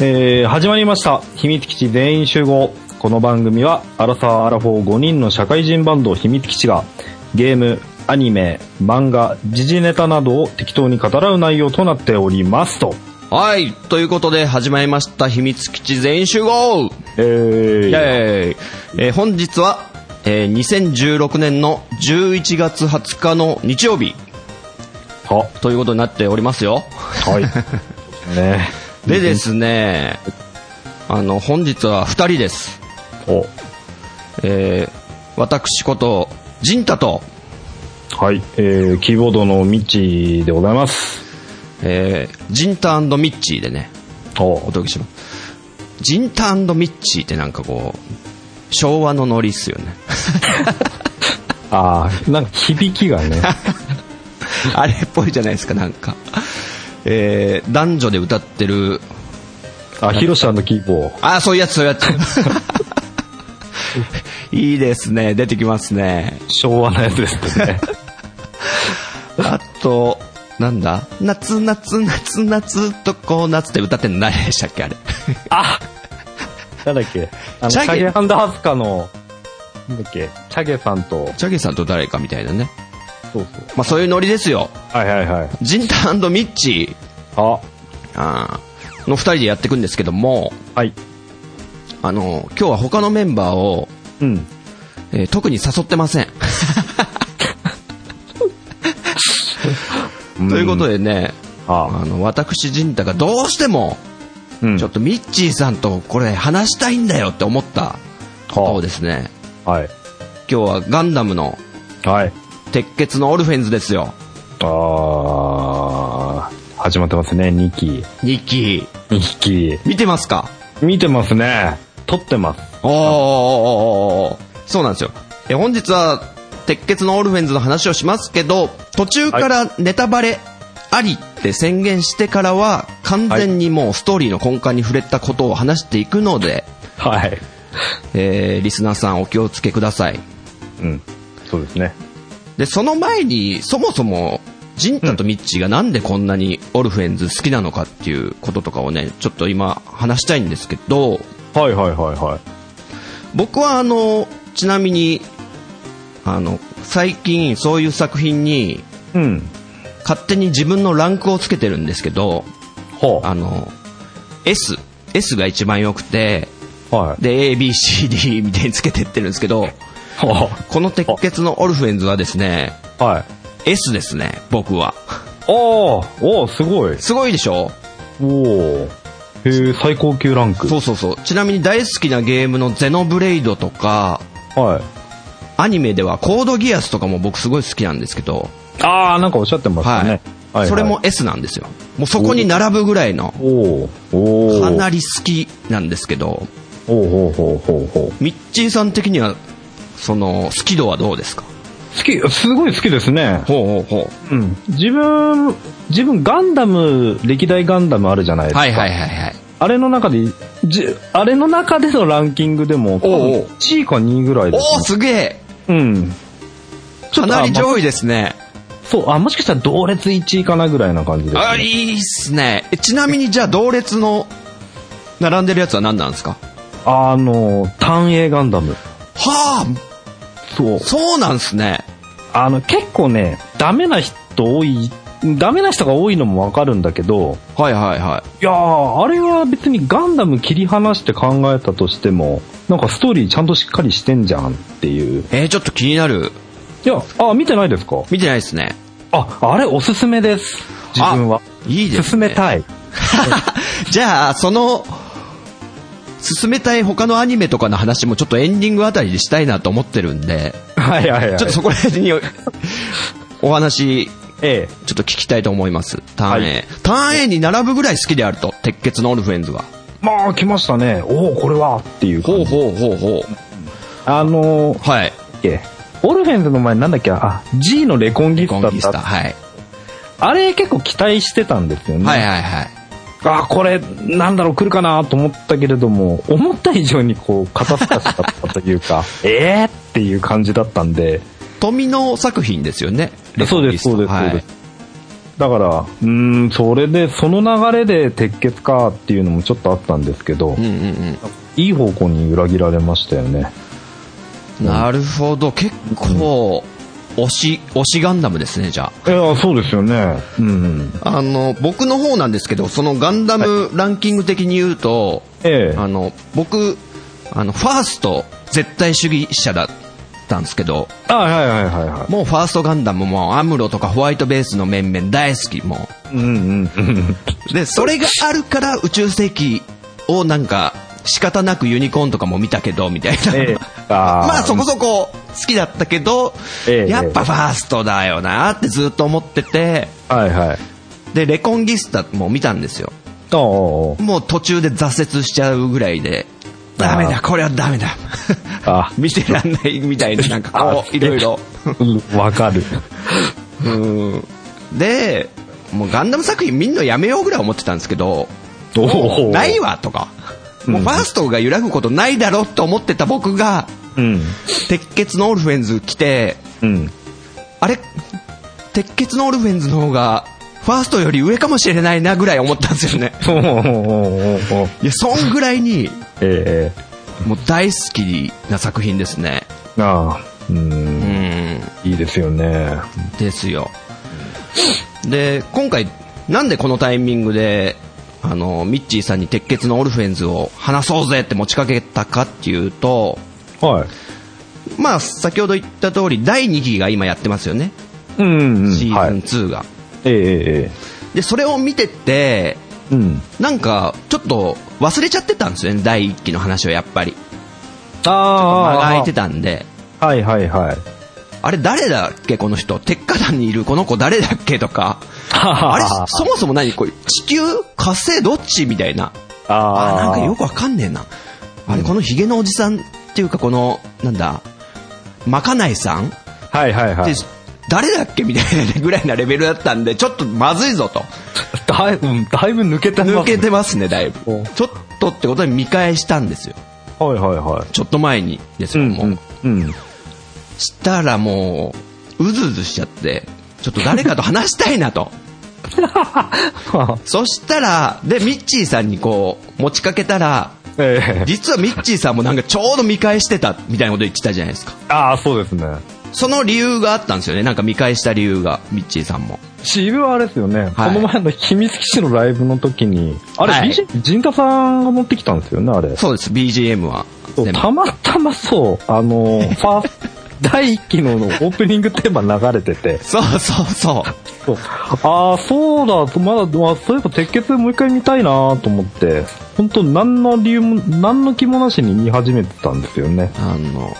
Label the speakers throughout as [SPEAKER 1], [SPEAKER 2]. [SPEAKER 1] えー始まりました。秘密基地全員集合。この番組は、アラサー・アラフォー5人の社会人バンド秘密基地が、ゲーム、アニメ、漫画、時事ネタなどを適当に語らう内容となっておりますと。
[SPEAKER 2] はい。ということで、始まりました、秘密基地全員集合
[SPEAKER 1] えー、
[SPEAKER 2] イェーイえー本日は、えー2016年の11月20日の日曜日
[SPEAKER 1] は、
[SPEAKER 2] ということになっておりますよ。
[SPEAKER 1] はい。ね
[SPEAKER 2] でですね、あの、本日は2人です。
[SPEAKER 1] お、
[SPEAKER 2] えー私こと、ジンタと、
[SPEAKER 1] はい。えー、キーボードのミッチーでございます。
[SPEAKER 2] えージンタミッチーでね、
[SPEAKER 1] お、
[SPEAKER 2] お届けします。ジンタミッチーってなんかこう、昭和のノリっすよね。
[SPEAKER 1] あー、なんか響きが ね。
[SPEAKER 2] あれっぽいじゃないですか、なんか。えー男女で歌ってる、
[SPEAKER 1] あ、ヒロシキーボー。
[SPEAKER 2] あー、そういうやつ、そういうやつ。いいですね、出てきますね。
[SPEAKER 1] 昭和なやつですね。
[SPEAKER 2] あと、なんだ夏、夏、夏、夏とこう、夏って歌ってんの誰でしたっけ、あれ。
[SPEAKER 1] あ なんだっけあの、
[SPEAKER 2] チ
[SPEAKER 1] チ
[SPEAKER 2] ャ
[SPEAKER 1] ャ
[SPEAKER 2] ゲ
[SPEAKER 1] ゲハンダハズカの、なんだっけチャゲさんと、
[SPEAKER 2] チャゲさんと誰かみたいなね。
[SPEAKER 1] そうそう。
[SPEAKER 2] まあそういうノリですよ。
[SPEAKER 1] はいはいはい。
[SPEAKER 2] ジンタミッチ
[SPEAKER 1] あ、
[SPEAKER 2] ーあーの二人でやっていくんですけども、
[SPEAKER 1] はい。
[SPEAKER 2] あの、今日は他のメンバーを、
[SPEAKER 1] うん。
[SPEAKER 2] えー特に誘ってません。ということでね、
[SPEAKER 1] あ
[SPEAKER 2] あの、私、ジンタがどうしても、
[SPEAKER 1] うん。
[SPEAKER 2] ちょっとミッチーさんとこれ話したいんだよって思ったことをですね、
[SPEAKER 1] と。はい。
[SPEAKER 2] 今日はガンダムの
[SPEAKER 1] はい。
[SPEAKER 2] 鉄血のオルフェンズですよ。
[SPEAKER 1] あー、始まってますね、2期。
[SPEAKER 2] ニッキ
[SPEAKER 1] 2匹。
[SPEAKER 2] ー、見てますか
[SPEAKER 1] 見てますね。撮ってます。
[SPEAKER 2] おーおーおーおーおーそうなんですよ。え、本日は、鉄血のオルフェンズの話をしますけど、途中からネタバレありって宣言してからは、完全にもうストーリーの根幹に触れたことを話していくので、
[SPEAKER 1] はい。
[SPEAKER 2] えーリスナーさんお気をつけください。
[SPEAKER 1] うん。そうですね。
[SPEAKER 2] で、その前に、そもそも、ジンタとミッチーがなんでこんなにオルフェンズ好きなのかっていうこととかをね、ちょっと今話したいんですけど、
[SPEAKER 1] はいはいはいはい。
[SPEAKER 2] 僕はあの、ちなみに、あの、最近そういう作品に、
[SPEAKER 1] うん。
[SPEAKER 2] 勝手に自分のランクをつけてるんですけど、
[SPEAKER 1] ほ
[SPEAKER 2] あの、S、S が一番良くて、
[SPEAKER 1] う。はい。
[SPEAKER 2] で、A、B、C、D みたいにつけてってるんですけど、
[SPEAKER 1] ほ
[SPEAKER 2] この鉄血のオルフェンズはですね、
[SPEAKER 1] う。はい。
[SPEAKER 2] S ですね、僕は。
[SPEAKER 1] おー、おー、すごい。
[SPEAKER 2] すごいでしょ
[SPEAKER 1] おー。へー、最高級ランク。
[SPEAKER 2] そうそうそう。ちなみに大好きなゲームのゼノブレイドとか、
[SPEAKER 1] はい。
[SPEAKER 2] アニメではコードギアスとかも僕すごい好きなんですけど、
[SPEAKER 1] ああ、なんかおっしゃってまし
[SPEAKER 2] は
[SPEAKER 1] た
[SPEAKER 2] い。
[SPEAKER 1] ね。はい、
[SPEAKER 2] それも。S なんですよ。もうそこに並ぶぐらいの、
[SPEAKER 1] おーお
[SPEAKER 2] かな
[SPEAKER 1] り。
[SPEAKER 2] り好きなんですけど、
[SPEAKER 1] おーほうほうほうほう。
[SPEAKER 2] ミッチーさん的には、その、好き度はどうですか
[SPEAKER 1] 好き、すごい好きですね。
[SPEAKER 2] ほうほうほ
[SPEAKER 1] うん。自分、自分ガンダム、歴代ガンダムあるじゃないですか。
[SPEAKER 2] はいはいはいはい。
[SPEAKER 1] あれの中で、じ、あれの中でのランキングでも、多
[SPEAKER 2] おうおう
[SPEAKER 1] 分1位か2位ぐらい
[SPEAKER 2] お
[SPEAKER 1] です、
[SPEAKER 2] ー、すげえ
[SPEAKER 1] ね。うん。
[SPEAKER 2] かなり
[SPEAKER 1] あま
[SPEAKER 2] 上位ですね。
[SPEAKER 1] そう、あ、もしかしたら同列1位かなぐらいな感じです、
[SPEAKER 2] あ、い
[SPEAKER 1] ね。
[SPEAKER 2] いっすね。えちなみにじゃあ同列の、並んでるやつは何なんですか
[SPEAKER 1] あの、単影ガンダム。
[SPEAKER 2] はあ、
[SPEAKER 1] そう。
[SPEAKER 2] そうなんすね。
[SPEAKER 1] あの、結構ね、ダメな人多い、ダメな人が多いのもわかるんだけど、
[SPEAKER 2] はいはいはい。
[SPEAKER 1] いやー、あれは別にガンダム切り離して考えたとしても、なんかストーリーちゃんとしっかりしてんじゃんっていう。
[SPEAKER 2] えー、ちょっと気になる。
[SPEAKER 1] いや、あ、見てないですか
[SPEAKER 2] 見てないですね。
[SPEAKER 1] あ、あれおすすめです。自分は。
[SPEAKER 2] あいいです
[SPEAKER 1] 進
[SPEAKER 2] ね
[SPEAKER 1] めたい。
[SPEAKER 2] じゃあ、その、進めたい他のアニメとかの話もちょっとエンディングあたりでしたいなと思ってるんで、
[SPEAKER 1] はいはいはい。
[SPEAKER 2] ちょっとそこら辺にお お話、
[SPEAKER 1] ええ。
[SPEAKER 2] ちょっと聞きたいと思います。ターン A。
[SPEAKER 1] は
[SPEAKER 2] ターン A に並ぶぐらい好きであると、鉄血のオルフェンズは。
[SPEAKER 1] まあ、来ましたね。おお、これはっていう感じ。
[SPEAKER 2] ほうほうほう。
[SPEAKER 1] あのー、
[SPEAKER 2] はい。
[SPEAKER 1] ええオルフェンズの前なんだっけあ、G のレコンギス
[SPEAKER 2] コ
[SPEAKER 1] タ
[SPEAKER 2] ン
[SPEAKER 1] だ
[SPEAKER 2] キ
[SPEAKER 1] っ
[SPEAKER 2] スタ。
[SPEAKER 1] た。
[SPEAKER 2] はい。
[SPEAKER 1] あれ結構期待してたんですよね。
[SPEAKER 2] はいはいはい。
[SPEAKER 1] あ、これ、なんだろう、来るかなと思ったけれども、思った以上にこう、肩透かしだったという か、えーっていう感じだったんで、
[SPEAKER 2] 富野作品ですよね。レコ
[SPEAKER 1] そ
[SPEAKER 2] ン
[SPEAKER 1] う
[SPEAKER 2] キ
[SPEAKER 1] で
[SPEAKER 2] ス
[SPEAKER 1] す、
[SPEAKER 2] タ
[SPEAKER 1] そうです、そうです。だから、うーん、それで、その流れで鉄血かっていうのもちょっとあったんですけど、
[SPEAKER 2] うんうん
[SPEAKER 1] いい方向に裏切られましたよね。
[SPEAKER 2] うん。なるほど。結構、推し、推しガンダムですね、じゃあ。
[SPEAKER 1] いや、そうですよね。うん、うん。
[SPEAKER 2] あの、僕の方なんですけど、そのガンダムランキング的に言うと、
[SPEAKER 1] ええ
[SPEAKER 2] あの、僕、あの、ファースト絶対主義者だったんですけど、
[SPEAKER 1] あ、はいはいはいは
[SPEAKER 2] もうファーストガンダムもアムロとかホワイトベースの面々大好き、も
[SPEAKER 1] い。うんうんうん。
[SPEAKER 2] う。で、それがあるから宇宙世紀をなんか仕方なくユニコーンとかも見たけど、みたいな。
[SPEAKER 1] ええあー
[SPEAKER 2] まあそこそこ好きだったけど、
[SPEAKER 1] ええ
[SPEAKER 2] やっぱファーストだよなってずっと思ってて、
[SPEAKER 1] はいはい。
[SPEAKER 2] で、レコンギスタも見たんですよ。
[SPEAKER 1] ああ
[SPEAKER 2] もう途中で挫折しちゃうぐらいで、ダメだ、これはダメだ。
[SPEAKER 1] あ ー
[SPEAKER 2] 見てらんないみたいな、なんか
[SPEAKER 1] あ
[SPEAKER 2] こう、
[SPEAKER 1] ー
[SPEAKER 2] いろいろ。
[SPEAKER 1] うんわかる。
[SPEAKER 2] うんで、もうガンダム作品見んのやめようぐらい思ってたんですけど、
[SPEAKER 1] お
[SPEAKER 2] もう
[SPEAKER 1] お。
[SPEAKER 2] ないわとか、もうファーストが揺らぐことないだろうと思ってた僕が、
[SPEAKER 1] うん。
[SPEAKER 2] 鉄血のオルフェンズ来て、
[SPEAKER 1] うん。
[SPEAKER 2] あれ鉄血のオルフェンズの方が、ファーストより上かもしれないなぐらい思ったんですよね。
[SPEAKER 1] おおおおお
[SPEAKER 2] いや、そんぐらいに、
[SPEAKER 1] ええ
[SPEAKER 2] もう大好きな作品ですね。
[SPEAKER 1] ああ。う。
[SPEAKER 2] うんん。
[SPEAKER 1] いいですよね。
[SPEAKER 2] ですよ。で、今回、なんでこのタイミングで、あの、ミッチーさんに鉄血のオルフェンズを話そうぜって持ちかけたかっていうと、
[SPEAKER 1] はい。
[SPEAKER 2] まあ、先ほど言った通り、第2期が今やってますよね。
[SPEAKER 1] うんうんうん。
[SPEAKER 2] シ
[SPEAKER 1] は
[SPEAKER 2] ー
[SPEAKER 1] い。
[SPEAKER 2] ズン2が。
[SPEAKER 1] えええええ
[SPEAKER 2] で、それを見てて、
[SPEAKER 1] えうん。
[SPEAKER 2] なんか、ちょっと忘れちゃってたんですよね、第1期の話をやっぱり。間
[SPEAKER 1] あ
[SPEAKER 2] が
[SPEAKER 1] あ。
[SPEAKER 2] 空いてたんで。
[SPEAKER 1] はいはいはい。
[SPEAKER 2] あれ誰だっけこの人。鉄火団にいるこの子誰だっけとか。あれそもそも何これ地球火星どっちみたいな。あ、なん
[SPEAKER 1] ああ。
[SPEAKER 2] かよくわかんねえな。あれ、このヒゲのおじさんっていうかこの、なんだ、まかないさんって、
[SPEAKER 1] はいはいはい。
[SPEAKER 2] 誰だっけみたいなぐらいなレベルだったんで、ちょっとまずいぞ と。
[SPEAKER 1] だいぶ、だいぶ抜けてます
[SPEAKER 2] 抜けてますね、だいぶ
[SPEAKER 1] お。
[SPEAKER 2] ちょっとってことで見返したんですよ。
[SPEAKER 1] はいはいはい。
[SPEAKER 2] ちょっと前にですよ、もう。
[SPEAKER 1] う ん。
[SPEAKER 2] したらもう、うずうずしちゃって、ちょっと誰かと話したいなと。 そしたら、で、ミッチーさんにこう、持ちかけたら、
[SPEAKER 1] ええ
[SPEAKER 2] 実はミッチーさんもなんかちょうど見返してたみたいなこと言ってたじゃないですか。
[SPEAKER 1] ああ、そうですね。
[SPEAKER 2] その理由があったんですよね。なんか見返した理由が、ミッチーさんも。
[SPEAKER 1] 渋はあれですよね。
[SPEAKER 2] はい
[SPEAKER 1] この前の秘密基地のライブの時に、あれ、
[SPEAKER 2] はい
[SPEAKER 1] BJ、陣太さんが持ってきたんですよね、あれ。
[SPEAKER 2] そうです、BGM は。
[SPEAKER 1] そう
[SPEAKER 2] 全部
[SPEAKER 1] たまたまそう、あの、ファースト、第1期のオープニングテーマ流れてて、
[SPEAKER 2] そうそう そう。
[SPEAKER 1] そうああ、そうだ、まだ、まあ、そういえば鉄血もう一回見たいなと思って、本当何の理由も、何の気もなしに見始めてたんですよね。
[SPEAKER 2] あの、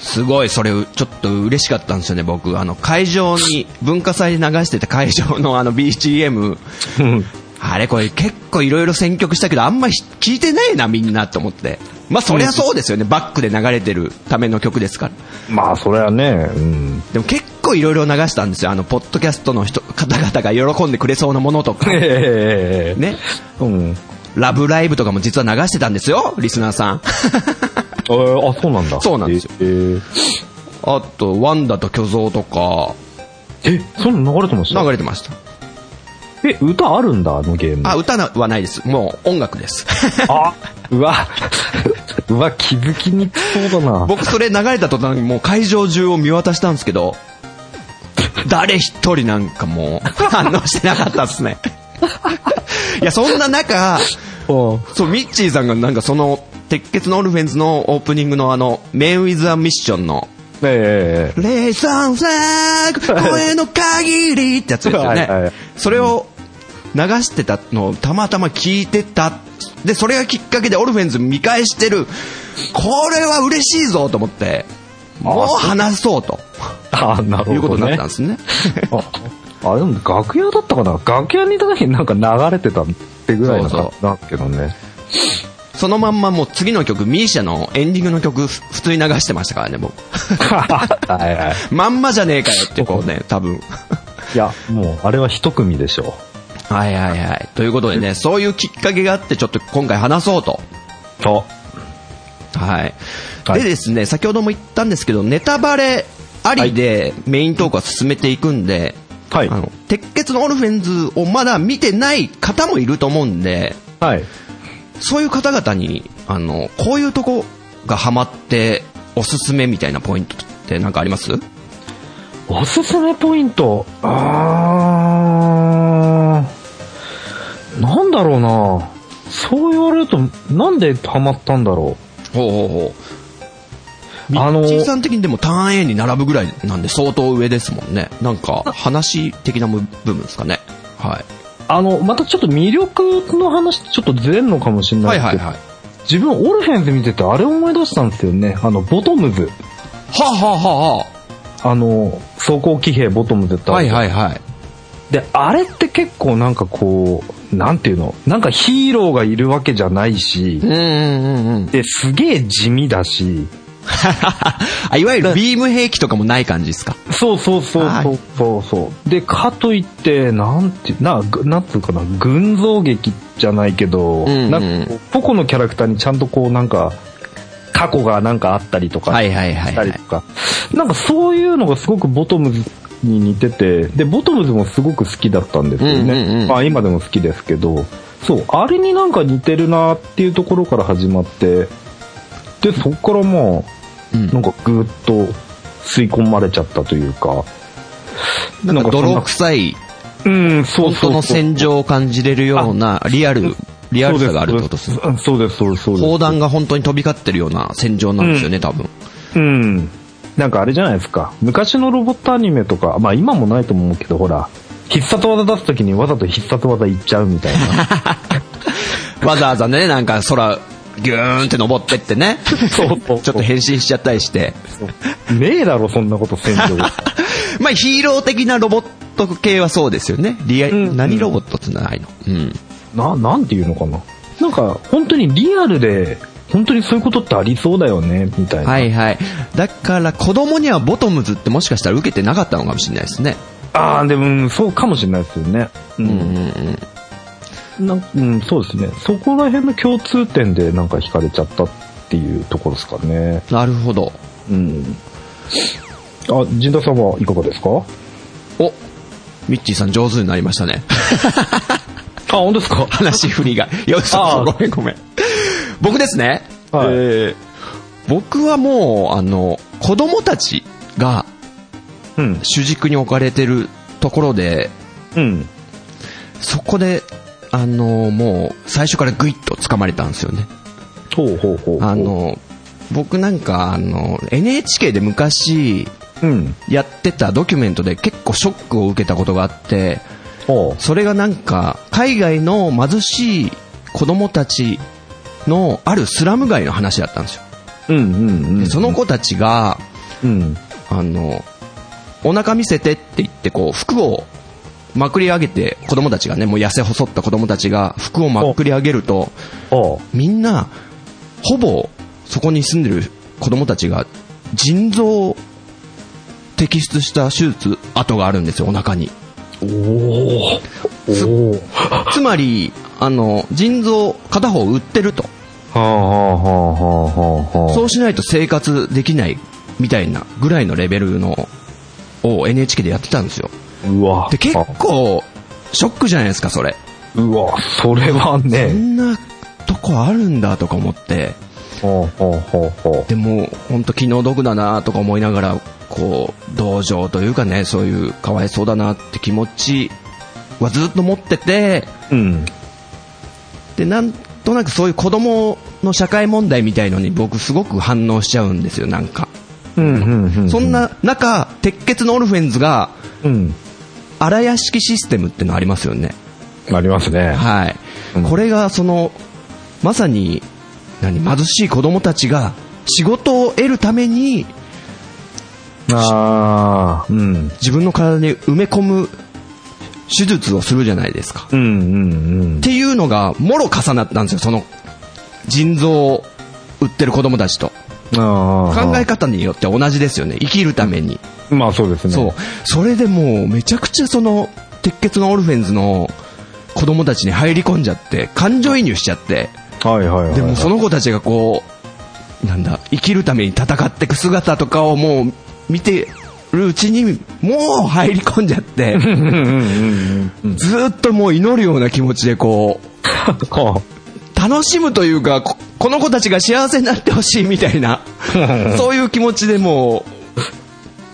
[SPEAKER 2] すごい、それ、ちょっと嬉しかったんですよね、僕。あの、会場に、文化祭で流してた会場のあの BGM。
[SPEAKER 1] うん
[SPEAKER 2] あれこれ結構いろいろ選曲したけど、あんまひ聞いてないな、みんなと思って。まあそりゃそうですよね、バックで流れてるための曲ですから。
[SPEAKER 1] まあ、それはね、うん。
[SPEAKER 2] でも結構いろいろ流したんですよ、あの、ポッドキャストの人、方々が喜んでくれそうなものと か。
[SPEAKER 1] ええ
[SPEAKER 2] ね。
[SPEAKER 1] うん。
[SPEAKER 2] ラブライブとかも実は流してたんですよ、リスナーさん。
[SPEAKER 1] えーあ、そうなんだ。
[SPEAKER 2] そうなんですよ
[SPEAKER 1] えー
[SPEAKER 2] あと、ワンダと巨像とか、
[SPEAKER 1] え、そんなの流れてました
[SPEAKER 2] 流れてました。
[SPEAKER 1] え、歌あるんだ、あのゲーム。
[SPEAKER 2] あ、歌はないです。もう音楽です。
[SPEAKER 1] あうわ、 うわ、気づきにくそうだな。
[SPEAKER 2] 僕それ流れた途端にもう会場中を見渡したんですけど、誰一人なんかもう 反応してなかったっすね。 いや、そんな中、
[SPEAKER 1] うん
[SPEAKER 2] そう、ミッチーさんがなんかその、鉄血のオルフェンズのオープニングのあの、メンウィズ・ア・ミッションの、
[SPEAKER 1] ええ
[SPEAKER 2] レイサンサーク、声の限りってやつですよ
[SPEAKER 1] はいはい
[SPEAKER 2] ね。それを流してたのをたまたま聞いてた。で、それがきっかけでオルフェンズ見返してる。これは嬉しいぞと思って、もう話そうと
[SPEAKER 1] あな
[SPEAKER 2] いう
[SPEAKER 1] る
[SPEAKER 2] こ
[SPEAKER 1] ほ
[SPEAKER 2] と
[SPEAKER 1] ど
[SPEAKER 2] になっ
[SPEAKER 1] ね
[SPEAKER 2] たん。ですね。
[SPEAKER 1] あ、あでも楽屋だったかな楽屋にいた時になんか流れてたってぐらいな
[SPEAKER 2] そう
[SPEAKER 1] 感
[SPEAKER 2] そ
[SPEAKER 1] じなんですけど ね。
[SPEAKER 2] そのまんまもう次の曲、ミーシャのエンディングの曲、ふ普通に流してましたからね、僕。
[SPEAKER 1] はいはい。
[SPEAKER 2] まんまじゃねえかよってこうね、多分。
[SPEAKER 1] いや、もう、あれは一組でしょ
[SPEAKER 2] はいはいはい。ということでね、そういうきっかけがあって、ちょっと今回話そうと。
[SPEAKER 1] う。と。
[SPEAKER 2] はい。
[SPEAKER 1] はい
[SPEAKER 2] でですね、先ほども言ったんですけど、ネタバレありでメイントークは進めていくんで、
[SPEAKER 1] はい
[SPEAKER 2] あ。の、鉄血のオルフェンズをまだ見てない方もいると思うんで、
[SPEAKER 1] はい。
[SPEAKER 2] そういう方々に、あの、こういうとこがハマっておすすめみたいなポイントってなんかあります
[SPEAKER 1] おすすめポイント。あー。なんだろうなそう言われると、なんでハマったんだろ
[SPEAKER 2] ほうほうほう。
[SPEAKER 1] あ
[SPEAKER 2] あ
[SPEAKER 1] の
[SPEAKER 2] の、さん的にでもターン A に並ぶぐらいなんで相当上ですもんね。なんか、話的な部分ですかね。は
[SPEAKER 1] う。あの、またちょっと魅力の話とちょっとずれんのかもしれ
[SPEAKER 2] い。
[SPEAKER 1] な
[SPEAKER 2] はいい
[SPEAKER 1] です
[SPEAKER 2] は
[SPEAKER 1] け
[SPEAKER 2] い
[SPEAKER 1] ど、
[SPEAKER 2] はい。
[SPEAKER 1] 自分オルフェンズ見ててあれ思い出したんですよね。あの、ボトムズ。
[SPEAKER 2] はあ、はあはあは
[SPEAKER 1] あの、装甲騎兵ボトムズって
[SPEAKER 2] あ、
[SPEAKER 1] あ
[SPEAKER 2] は
[SPEAKER 1] る
[SPEAKER 2] いはいはい。
[SPEAKER 1] で、あれって結構なんかこう、なんていうのなんかヒーローがいるわけじゃないし
[SPEAKER 2] う、んうんうんうん。
[SPEAKER 1] で、すげえ地味だし、
[SPEAKER 2] あ、いわゆるビーム兵器とかもない感じですか。
[SPEAKER 1] そうそうそう
[SPEAKER 2] は
[SPEAKER 1] そう
[SPEAKER 2] い
[SPEAKER 1] そうそう。で、かといって、なんて、な、ぐなんつうかな、群像劇じゃないけど、
[SPEAKER 2] んうん
[SPEAKER 1] なんかこう、ポコのキャラクターにちゃんとこう、なんか、過去がなんかあったりとか、
[SPEAKER 2] はいはいは
[SPEAKER 1] し
[SPEAKER 2] い、
[SPEAKER 1] た
[SPEAKER 2] は
[SPEAKER 1] り
[SPEAKER 2] い
[SPEAKER 1] と。か、なんかそういうのがすごくボトムズに似てて、で、ボトムズもすごく好きだったんですよね。
[SPEAKER 2] うんうんうん
[SPEAKER 1] まあ今でも好きですけど、そう、あれになんか似てるなっていうところから始まって、で、そこからまあ、
[SPEAKER 2] うん
[SPEAKER 1] なんかぐーっと吸い込まれちゃったというか、そん
[SPEAKER 2] なんか
[SPEAKER 1] な
[SPEAKER 2] 泥臭い、
[SPEAKER 1] うん、そうそう
[SPEAKER 2] 本
[SPEAKER 1] そう。
[SPEAKER 2] 当の戦場を感じれるような、リアル、リアルさがあるってことですね。
[SPEAKER 1] うんそうです、そうです、そうです。
[SPEAKER 2] 砲弾が本当に飛び交ってるような戦場なんですよね、多分。
[SPEAKER 1] うん。なんかあれじゃないですか。昔のロボットアニメとか、まあ今もないと思うけど、ほら、必殺技出すときにわざと必殺技いっちゃうみたいな。
[SPEAKER 2] わざわざね、なんか空、ギューンって登ってってね。
[SPEAKER 1] そうそうそう
[SPEAKER 2] ちょっと変身しちゃったりして。
[SPEAKER 1] ねえだろ、そんなこと戦 場で。
[SPEAKER 2] まあヒーロー的なロボット系はそうですよね。リア、
[SPEAKER 1] うん
[SPEAKER 2] 何ロボットってないのうん。
[SPEAKER 1] な、なんていうのかな。なんか、本当にリアルで、本当にそういうことってありそうだよね、みたいな。
[SPEAKER 2] はいはい。だから子供にはボトムズってもしかしたら受けてなかったのかもしれないですね。
[SPEAKER 1] ああ、でも、うんそうかもしれないですよね。う
[SPEAKER 2] うんうん
[SPEAKER 1] ん。
[SPEAKER 2] うん。
[SPEAKER 1] なんうん、そうですね。そこら辺の共通点でなんか惹かれちゃったっていうところですかね。
[SPEAKER 2] なるほど。
[SPEAKER 1] うん。あ、陣田さんはいかがですか
[SPEAKER 2] お、ミッチーさん上手になりましたね。
[SPEAKER 1] あ、本当ですか
[SPEAKER 2] 話 振りが。よし、
[SPEAKER 1] あー
[SPEAKER 2] ごめんごめん。僕ですね。
[SPEAKER 1] はい
[SPEAKER 2] えー僕はもう、あの、子供たちが
[SPEAKER 1] うん。
[SPEAKER 2] 主軸に置かれてるところで、
[SPEAKER 1] うん。
[SPEAKER 2] そこで、あの、もう、最初からグイッと掴まれたんですよね。
[SPEAKER 1] ほうほうほうほう。
[SPEAKER 2] あ、の、僕なんか、あの、NHK で昔、
[SPEAKER 1] うん。
[SPEAKER 2] やってたドキュメントで結構ショックを受けたことがあって、
[SPEAKER 1] ほ
[SPEAKER 2] それがなんか、海外の貧しい子供たちのあるスラム街の話だったんですよ。
[SPEAKER 1] う。うんうんうん。
[SPEAKER 2] でその子たちが、
[SPEAKER 1] うん。
[SPEAKER 2] あの、お腹見せてって言って、こう、服をまくり上げて、子供たちがね、もう痩せ細った子供たちが服をまくり上げると、
[SPEAKER 1] ほ
[SPEAKER 2] みんな、ほぼ、そこに住んでる子供たちが、腎臓を摘出した手術跡があるんですよ、お腹に。
[SPEAKER 1] う。おー。おー。
[SPEAKER 2] つまり、あの、腎臓、片方売ってると。
[SPEAKER 1] はあはあはあはあはあ。
[SPEAKER 2] そうしないと生活できないみたいなぐらいのレベルのを NHK でやってたんですよ。
[SPEAKER 1] うわ。
[SPEAKER 2] で、結構、ショックじゃないですか、それ。
[SPEAKER 1] あうわ、それは
[SPEAKER 2] こ
[SPEAKER 1] ね。
[SPEAKER 2] んなとこあるんだとか思って、
[SPEAKER 1] ほうほうほうほ
[SPEAKER 2] でも、ほんと気の毒だなとか思いながら、こう、同情というかね、そういうかわいそうだなって気持ちはずっと持ってて、
[SPEAKER 1] う。うん。
[SPEAKER 2] で、なんとなくそういう子供の社会問題みたいのに僕すごく反応しちゃうんですよ、なんか。
[SPEAKER 1] うんうんうん。
[SPEAKER 2] そん。な中、鉄血のオルフェンズが、
[SPEAKER 1] うん。
[SPEAKER 2] 荒屋敷システムってのありますよね。
[SPEAKER 1] ありますね。
[SPEAKER 2] はい。
[SPEAKER 1] うん
[SPEAKER 2] これが、その、まさに、何、貧しい子供たちが、仕事を得るために、
[SPEAKER 1] ああ。うん。
[SPEAKER 2] 自分の体に埋め込む、手術をするじゃないですか。っ
[SPEAKER 1] うんうん
[SPEAKER 2] ていうのが、もろ重なったんですよ、その、腎臓を売ってる子供たちと。
[SPEAKER 1] うん。ああ。
[SPEAKER 2] 考え方によって同じですよね。生きるために。
[SPEAKER 1] まあそうですね。
[SPEAKER 2] そう。それでもう、めちゃくちゃその、鉄血のオルフェンズの子供たちに入り込んじゃって、感情移入しちゃって、
[SPEAKER 1] う。はいはいはい。
[SPEAKER 2] でもその子たちがこう、なんだ、生きるために戦っていく姿とかをもう、見て、るうちに、もう入り込んじゃって、ずーっともう祈るような気持ちでこう、
[SPEAKER 1] こ
[SPEAKER 2] 楽しむというか、ここの子たちが幸せになってほしいみたいな、そういう気持ちでも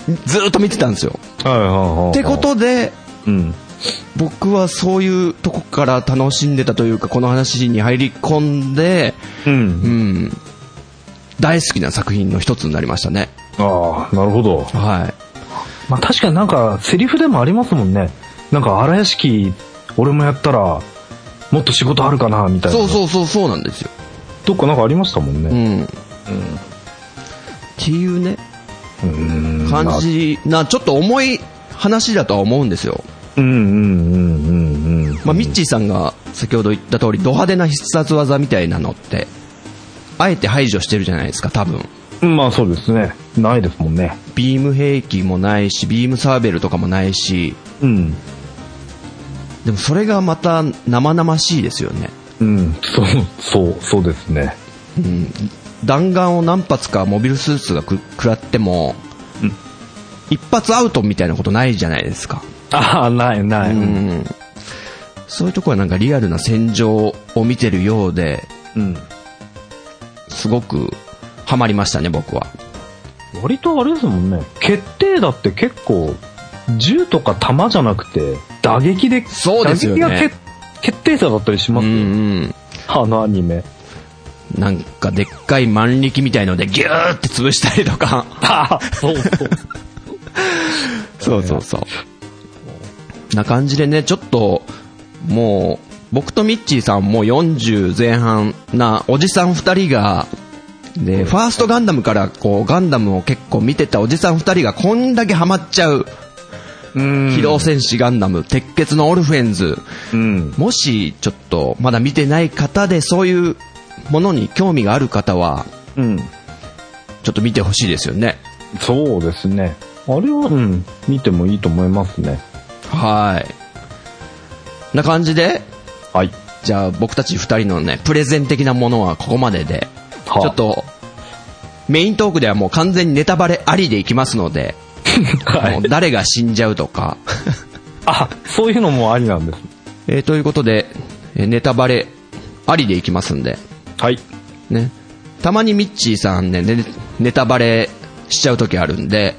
[SPEAKER 2] う、ずーっと見てたんですよ。
[SPEAKER 1] う。はいはいはい。
[SPEAKER 2] ってことで、
[SPEAKER 1] うん。
[SPEAKER 2] 僕はそういうとこから楽しんでたというか、この話に入り込んで、
[SPEAKER 1] う。
[SPEAKER 2] うんん、大好きな作品の一つになりましたね。
[SPEAKER 1] ああ、なるほど。
[SPEAKER 2] はい。
[SPEAKER 1] まあ確かになんか、セリフでもありますもんね。なんか、荒屋敷、俺もやったら、もっと仕事あるかな、みたいな。
[SPEAKER 2] そう
[SPEAKER 1] う。
[SPEAKER 2] そうそうそうなんですよ。
[SPEAKER 1] どっかなんかありましたもん
[SPEAKER 2] う
[SPEAKER 1] ね。
[SPEAKER 2] ん。っていうね、
[SPEAKER 1] うん。
[SPEAKER 2] 感じな、ちょっと重い話だとは思うんですよ。
[SPEAKER 1] うんうんうんうんうん。
[SPEAKER 2] まあ、ミッチーさんが先ほど言った通り、ド派手な必殺技みたいなのって、あえて排除してるじゃないですか、多分。
[SPEAKER 1] まあそうですね。ないですもんね。
[SPEAKER 2] ビーム兵器もないし、ビームサーベルとかもないし、
[SPEAKER 1] うん。
[SPEAKER 2] でもそれがまた生々しいですよね。
[SPEAKER 1] うん。そう、そう、そうですね。
[SPEAKER 2] うん、弾丸を何発かモビルスーツがく食らっても、
[SPEAKER 1] うん
[SPEAKER 2] 一発アウトみたいなことないじゃないですか。
[SPEAKER 1] ああ、ない、ない。うん。
[SPEAKER 2] そういうとこはなんかリアルな戦場を見てるようで、すごくハマりましたね、僕は。
[SPEAKER 1] 割とあれですもんね。決定だって結構、銃とか弾じゃなくて、打撃で、
[SPEAKER 2] そうですよね
[SPEAKER 1] 打撃が決決定者だったりしま
[SPEAKER 2] う
[SPEAKER 1] す
[SPEAKER 2] ん
[SPEAKER 1] よ、
[SPEAKER 2] うん。
[SPEAKER 1] あのアニメ。
[SPEAKER 2] なんかでっかい万力みたいのでギューって潰したりとか。
[SPEAKER 1] ああ、 そうそう。
[SPEAKER 2] そうそうそう。な感じでね、ちょっと、もう、僕とミッチーさんもう40前半なおじさん二人が、で、ファーストガンダムからこう、ガンダムを結構見てたおじさん二人がこんだけハマっちゃう、
[SPEAKER 1] うん。
[SPEAKER 2] 機動戦士ガンダム、鉄血のオルフェンズ、
[SPEAKER 1] うん。
[SPEAKER 2] もしちょっとまだ見てない方でそういうものに興味がある方は、
[SPEAKER 1] うん。
[SPEAKER 2] ちょっと見てほしいですよね。
[SPEAKER 1] そうですね。あれは、うん。見てもいいと思いますね。
[SPEAKER 2] はい。な感じで、
[SPEAKER 1] はい。
[SPEAKER 2] じゃあ僕たち二人のね、プレゼン的なものはここまでで、
[SPEAKER 1] はあ
[SPEAKER 2] ちょっと、メイントークではもう完全にネタバレありでいきますので、
[SPEAKER 1] はい
[SPEAKER 2] もう誰が死んじゃうとか、
[SPEAKER 1] あ、そういうのもありなんです。
[SPEAKER 2] えーということで、えーネタバレありでいきますんで、
[SPEAKER 1] はい。
[SPEAKER 2] ね。たまにミッチーさんね、ねネタバレしちゃう時あるん で、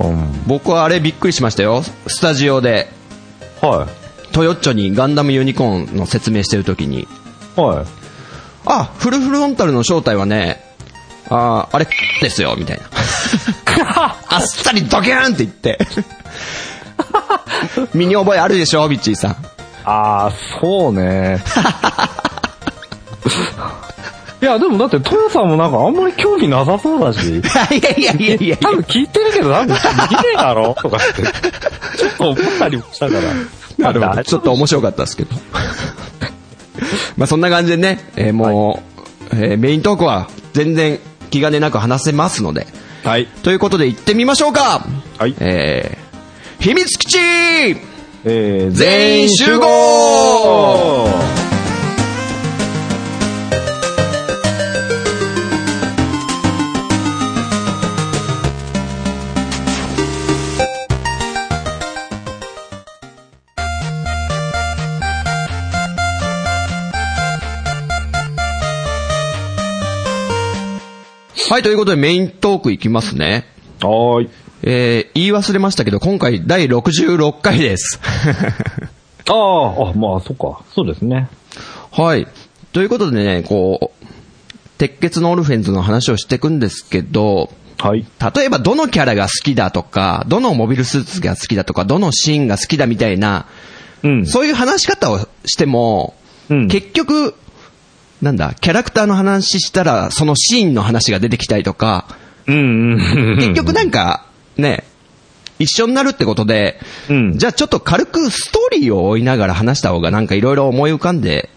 [SPEAKER 1] うん。
[SPEAKER 2] 僕はあれびっくりしましたよ。スタジオで、
[SPEAKER 1] は
[SPEAKER 2] トヨッチョにガンダムユニコーンの説明してる時に、
[SPEAKER 1] い。 はい。
[SPEAKER 2] あ、フルフロンタルの正体はね、あーあれ、ですよ、み たいな。あっさりドキューンって言 って。身に覚えあるでしょ、ビッチーさん。
[SPEAKER 1] ああ、そうね。 いや、でもだって、トヨさんもなんかあんまり興味なさそうだ し、
[SPEAKER 2] いやいやいやいやいや
[SPEAKER 1] 多分聞いてるけど多分見ねえだろとかって、ちょっと思ったりもしたから。
[SPEAKER 2] なるほど。ちょっと面白かったですけど。 まあそんな感じでね、えーもう、えーメイントークは全然気兼ねなく話せますので。
[SPEAKER 1] と。はい。
[SPEAKER 2] ということで行ってみましょうか
[SPEAKER 1] はい
[SPEAKER 2] えー、秘密基地
[SPEAKER 1] えー、
[SPEAKER 2] 全員集合はい、ということでメイントークいきますね。
[SPEAKER 1] はーい。
[SPEAKER 2] えー、言い忘れましたけど、今回第66回です。
[SPEAKER 1] ああ、あ、まあ、そっか。そうですね。
[SPEAKER 2] はい。ということでね、こう、鉄血のオルフェンズの話をしていくんですけど、
[SPEAKER 1] はい。
[SPEAKER 2] 例えばどのキャラが好きだとか、どのモビルスーツが好きだとか、どのシーンが好きだみたいな、
[SPEAKER 1] うん。
[SPEAKER 2] そういう話し方をしても、
[SPEAKER 1] うん
[SPEAKER 2] 結局、なんだ、キャラクターの話したら、そのシーンの話が出てきたりとか、
[SPEAKER 1] うん、うん。
[SPEAKER 2] 結局なんか、ね、一緒になるってことで、
[SPEAKER 1] うん
[SPEAKER 2] じゃあちょっと軽くストーリーを追いながら話した方がなんかいろいろ思い浮かんで、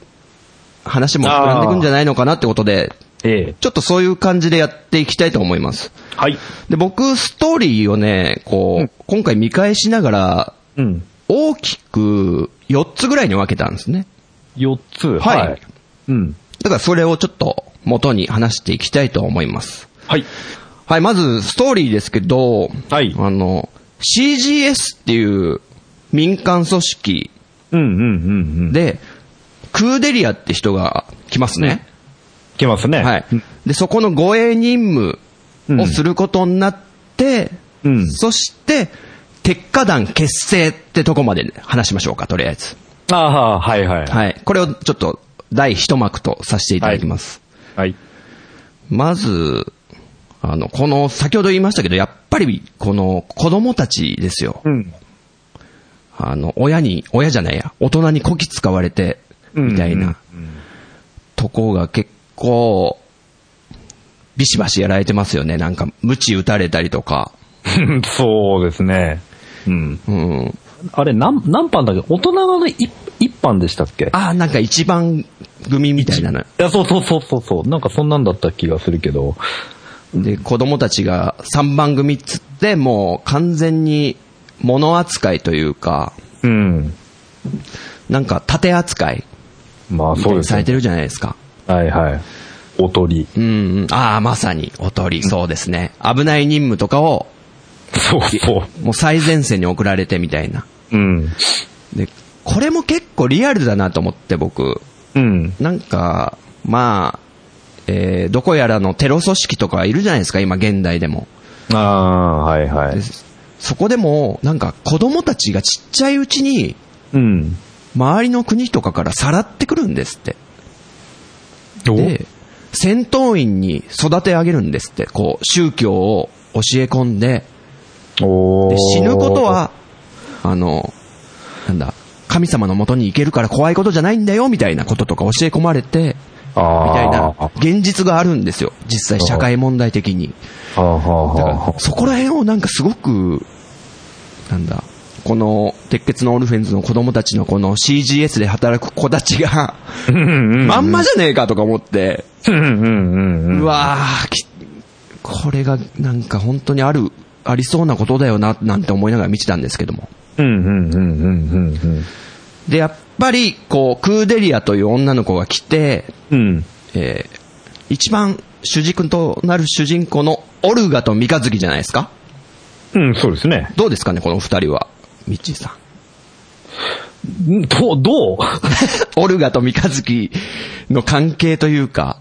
[SPEAKER 2] 話も膨らんでいくんじゃないのかなってことで、
[SPEAKER 1] ええ
[SPEAKER 2] ちょっとそういう感じでやっていきたいと思います。
[SPEAKER 1] はい。
[SPEAKER 2] で、僕、ストーリーをね、こう、今回見返しながら、
[SPEAKER 1] うん。
[SPEAKER 2] 大きく4つぐらいに分けたんですね。
[SPEAKER 1] 4つ。
[SPEAKER 2] はい
[SPEAKER 1] うん。
[SPEAKER 2] だからそれをちょっと元に話していきたいと思います。
[SPEAKER 1] はい。
[SPEAKER 2] はい、まず、ストーリーですけど、
[SPEAKER 1] はい
[SPEAKER 2] あの、CGS っていう民間組織
[SPEAKER 1] うんうんうんうん。で、
[SPEAKER 2] で、クーデリアって人が来ますね。
[SPEAKER 1] いけますね。
[SPEAKER 2] はい
[SPEAKER 1] うん。
[SPEAKER 2] で、そこの護衛任務をすることになって、
[SPEAKER 1] うん
[SPEAKER 2] そして、鉄火団結成ってとこまで話しましょうか、とりあえず。
[SPEAKER 1] ああ、はいはい。はい。
[SPEAKER 2] はい。これをちょっと、第一幕とさせていただきます。
[SPEAKER 1] はい。
[SPEAKER 2] まず、あの、この、先ほど言いましたけど、やっぱり、この、子供たちですよ。
[SPEAKER 1] うん。
[SPEAKER 2] あの、親に、親じゃないや、大人にこき使われて、みたいな、とこが結構、ビシバシやられてますよね。なんか、鞭打たれたりとか。
[SPEAKER 1] そうですね。うん。
[SPEAKER 2] うん。
[SPEAKER 1] あれ、何、何班だっけ大人の一一班でしたっけ
[SPEAKER 2] ああ、なんか一番組みたいなの。
[SPEAKER 1] いや、そうそうそうそうそう。なんかそんなんだった気がするけど。
[SPEAKER 2] で、子供たちが3番組っつって、もう完全に物扱いというか、
[SPEAKER 1] うん。
[SPEAKER 2] なんか縦扱い
[SPEAKER 1] まあ
[SPEAKER 2] みた
[SPEAKER 1] そ
[SPEAKER 2] いう
[SPEAKER 1] で
[SPEAKER 2] に
[SPEAKER 1] す
[SPEAKER 2] され
[SPEAKER 1] ね。
[SPEAKER 2] てるじゃないですか。
[SPEAKER 1] はいはい。おとり。
[SPEAKER 2] うんうん。ああ、まさに、おとり、そうですね。危ない任務とかを、
[SPEAKER 1] そうそ
[SPEAKER 2] もう最前線に送られてみたいな。
[SPEAKER 1] う。うん。
[SPEAKER 2] で、これも結構リアルだなと思って僕。
[SPEAKER 1] うん。
[SPEAKER 2] なんか、まあ、えー、どこやらのテロ組織とかいるじゃないですか、今現代でも。
[SPEAKER 1] ああ、はいはい。
[SPEAKER 2] そこでも、なんか子供たちがちっちゃいうちに、
[SPEAKER 1] うん。
[SPEAKER 2] 周りの国とかからさらってくるんですって。
[SPEAKER 1] ど
[SPEAKER 2] で、戦闘員に育て上げるんですって。こう、宗教を教え込んで、
[SPEAKER 1] お
[SPEAKER 2] で
[SPEAKER 1] ー
[SPEAKER 2] 死ぬこと、は、あの、なんだ、神様のもとに行けるから怖いことじゃないんだよ、みたいなこととか教え込まれて、
[SPEAKER 1] み
[SPEAKER 2] みたいな、現実があるんですよ。実際社会問題的に。
[SPEAKER 1] はあはあ
[SPEAKER 2] だか
[SPEAKER 1] はあ
[SPEAKER 2] ら、そこら辺をなんかすごく、なんだ、この、鉄血のオルフェンズの子供たちのこの CGS で働く子たちが、まんまじゃねえかとか思って、
[SPEAKER 1] うんうんうんうん。
[SPEAKER 2] うわぁ、きこれがなんか本当にある、ありそうなことだよな、なんて思いながら見てたんですけども。
[SPEAKER 1] うんうんうんうんうん
[SPEAKER 2] で、やっぱり、こう、クーデリアという女の子が来て、
[SPEAKER 1] うん。うん。
[SPEAKER 2] えー一番主軸となる主人公のオルガと三日月じゃないですか
[SPEAKER 1] うん、そうですね。
[SPEAKER 2] どうですかね、この二人は。ミッチーさん。
[SPEAKER 1] んどう、どう
[SPEAKER 2] オルガと三日月の関係というか、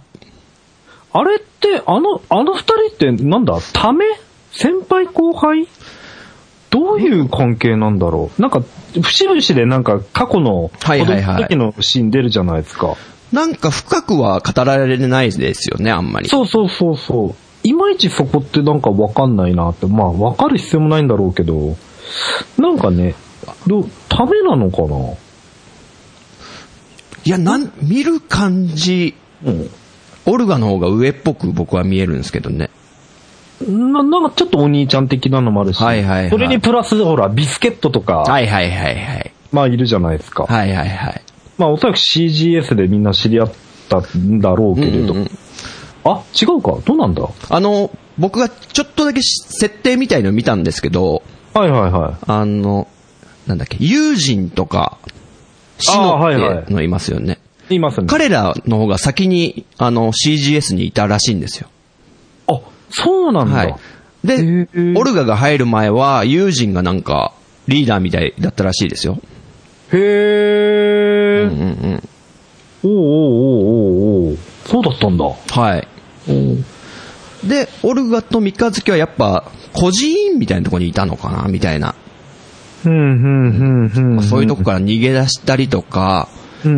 [SPEAKER 1] あれって、あの、あの二人ってなんだため先輩後輩どういう関係なんだろうなんか、節々でなんか過去の、
[SPEAKER 2] はいはいはい
[SPEAKER 1] 子供の時のシーン出るじゃないですか。
[SPEAKER 2] なんか深くは語られないですよね、あんまり。
[SPEAKER 1] そうそうそうそう。いまいちそこってなんかわかんないなって。まあ、わかる必要もないんだろうけど、なんかね、どう、ためなのかない
[SPEAKER 2] や、なん、見る感じ、
[SPEAKER 1] うん。
[SPEAKER 2] オルガの方が上っぽく僕は見えるんですけどね。
[SPEAKER 1] な、なんかちょっとお兄ちゃん的なのもあるし。
[SPEAKER 2] はいはいはい
[SPEAKER 1] それにプラス、ほら、ビスケットとか、
[SPEAKER 2] はいはいはいはい。
[SPEAKER 1] まあいるじゃないですか。
[SPEAKER 2] はいはいはい。
[SPEAKER 1] まあおそらく CGS でみんな知り合ったんだろうけれど。
[SPEAKER 2] うんうんうん
[SPEAKER 1] あ、違うかどうなんだは
[SPEAKER 2] あの、僕がちょっとだけし設定みたいの見たんですけど、
[SPEAKER 1] いはいは
[SPEAKER 2] あの、なんだっけ、友人とか、シ
[SPEAKER 1] あーはいはい
[SPEAKER 2] ノってのいますよね。
[SPEAKER 1] い。いますね。
[SPEAKER 2] 彼らの方が先に、あの、CGS にいたらしいんですよ。
[SPEAKER 1] あ、そうなんだ。
[SPEAKER 2] はい。
[SPEAKER 1] へ
[SPEAKER 2] で
[SPEAKER 1] ー、
[SPEAKER 2] オルガが入る前は、友人がなんか、リーダーみたいだったらしいですよ。
[SPEAKER 1] へー。
[SPEAKER 2] うんうん。
[SPEAKER 1] おうおうおうおうおうそうだったんだ。
[SPEAKER 2] はい。で、オルガと三日月はやっぱ、孤児院みたいなとこにいたのかなみたいな。
[SPEAKER 1] うん、うん、うん、うん。
[SPEAKER 2] そういうとこから逃げ出したりとか、
[SPEAKER 1] うん、う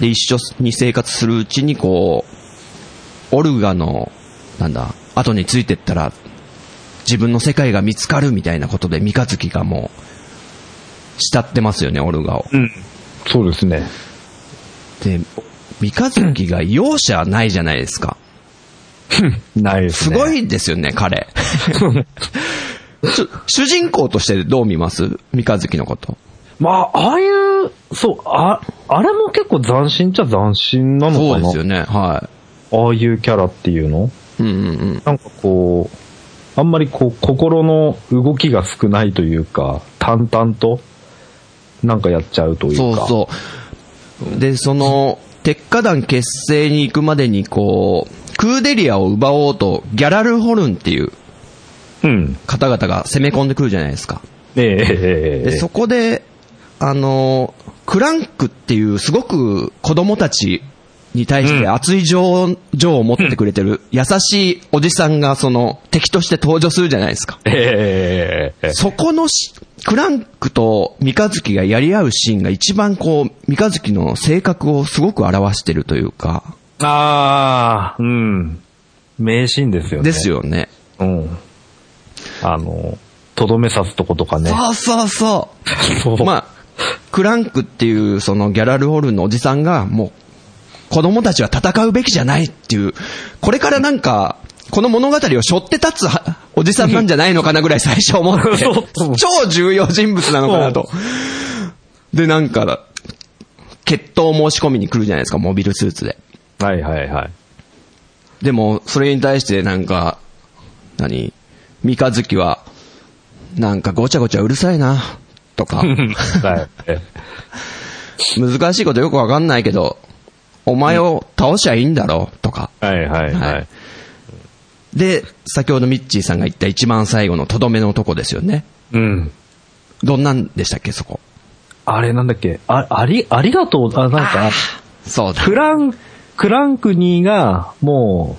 [SPEAKER 1] ん、
[SPEAKER 2] で、一緒に生活するうちに、こう、オルガの、なんだ、後についてったら、自分の世界が見つかるみたいなことで、三日月がもう、慕ってますよね、オルガを。
[SPEAKER 1] うん。うん。そうですね。
[SPEAKER 2] で、三日月が容赦ないじゃないですか。
[SPEAKER 1] ないです
[SPEAKER 2] す
[SPEAKER 1] ね。
[SPEAKER 2] ごいですよね、 彼。ちょ主人公としてどう見ます三日月のこと。
[SPEAKER 1] まあ、ああいう、そう、あ、あれも結構斬新っちゃ斬新なのかな
[SPEAKER 2] そうですよね、は
[SPEAKER 1] ああいうキャラっていうの
[SPEAKER 2] い。うんうんうん。
[SPEAKER 1] なんかこう、あんまりこう、心の動きが少ないというか、淡々と、なんかやっちゃうという
[SPEAKER 2] そう
[SPEAKER 1] か。
[SPEAKER 2] そう。で、その、鉄火団結成に行くまでに、こう、クーデリアを奪おうと、ギャラルホルンっていう
[SPEAKER 1] うん。
[SPEAKER 2] 方々が攻め込んでくるじゃないですか。
[SPEAKER 1] えええええ
[SPEAKER 2] で、
[SPEAKER 1] え
[SPEAKER 2] そこで、あの、クランクっていうすごく子供たちに対して熱い情情を持ってくれてる優しいおじさんがその敵として登場するじゃないですか。
[SPEAKER 1] ええええええ
[SPEAKER 2] そこのしクランクと三日月がやり合うシーンが一番こう、三日月の性格をすごく表してるというか、
[SPEAKER 1] ああ、うん。名シーンですよね。
[SPEAKER 2] ですよね。
[SPEAKER 1] うん。あの、とどめ刺すとことかね。
[SPEAKER 2] そうそうそ う。
[SPEAKER 1] そう。
[SPEAKER 2] まあ、クランクっていうそのギャラルホルンのおじさんが、もう、子供たちは戦うべきじゃないっていう、これからなんか、この物語を背負って立つはおじさんなんじゃないのかなぐらい最初思っ て、
[SPEAKER 1] そうそう
[SPEAKER 2] 超重要人物なのかなと。で、なんか、決闘申し込みに来るじゃないですか、モビルスーツで。
[SPEAKER 1] はいはいはい。
[SPEAKER 2] でも、それに対してなんか、何三日月は、なんかごちゃごちゃうるさいな、とか。
[SPEAKER 1] はい。え
[SPEAKER 2] 難しいことよくわかんないけど、お前を倒しゃいいんだろう、とか。
[SPEAKER 1] えはいはいは
[SPEAKER 2] はい
[SPEAKER 1] い。
[SPEAKER 2] で、先ほどミッチーさんが言った一番最後のとどめのとこですよね。
[SPEAKER 1] うん。
[SPEAKER 2] どんなんでしたっけ、そこ。
[SPEAKER 1] あれなんだっけあ、あり、ありがとう、あ、なんか、
[SPEAKER 2] そうだ。
[SPEAKER 1] クラン、クランク2が、も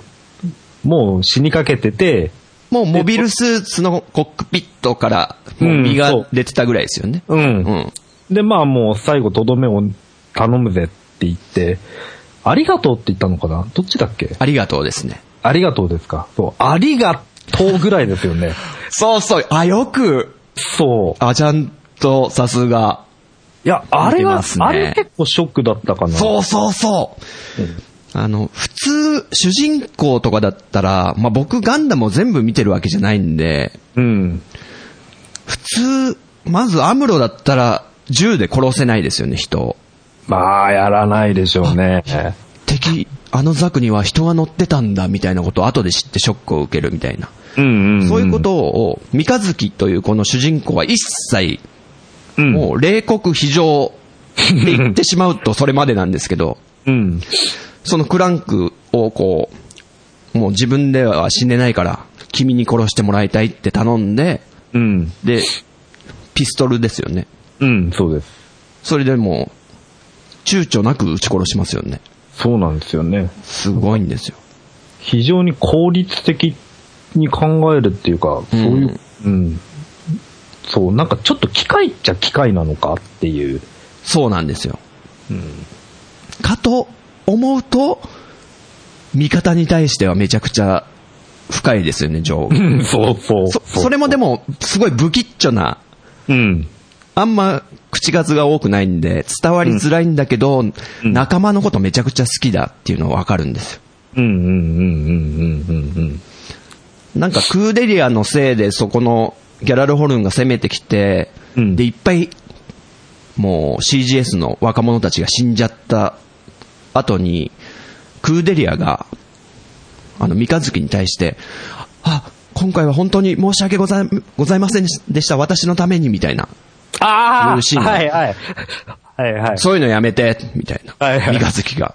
[SPEAKER 1] う、もう死にかけてて、
[SPEAKER 2] もうモビルスーツのコックピットから、もう身が出てたぐらいですよね。
[SPEAKER 1] う。
[SPEAKER 2] うんん。
[SPEAKER 1] で、まあもう最後とどめを頼むぜって言って、ありがとうって言ったのかなどっちだっけ
[SPEAKER 2] ありがとうですね。
[SPEAKER 1] ありがとうですかそう。ありがとうぐらいですよね。
[SPEAKER 2] そうそう。あ、よく。
[SPEAKER 1] そう。
[SPEAKER 2] あ、ちゃんと、さすが。
[SPEAKER 1] いや、あれ
[SPEAKER 2] 見て
[SPEAKER 1] が、
[SPEAKER 2] ますね
[SPEAKER 1] あれ結構ショックだったかな。
[SPEAKER 2] そうそうそう。あの、普通、主人公とかだったら、まあ、僕ガンダムを全部見てるわけじゃないんで、
[SPEAKER 1] うん。
[SPEAKER 2] 普通、まずアムロだったら銃で殺せないですよね、人を。
[SPEAKER 1] まあ、やらないでしょうね。
[SPEAKER 2] 敵、あのザクには人が乗ってたんだ、みたいなことを後で知ってショックを受けるみたいな。
[SPEAKER 1] うんうん、
[SPEAKER 2] そういうことを、三日月というこの主人公は一切、
[SPEAKER 1] うん
[SPEAKER 2] もう冷酷非常って言ってしまうとそれまでなんですけど、
[SPEAKER 1] うん。
[SPEAKER 2] そのクランクをこう、もう自分では死んでないから、君に殺してもらいたいって頼んで、
[SPEAKER 1] うん。
[SPEAKER 2] で、ピストルですよね。
[SPEAKER 1] うん、そうです。
[SPEAKER 2] それでもう、躊躇なく撃ち殺しますよね。
[SPEAKER 1] そうなんですよね。
[SPEAKER 2] すごいんですよ。
[SPEAKER 1] 非常に効率的に考えるっていうか、そういう、うん、そう、なんかちょっと機械っちゃ機械なのかっていう。
[SPEAKER 2] そうなんですよ。かと思うと、味方に対してはめちゃくちゃ深いですよね、情が。
[SPEAKER 1] うん、そうそう
[SPEAKER 2] そ、それもでも、すごい不吉祥な、
[SPEAKER 1] うん。
[SPEAKER 2] あんま口数が多くないんで、伝わりづらいんだけど、仲間のことめちゃくちゃ好きだっていうのはわかるんですよ。
[SPEAKER 1] うんうんうんうんうんうんうん。
[SPEAKER 2] なんかクーデリアのせいでそこのギャラルホルンが攻めてきて、
[SPEAKER 1] うん
[SPEAKER 2] で、いっぱい、もう CGS の若者たちが死んじゃった後に、クーデリアが、あの、三日月に対して、あ、今回は本当に申し訳ござい、ございませんでした、私のために、みたいな。
[SPEAKER 1] あ
[SPEAKER 2] いうシーン
[SPEAKER 1] あ
[SPEAKER 2] が
[SPEAKER 1] はいはい。はいはい。
[SPEAKER 2] そういうのやめて、みたいな。
[SPEAKER 1] はいはい
[SPEAKER 2] 三日月が。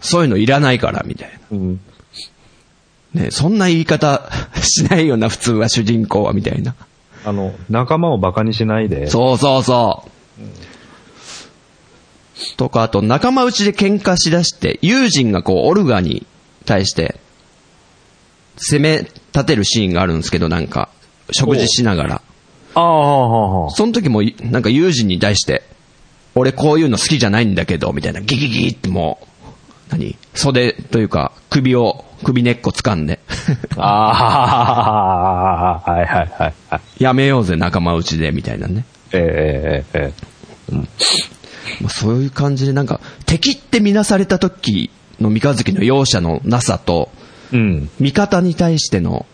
[SPEAKER 2] そういうのいらないから、みたい
[SPEAKER 1] うん
[SPEAKER 2] な。ね、そんな言い方しないよな、普通は主人公は、みたいな。
[SPEAKER 1] あの、仲間をバカにしないで。
[SPEAKER 2] そうそうそう。とか、あと仲間内で喧嘩しだして、友人がこう、オルガに対して、攻め立てるシーンがあるんですけど、なんか、食事しながら。
[SPEAKER 1] ああ、
[SPEAKER 2] その時も、なんか友人に対して、俺こういうの好きじゃないんだけど、みたいな、ギギギってもう、何袖というか、首を、首根っこ掴んで、
[SPEAKER 1] ああ、はいはいはいはい。
[SPEAKER 2] やめようぜ仲間内で、みたいなね。
[SPEAKER 1] えええええ
[SPEAKER 2] まあそういう感じで、なんか、敵って見なされた時の三日月の容赦のなさと、
[SPEAKER 1] えうん。
[SPEAKER 2] 味方に対しての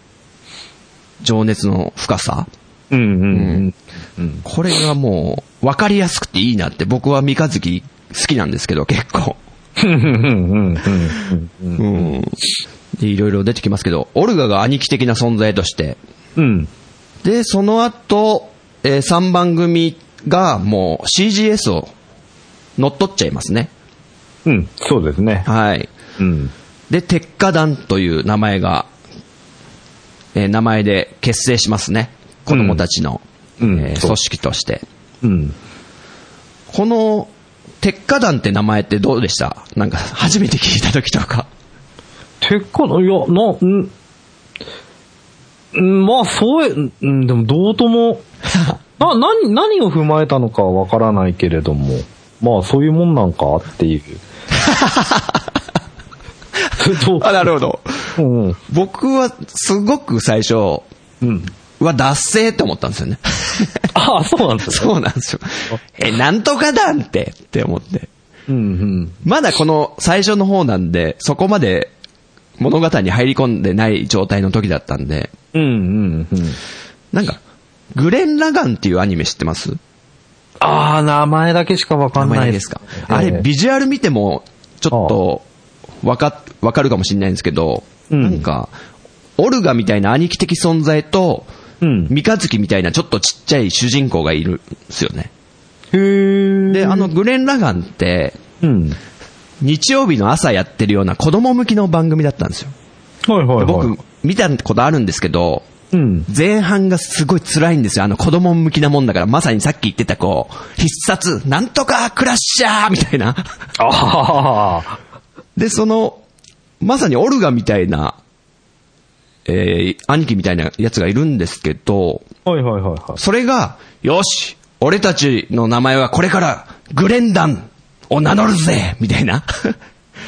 [SPEAKER 2] 情熱の深さ。
[SPEAKER 1] うんうんうん。
[SPEAKER 2] これがもう、分かりやすくていいなって、僕は三日月好きなんですけど、結構。うん。で、いろいろ出てきますけど、オルガが兄貴的な存在として。
[SPEAKER 1] うん。
[SPEAKER 2] で、その後、え3番組がもう CGS を乗っ取っちゃいますね。
[SPEAKER 1] うん。そうですね。
[SPEAKER 2] はい。
[SPEAKER 1] うん。
[SPEAKER 2] で、鉄火団という名前が、えー名前で結成しますね。子供たちの、
[SPEAKER 1] うん
[SPEAKER 2] えー
[SPEAKER 1] そう
[SPEAKER 2] 組織として。
[SPEAKER 1] うん。
[SPEAKER 2] この、鉄火団って名前ってどうでしたなんか、初めて聞いた時とか。
[SPEAKER 1] てかの、いや、な、んん、まあ、そうえ、んでも、どうとも、な、何、何を踏まえたのかわからないけれども、まあ、そういうもんなんかっていう。そう
[SPEAKER 2] あ、なるほど。
[SPEAKER 1] うん。
[SPEAKER 2] 僕は、すごく最初は
[SPEAKER 1] うん。、
[SPEAKER 2] うわ脱製って思ったんですよ ね。
[SPEAKER 1] ああ、そうなんですね。
[SPEAKER 2] そうなんですよ。え、なんとか団って、って思って。
[SPEAKER 1] うん、
[SPEAKER 2] まだこの最初の方なんで、そこまで物語に入り込んでない状態の時だったんで、
[SPEAKER 1] うん。うん、うん、うん。
[SPEAKER 2] なんか、グレン・ラガンっていうアニメ知ってます
[SPEAKER 1] ああ、名前だけしかわか
[SPEAKER 2] 名
[SPEAKER 1] んな
[SPEAKER 2] 前
[SPEAKER 1] い
[SPEAKER 2] ですか、あれ、ビジュアル見ても、ちょっと、わか、わかるかもしれないんですけど、
[SPEAKER 1] うん
[SPEAKER 2] なんか、オルガみたいな兄貴的存在と、
[SPEAKER 1] うん
[SPEAKER 2] 三日月みたいなちょっとちっちゃい主人公がいるんですよね。
[SPEAKER 1] へー
[SPEAKER 2] で、あの、、グレン・ラガンって、
[SPEAKER 1] うん。はい
[SPEAKER 2] 日曜日の朝やってるような子供向きの番組だったんですよ。
[SPEAKER 1] はいはい。
[SPEAKER 2] 僕、見たことあるんですけど、
[SPEAKER 1] うん。
[SPEAKER 2] 前半がすごい辛いんですよ。あの子供向きなもんだから、まさにさっき言ってたこう、必殺、なんとかクラッシャーみたいな。
[SPEAKER 1] ああ。
[SPEAKER 2] で、その、まさにオルガみたいな、えー、兄貴みたいなやつがいるんですけど、
[SPEAKER 1] はいはいはいはい。
[SPEAKER 2] それが、よし俺たちの名前はこれから、グレンダンを名乗るぜみたいな。 っ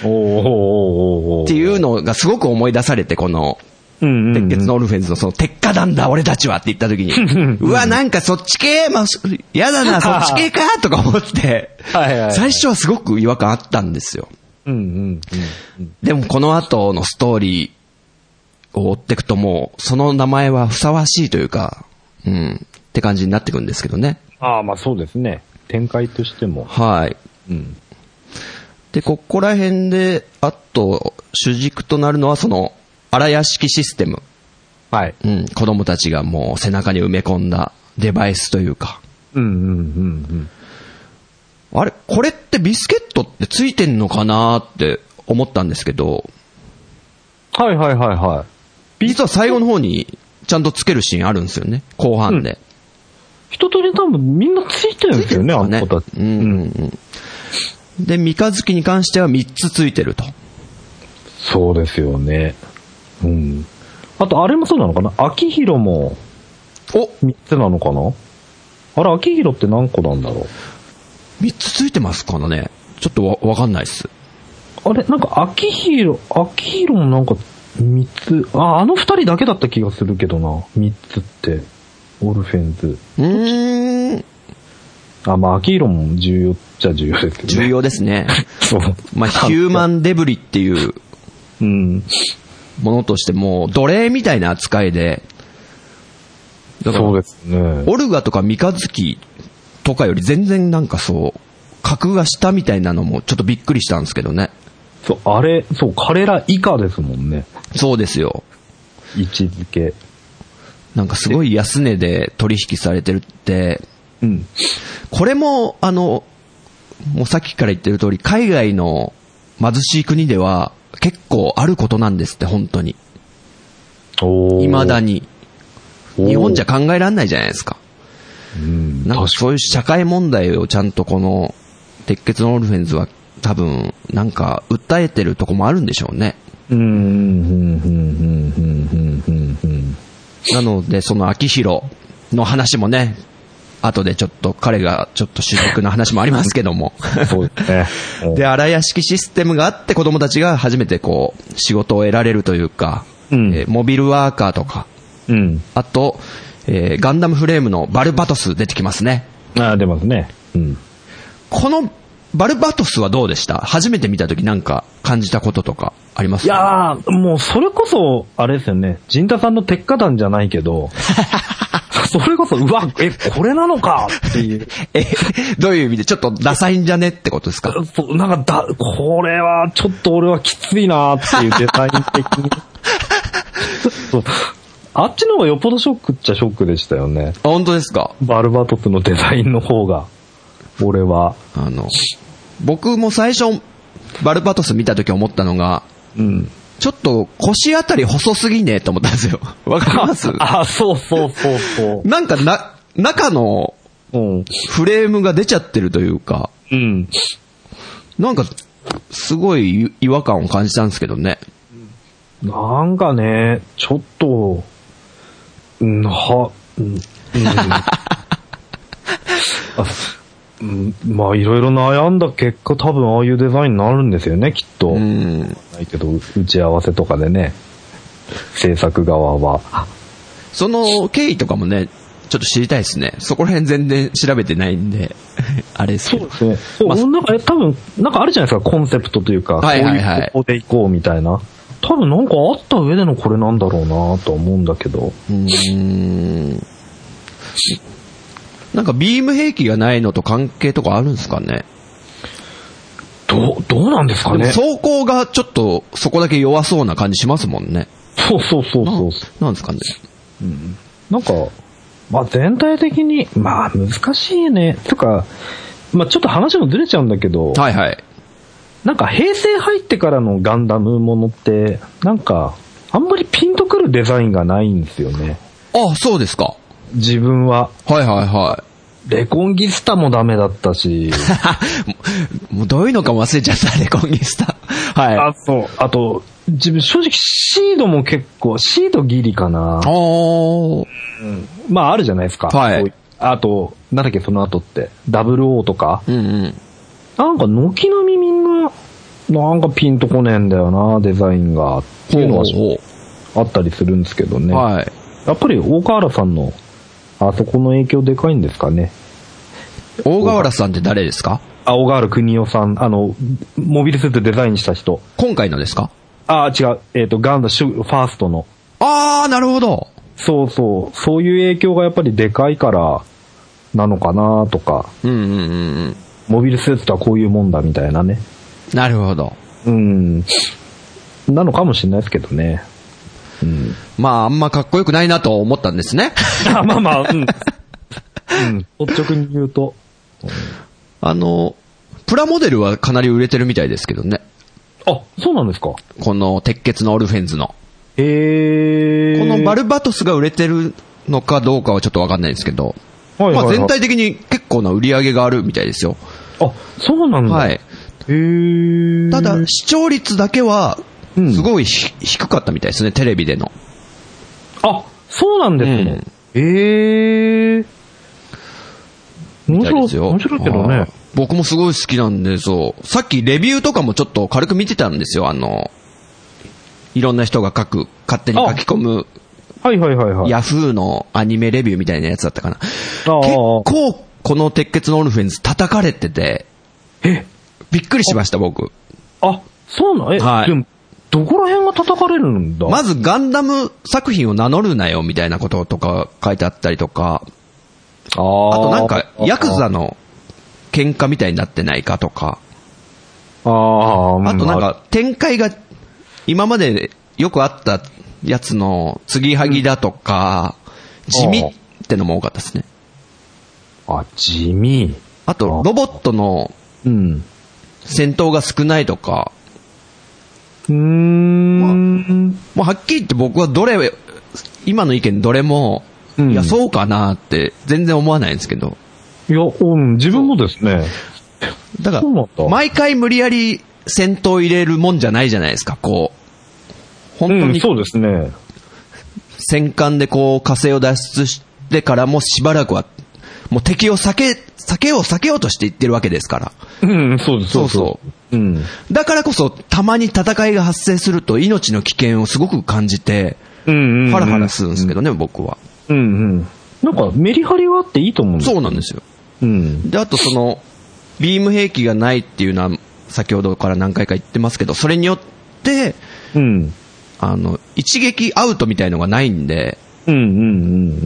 [SPEAKER 1] おーおーおーおー
[SPEAKER 2] ていうのがすごく思い出されて、この、
[SPEAKER 1] うんうんうん、
[SPEAKER 2] 鉄血のオルフェンズのその、鉄火団だ、俺たちはって言った時に、うわ、なんかそっち系、まあ、そやだな、そっち系か、とか思って、
[SPEAKER 1] はいはいはい
[SPEAKER 2] 最初はすごく違和感あったんですよ。
[SPEAKER 1] うんうんうん。
[SPEAKER 2] でもこの後のストーリーを追っていくともう、その名前はふさわしいというか、うん、って感じになってくんですけどね。
[SPEAKER 1] ああ、まあそうですね。展開としても。
[SPEAKER 2] はい。
[SPEAKER 1] うん。
[SPEAKER 2] で、ここら辺で、あと、主軸となるのはその、荒屋敷システム。
[SPEAKER 1] はい。
[SPEAKER 2] うん、子供たちがもう背中に埋め込んだデバイスというか。
[SPEAKER 1] うんうんうん
[SPEAKER 2] あれ、これってビスケットってついてんのかなって思ったんですけど、
[SPEAKER 1] うん。はいはいはいはい。
[SPEAKER 2] 実は最後の方にちゃんとつけるシーンあるんですよね。後半で。
[SPEAKER 1] 一通り多分みんなついてるんですよね、あ
[SPEAKER 2] ね
[SPEAKER 1] の子たち。
[SPEAKER 2] うんうんうん。で、三日月に関しては3つついてると。
[SPEAKER 1] そうですよね。うん。あと、あれもそうなのかな秋広も
[SPEAKER 2] お
[SPEAKER 1] 3つなのかなあれ、秋広って何個なんだろう
[SPEAKER 2] !3 つついてますからね。ちょっとわ、わかんないっす。
[SPEAKER 1] あれ、なんか、秋広、秋広もなんか、三つ、あ、あの二人だけだった気がするけどな。三つって、オルフェンズ。
[SPEAKER 2] うーん。
[SPEAKER 1] あ、まあ、秋広も重要っちゃ重要ですけどね。
[SPEAKER 2] 重要です ね。
[SPEAKER 1] そう。
[SPEAKER 2] まあ、ヒューマンデブリっていう
[SPEAKER 1] うん。
[SPEAKER 2] ものとしてもう奴隷みたいな扱いで、だから
[SPEAKER 1] そうですね。
[SPEAKER 2] オルガとか三日月とかより全然なんかそう、格が下みたいなのもちょっとびっくりしたんですけどね。
[SPEAKER 1] そう、あれ、そう、彼ら以下ですもんね。
[SPEAKER 2] そうですよ。
[SPEAKER 1] 位置づけ。
[SPEAKER 2] なんかすごい安値で取引されてるって、
[SPEAKER 1] うん。
[SPEAKER 2] これも、あの、もうさっきから言ってる通り、海外の貧しい国では結構あることなんですって、本当に。
[SPEAKER 1] お
[SPEAKER 2] 未だに。
[SPEAKER 1] おー
[SPEAKER 2] 日本じゃ考えられないじゃないですか。
[SPEAKER 1] うん。
[SPEAKER 2] なんかそういう社会問題をちゃんとこの、鉄血のオルフェンズは多分、なんか訴えてるとこもあるんでしょうね。
[SPEAKER 1] うん、うん、うん、うん、うん、うん、うん。
[SPEAKER 2] なので、その秋広の話もね、後でちょっと彼がちょっと主軸の話もありますけども。
[SPEAKER 1] そうですね。
[SPEAKER 2] で、荒屋敷システムがあって子供たちが初めてこう、仕事を得られるというか、
[SPEAKER 1] うん
[SPEAKER 2] えーモビルワーカーとか、
[SPEAKER 1] うん。
[SPEAKER 2] あと、えーガンダムフレームのバルバトス出てきますね。
[SPEAKER 1] ああ、出ますね。うん。
[SPEAKER 2] このバルバトスはどうでした初めて見た時なんか感じたこととかあります
[SPEAKER 1] いやー、もうそれこそ、あれですよね。陣田さんの鉄火団じゃないけ ど、それこそ、うわ、え、これなのかっていう。
[SPEAKER 2] え、 どういう意味でちょっとダサいんじゃねってことですか
[SPEAKER 1] そうなんかだ、これはちょっと俺はきついなーっていうデザイン的に。 そうあっちの方がよっぽどショックっちゃショックでしたよね。
[SPEAKER 2] あ本当ですか
[SPEAKER 1] バルバトスのデザインの方が、俺は。
[SPEAKER 2] あの、僕も最初、バルバトス見た時思ったのが、
[SPEAKER 1] うん。
[SPEAKER 2] ちょっと腰あたり細すぎねえと思ったんですよ。わかります
[SPEAKER 1] あ、そうそうそうそ
[SPEAKER 2] なんかな、中の
[SPEAKER 1] う。うん。
[SPEAKER 2] フレームが出ちゃってるというか、
[SPEAKER 1] うん。
[SPEAKER 2] なんか、すごい違和感を感じたんですけどね。
[SPEAKER 1] なんかね、ちょっと、うん、は、うん、うん。あうんまあ、いろいろ悩んだ結果、多分ああいうデザインになるんですよね、きっと。
[SPEAKER 2] うん。
[SPEAKER 1] ないけど、打ち合わせとかでね、制作側は。
[SPEAKER 2] その経緯とかもね、ちょっと知りたいですね。そこら辺全然調べてないんで、 あれですけど。
[SPEAKER 1] ね。
[SPEAKER 2] まあ
[SPEAKER 1] そうなんか、え多分、なんかあるじゃないですか、コンセプトというか、
[SPEAKER 2] はいはいはい
[SPEAKER 1] こういう方向で行こうみたいな。多分なんかあった上でのこれなんだろうなとは思うんだけど。
[SPEAKER 2] うーん。なんかビーム兵器がないのと関係とかあるんですかね。
[SPEAKER 1] どう、どうなんですか
[SPEAKER 2] でも
[SPEAKER 1] ね。
[SPEAKER 2] 走行がちょっとそこだけ弱そうな感じしますもんね。
[SPEAKER 1] そうそうそう
[SPEAKER 2] な
[SPEAKER 1] そ
[SPEAKER 2] ん
[SPEAKER 1] うそう。
[SPEAKER 2] なんですかね。
[SPEAKER 1] なんか、まあ全体的に、まあ難しいね。とか、まあちょっと話もずれちゃうんだけど、
[SPEAKER 2] はいはい。
[SPEAKER 1] なんか平成入ってからのガンダムものって、なんか、あんまりピンとくるデザインがないんですよね。
[SPEAKER 2] あ、そうですか。
[SPEAKER 1] 自分は。
[SPEAKER 2] はいはいはい。
[SPEAKER 1] レコンギスタもダメだったし、
[SPEAKER 2] もうどういうのかも忘れちゃった、レコンギスタ。はい。 あ
[SPEAKER 1] あと、あと、自分正直シードも結構、シードギリかな。
[SPEAKER 2] ー。
[SPEAKER 1] まああるじゃないですか。
[SPEAKER 2] はい
[SPEAKER 1] そうあと、なんだっけ、その後って、00とか。
[SPEAKER 2] うんうん。
[SPEAKER 1] なんか、軒並みみんな、なんかピンとこねえんだよな、デザインが、っていうのは
[SPEAKER 2] ほうほ
[SPEAKER 1] あったりするんですけど
[SPEAKER 2] う
[SPEAKER 1] ね。
[SPEAKER 2] はい。
[SPEAKER 1] やっぱり、大河原さんの、あそこの影響でかいんですかね。
[SPEAKER 2] 大河原さんって誰ですか
[SPEAKER 1] あ、小川原邦夫さん、あの、モビルスーツデザインした人。
[SPEAKER 2] 今回のですか
[SPEAKER 1] あ、違う、えっ、と、ガンダシュ、ファーストの。
[SPEAKER 2] あー、なるほど。
[SPEAKER 1] そうそう、そういう影響がやっぱりでかいから、なのかなとか、
[SPEAKER 2] うんうんうんうん。
[SPEAKER 1] モビルスーツとはこういうもんだみたいなね。
[SPEAKER 2] なるほど。
[SPEAKER 1] うん。なのかもしれないですけどね。うん。
[SPEAKER 2] まあ、あんまかっこよくないなと思ったんですね。
[SPEAKER 1] あまあまあ、うん。うん。率直に言うと。
[SPEAKER 2] あの、プラモデルはかなり売れてるみたいですけどね。
[SPEAKER 1] あ、そうなんですか。
[SPEAKER 2] この鉄血のオルフェンズの。
[SPEAKER 1] ええー。
[SPEAKER 2] このバ
[SPEAKER 1] ル、
[SPEAKER 2] ルバトスが売れてるのかどうかはちょっとわかんないんですけど。
[SPEAKER 1] はい
[SPEAKER 2] ま
[SPEAKER 1] はい
[SPEAKER 2] あ
[SPEAKER 1] はい
[SPEAKER 2] 全体的に結構な売り上げがあるみたいですよ。
[SPEAKER 1] あ、そうなんだ。
[SPEAKER 2] は
[SPEAKER 1] へ
[SPEAKER 2] い。
[SPEAKER 1] えー。
[SPEAKER 2] ただ、視聴率だけは、
[SPEAKER 1] うん
[SPEAKER 2] すごいひ低かったみたいですね、テレビでの。
[SPEAKER 1] あ、そうなんですね。ええー。面
[SPEAKER 2] みたい
[SPEAKER 1] 白
[SPEAKER 2] です
[SPEAKER 1] い、
[SPEAKER 2] よ。
[SPEAKER 1] 面白いけど
[SPEAKER 2] は
[SPEAKER 1] ね
[SPEAKER 2] い。。僕もすごい好きなんで、そう。さっきレビューとかもちょっと軽く見てたんですよ、あの、いろんな人が書く、勝手に書き込む、
[SPEAKER 1] はいはいはいはい。
[SPEAKER 2] ヤフーのアニメレビューみたいなやつだったかな。結
[SPEAKER 1] ああ
[SPEAKER 2] 構、この鉄血のオルフェンズ叩かれてて、
[SPEAKER 1] え、
[SPEAKER 2] びっくりしました、僕。
[SPEAKER 1] あ、そうなんえ、
[SPEAKER 2] はい
[SPEAKER 1] でも、どこら辺が叩かれるんだ
[SPEAKER 2] まずガンダム作品を名乗るなよ、みたいなこととか書いてあったりとか、
[SPEAKER 1] あー
[SPEAKER 2] あとなんか、ヤクザの喧嘩みたいになってないかとか、
[SPEAKER 1] ああ、うん
[SPEAKER 2] あとなんか、展開が、今までよくあったやつの、継ぎはぎだとか、地味ってのも多かったですね。
[SPEAKER 1] あ、地味。
[SPEAKER 2] あと、ロボットの
[SPEAKER 1] うん。
[SPEAKER 2] 戦闘が少ないとか、
[SPEAKER 1] うーん。
[SPEAKER 2] もうはっきり言って僕はどれ、今の意見どれも、
[SPEAKER 1] うん
[SPEAKER 2] いや、そうかなって全然思わないんですけど。
[SPEAKER 1] いや、うん、自分もですね。
[SPEAKER 2] だか
[SPEAKER 1] そうなんだ
[SPEAKER 2] ら、毎回無理やり戦闘入れるもんじゃないじゃないですか、こう。本当
[SPEAKER 1] うん、
[SPEAKER 2] に
[SPEAKER 1] そうですね。
[SPEAKER 2] 戦艦でこう火星を脱出してからもしばらくは、もう敵を避け、避けよう避けようとしていってるわけですから。
[SPEAKER 1] うん、そうです、そう。
[SPEAKER 2] そう
[SPEAKER 1] うん。
[SPEAKER 2] だからこそ、たまに戦いが発生すると命の危険をすごく感じて、
[SPEAKER 1] うん、うん。
[SPEAKER 2] ハラハラするんですけどね、僕は。
[SPEAKER 1] うん、うん。なんか、メリハリがあっていいと思うんです
[SPEAKER 2] そうなんですよ。
[SPEAKER 1] うん。
[SPEAKER 2] で、あとその、ビーム兵器がないっていうのは、先ほどから何回か言ってますけど、それによって、
[SPEAKER 1] うん。
[SPEAKER 2] あの、一撃アウトみたいのがないんで、
[SPEAKER 1] うん、うん、う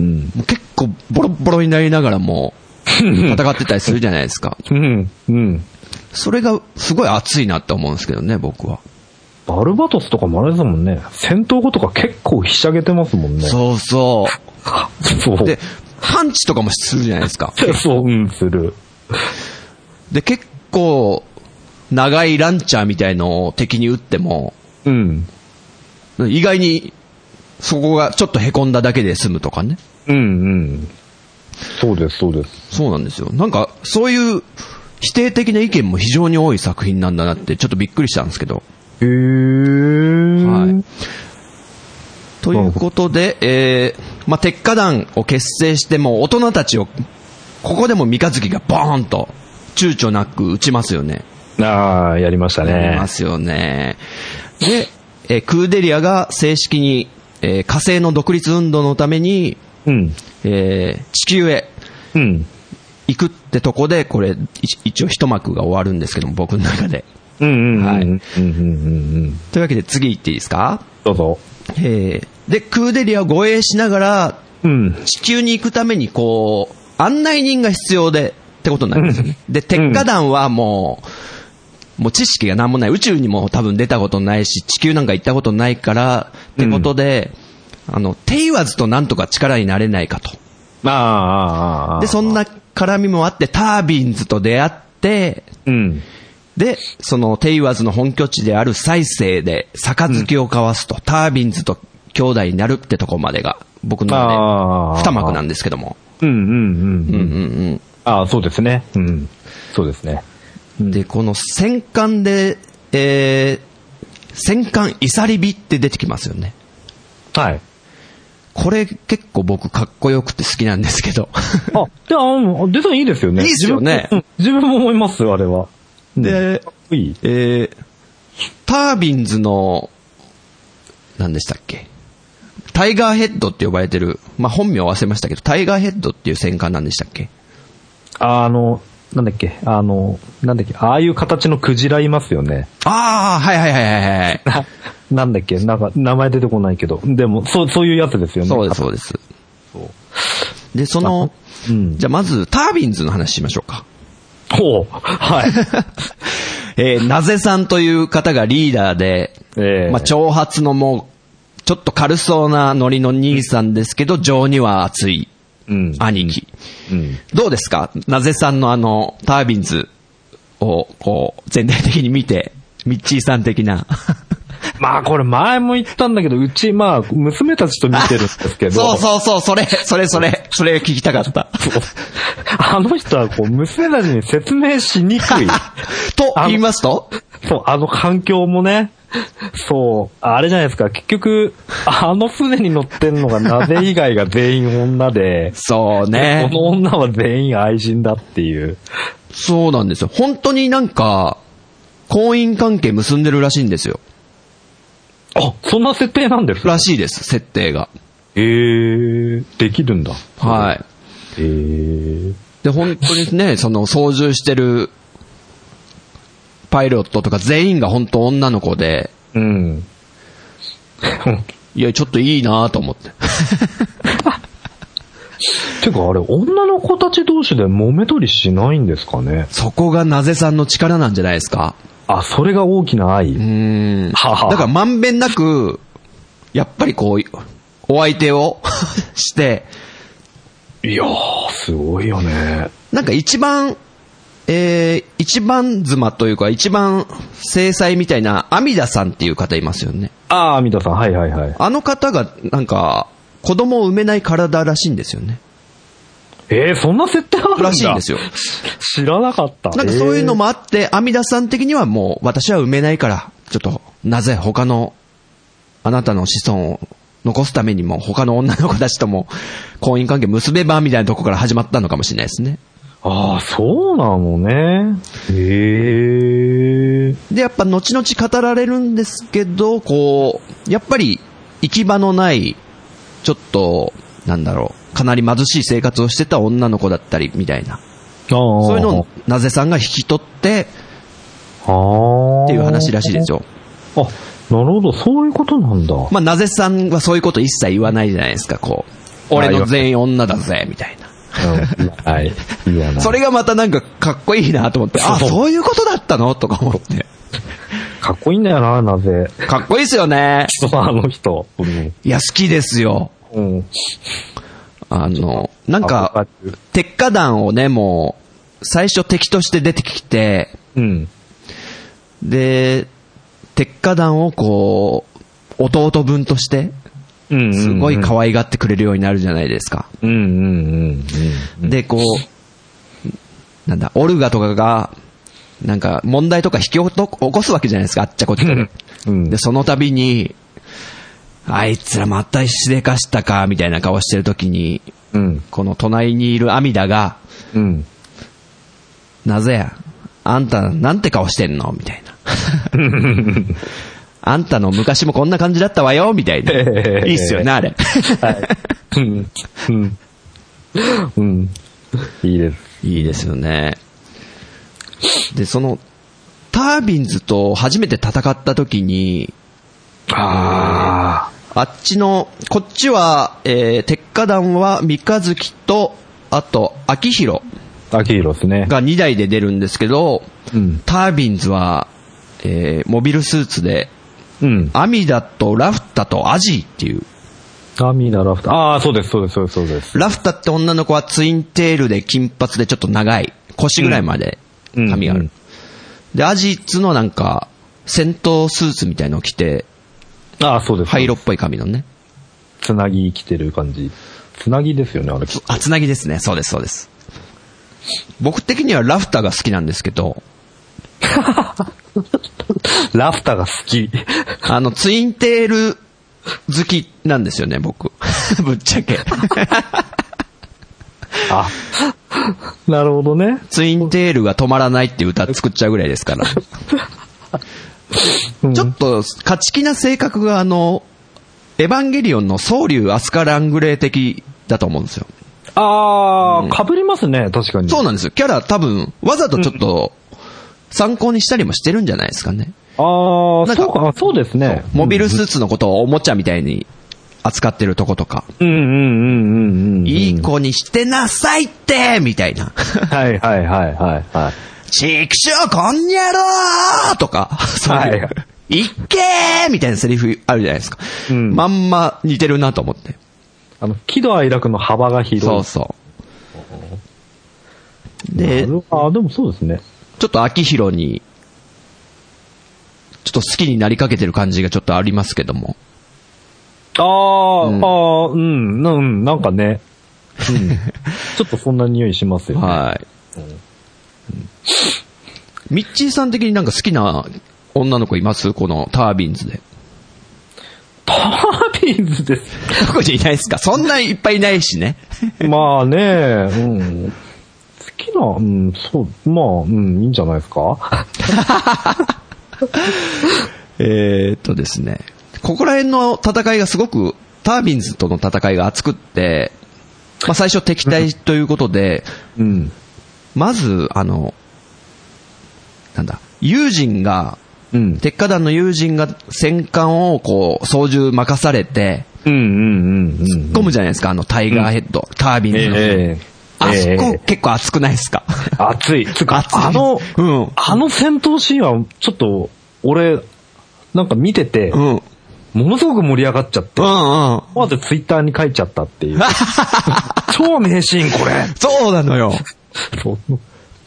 [SPEAKER 1] ん、
[SPEAKER 2] もう結構ボロッボロになりながら も、戦ってたりするじゃないですか。
[SPEAKER 1] うん。うん、うん。
[SPEAKER 2] それがすごい熱いなって思うんですけどね、僕は。
[SPEAKER 1] バルバトスとかもあれですもんね。戦闘後とか結構ひしゃげてますもんね。。
[SPEAKER 2] そうそう
[SPEAKER 1] そう。
[SPEAKER 2] う。で、パンチとかもするじゃないですか。
[SPEAKER 1] そう、うん、する。
[SPEAKER 2] で、結構、長いランチャーみたいのを敵に撃っても、
[SPEAKER 1] ううん。
[SPEAKER 2] 意外に、そこがちょっと凹んだだけで済むとかね。
[SPEAKER 1] うんうん。そうです、そうです。
[SPEAKER 2] そうなんですよ。なんか、そういう否定的な意見も非常に多い作品なんだなって、ちょっとびっくりしたんですけど。
[SPEAKER 1] へー。
[SPEAKER 2] はい。ということで、えー、まあ、鉄火団を結成して、もう大人たちを、ここでも三日月がボーンと、躊躇なく打ちますよね。
[SPEAKER 1] ああ、やりました
[SPEAKER 2] あり
[SPEAKER 1] ね
[SPEAKER 2] ま。すよね。で、えークーデリアが正式に、えー火星の独立運動のために、
[SPEAKER 1] うん。
[SPEAKER 2] えー地球へ
[SPEAKER 1] うん。
[SPEAKER 2] 行くってとこで、これ、一一応一幕が終わるんですけども、僕の中で。
[SPEAKER 1] うんうんうん。
[SPEAKER 2] はい
[SPEAKER 1] うんうんうんうん。
[SPEAKER 2] というわけで次行っていいですか
[SPEAKER 1] どうぞ。
[SPEAKER 2] えーで、クーデリアを護衛しながら、
[SPEAKER 1] うん。
[SPEAKER 2] 地球に行くために、こう、案内人が必要で、ってことになるんですよね。で、鉄火団はもう、もう知識が何もない。宇宙にも多分出たことないし、地球なんか行ったことないから、ってことで、あの、手言わずとなんとか力になれないかと。
[SPEAKER 1] ああ、ああ、ああ。
[SPEAKER 2] で、そんな絡みもあって、タービンズと出会って、
[SPEAKER 1] うん。
[SPEAKER 2] で、そのテイワーズの本拠地である再生で、杯を交わすと、タービンズと兄弟になるってとこまでが、僕の
[SPEAKER 1] あ
[SPEAKER 2] ね、
[SPEAKER 1] ー
[SPEAKER 2] 二幕なんですけども。
[SPEAKER 1] うんうんうん。う
[SPEAKER 2] う
[SPEAKER 1] ん、
[SPEAKER 2] んうん
[SPEAKER 1] ああ、そうですね。うん。そうですね。
[SPEAKER 2] うん。で、この戦艦で、えー、戦艦イサリビって出てきますよね。
[SPEAKER 1] はい。
[SPEAKER 2] これ結構僕かっこよくて好きなんですけ ど。
[SPEAKER 1] あ、で、あうんデザインいいですよね。
[SPEAKER 2] いいっすよね
[SPEAKER 1] 自分もうん自分も思います、あれは。
[SPEAKER 2] で
[SPEAKER 1] かっこいい。
[SPEAKER 2] えー、タービンズの、何でしたっけタイガーヘッドって呼ばれてる、まあ、本名忘れましたけど、タイガーヘッドっていう戦艦なんでしたっけ
[SPEAKER 1] ああの、なんだっけ、あの、なんだっけ、ああいう形のクジラいますよね。
[SPEAKER 2] ああ、はいはいはいはいはい。
[SPEAKER 1] なんだっけ、なんか、名前出てこないけど。でも、そう、そういうやつですよね。
[SPEAKER 2] そうです、そうです。で、その、
[SPEAKER 1] うん
[SPEAKER 2] じゃあまず、タービンズの話しましょうか。
[SPEAKER 1] ほう。はい。
[SPEAKER 2] えー、なぜさんという方がリーダーで、
[SPEAKER 1] ええ
[SPEAKER 2] まあ、長髪のもう、ちょっと軽そうなノリの兄さんですけど、情には熱い
[SPEAKER 1] うん。
[SPEAKER 2] 兄貴。
[SPEAKER 1] うん。
[SPEAKER 2] どうですかなぜさんのあの、タービンズを、こう、全体的に見て、ミッチーさん的な。
[SPEAKER 1] まあこれ前も言ったんだけど、うち、まあ、娘たちと見てるんですけど、
[SPEAKER 2] そうそうそう、それ、それそれ、それ聞きた かった。
[SPEAKER 1] あの人はこう、娘たちに説明しにく い。
[SPEAKER 2] と言いますと、
[SPEAKER 1] そう、あの環境もね、そう、あれじゃないですか、結局、あの船に乗ってんのがなぜ以外が全員女で
[SPEAKER 2] そう
[SPEAKER 1] こ
[SPEAKER 2] ね。
[SPEAKER 1] の女は全員愛人だっていう。
[SPEAKER 2] そうなんですよ。本当になんか、婚姻関係結んでるらしいんですよ。
[SPEAKER 1] あ、そんな設定なんです
[SPEAKER 2] らしいです、設定が。
[SPEAKER 1] えー、できるんだ。
[SPEAKER 2] はい。
[SPEAKER 1] えー、
[SPEAKER 2] で、本当に ね、その操縦してるパイロットとか全員が本当女の子で、
[SPEAKER 1] うん。
[SPEAKER 2] いや、ちょっといいなぁと思って。
[SPEAKER 1] てかあれ、女の子たち同士で揉めとりしないんですかね
[SPEAKER 2] そこがなぜさんの力なんじゃないですか。
[SPEAKER 1] あ、それが大きな愛。
[SPEAKER 2] うーん。
[SPEAKER 1] はは
[SPEAKER 2] だからまんべんなく、やっぱりこう、お相手を して、
[SPEAKER 1] いやー、すごいよね。
[SPEAKER 2] なんか一番、えー、一番妻というか一番制裁みたいな阿弥陀さんっていう方いますよね。
[SPEAKER 1] あー、三田さん、はいはいはい。
[SPEAKER 2] あの方がなんか子供を産めない体らしいんですよね。
[SPEAKER 1] えー、そんな設定あるんだ
[SPEAKER 2] らしいんですよ。
[SPEAKER 1] 知らなかった。
[SPEAKER 2] なんかそういうの
[SPEAKER 1] も、
[SPEAKER 2] もあって、阿弥陀さん的にはもう私は産めないから、ちょっと、なぜ他の、あなたの子孫を残すためにも他の女の子たちとも婚姻関係結べばみたいなとこから始まったのかもしれないですね。
[SPEAKER 1] ああ、そうなのね。へえ。
[SPEAKER 2] で、やっぱ後々語られるんですけど、こう、やっぱり行き場のない、ちょっと、なんだろう、かなり貧しい生活をしてた女の子だったりみたいな。
[SPEAKER 1] そ
[SPEAKER 2] そういうのをなぜさんが引き取って
[SPEAKER 1] を、ああ。
[SPEAKER 2] っていう話らしいです
[SPEAKER 1] よ。
[SPEAKER 2] よ。
[SPEAKER 1] あ、なるほど、そういうことなんだ。
[SPEAKER 2] まあ、なぜさんはそういうこと一切言わないじゃないですか、こう。 俺の全員女だぜ、みたいな。
[SPEAKER 1] うんはい。いやな。
[SPEAKER 2] それがまたなんかかっこいいなと思って、あ、
[SPEAKER 1] そう
[SPEAKER 2] そういうことだったのとか思って。
[SPEAKER 1] かっこいいんだよな、なぜ。
[SPEAKER 2] かっこいいですよね。
[SPEAKER 1] そうあの人。うん。
[SPEAKER 2] いや、好きですよ。
[SPEAKER 1] うん。
[SPEAKER 2] あの、なん
[SPEAKER 1] あわ
[SPEAKER 2] か
[SPEAKER 1] かる、
[SPEAKER 2] 鉄火団をね、もう、最初敵として出てきて、
[SPEAKER 1] うん。
[SPEAKER 2] で、鉄火団をこう、弟分として、
[SPEAKER 1] うんうんうん
[SPEAKER 2] すごい可愛がってくれるようになるじゃないですか。
[SPEAKER 1] うんうんうんうん。
[SPEAKER 2] で、こう、なんだ、オルガとかが、なんか、問題とか引き起こすわけじゃないですか、あっちゃこっちゃで。
[SPEAKER 1] うん
[SPEAKER 2] で、その度に、あいつらまたしでかしたか、みたいな顔してる時に、
[SPEAKER 1] うん。
[SPEAKER 2] この隣にいるアミダが、
[SPEAKER 1] うん。
[SPEAKER 2] なぜや、あんた、なんて顔してんのみたい な。あんたの昔もこんな感じだったわよみたい な。い
[SPEAKER 1] ええ
[SPEAKER 2] いっすよね、あれ。
[SPEAKER 1] はい。うん。うん。うん。いいです。
[SPEAKER 2] いいですよね。で、その、タービンズと初めて戦った時に、
[SPEAKER 1] あ
[SPEAKER 2] あっちの、こっちは、えー、鉄火団は三日月と、あと、秋広
[SPEAKER 1] あ。秋広ですね。
[SPEAKER 2] が2台で出るんですけど、
[SPEAKER 1] うん
[SPEAKER 2] タービンズは、えー、モビルスーツで、
[SPEAKER 1] うん。
[SPEAKER 2] アミダとラフタとアジーっていう。
[SPEAKER 1] アミダラフター。ああ、そうです、そうです、そうです、そうです。
[SPEAKER 2] ラフタって女の子はツインテールで金髪でちょっと長い。腰ぐらいまで
[SPEAKER 1] うん
[SPEAKER 2] 髪があ
[SPEAKER 1] う
[SPEAKER 2] る
[SPEAKER 1] ん。
[SPEAKER 2] で、アジーっつのなんか、戦闘スーツみたいのを着て、
[SPEAKER 1] ああ、そうです。
[SPEAKER 2] 灰色っぽい髪のね。
[SPEAKER 1] つなぎ着てる感じ。つなぎですよね、あれ。
[SPEAKER 2] あ、つなぎですね。そうです、そうです。僕的にはラフタが好きなんですけど、
[SPEAKER 1] ラフターが好き。
[SPEAKER 2] あの、ツインテール好きなんですよね、僕。 ぶっちゃけ。
[SPEAKER 1] あ、なるほどね。
[SPEAKER 2] ツインテールが止まらないっていう歌作っちゃうぐらいですから。
[SPEAKER 1] うん
[SPEAKER 2] ちょっと、勝ち気な性格があの、エヴァンゲリオンのソウリュウ・アスカ・ラングレー的だと思うんですよ。
[SPEAKER 1] ああ、かぶりますね、確かに。
[SPEAKER 2] そうなんですよ。キャラ多分、わざとちょっと、参考にしたりもしてるんじゃないですかね。
[SPEAKER 1] あ
[SPEAKER 2] な
[SPEAKER 1] あ、
[SPEAKER 2] んか
[SPEAKER 1] そうか、そうですね。
[SPEAKER 2] モビルスーツのことをおもちゃみたいに扱ってるとことか、
[SPEAKER 1] うんうんうんうんうん。
[SPEAKER 2] いい子にしてなさいってみたいな。
[SPEAKER 1] はいはいはいはいはい。
[SPEAKER 2] ちくしょうこんにゃろーとか、そういう、、
[SPEAKER 1] はい
[SPEAKER 2] っけーみたいなセリフあるじゃないですか。
[SPEAKER 1] うん
[SPEAKER 2] まんま似てるなと思って。
[SPEAKER 1] あの、喜怒哀楽の幅が広い。
[SPEAKER 2] そうそう。で、ちょ
[SPEAKER 1] ああ、でもそうですね。
[SPEAKER 2] っと秋広に、ちょっと好きになりかけてる感じがちょっとありますけども。
[SPEAKER 1] ああ、
[SPEAKER 2] うん
[SPEAKER 1] ああ、うん、なうん、なんかね。うん。 ちょっとそんな匂いしますよね。
[SPEAKER 2] はい。ミッチーさん的になんか好きな女の子いますこのタービンズ で。
[SPEAKER 1] タービンズです。
[SPEAKER 2] 特にいないですかそんないっぱいいないしね。
[SPEAKER 1] まあね、うん。好きな、うん、そう、まあ、うん、いいんじゃないです か。
[SPEAKER 2] えーっとですね、ここら辺の戦いがすごく、タービンズとの戦いが熱くって、まあ最初敵対ということで、
[SPEAKER 1] うん。
[SPEAKER 2] まず、あの、なんだ、友人が、
[SPEAKER 1] うん。
[SPEAKER 2] 鉄火団の友人が戦艦をこう、操縦任されて、
[SPEAKER 1] うんうんうんうん。
[SPEAKER 2] ゴムじゃないですか、あのタイガーヘッド、タービンズの。
[SPEAKER 1] ええ
[SPEAKER 2] あそ
[SPEAKER 1] え
[SPEAKER 2] こ、
[SPEAKER 1] え
[SPEAKER 2] 結構熱くないで すか
[SPEAKER 1] 熱い。つうか
[SPEAKER 2] 熱い
[SPEAKER 1] あの、
[SPEAKER 2] うん
[SPEAKER 1] あの戦闘シーンは、ちょっと、俺、なんか見てて、
[SPEAKER 2] うん。うん
[SPEAKER 1] ものすごく盛り上がっちゃって、
[SPEAKER 2] うん。
[SPEAKER 1] まずツイッターに書いちゃったって いう。超名シーンこれ。
[SPEAKER 2] そうな のよ。
[SPEAKER 1] そう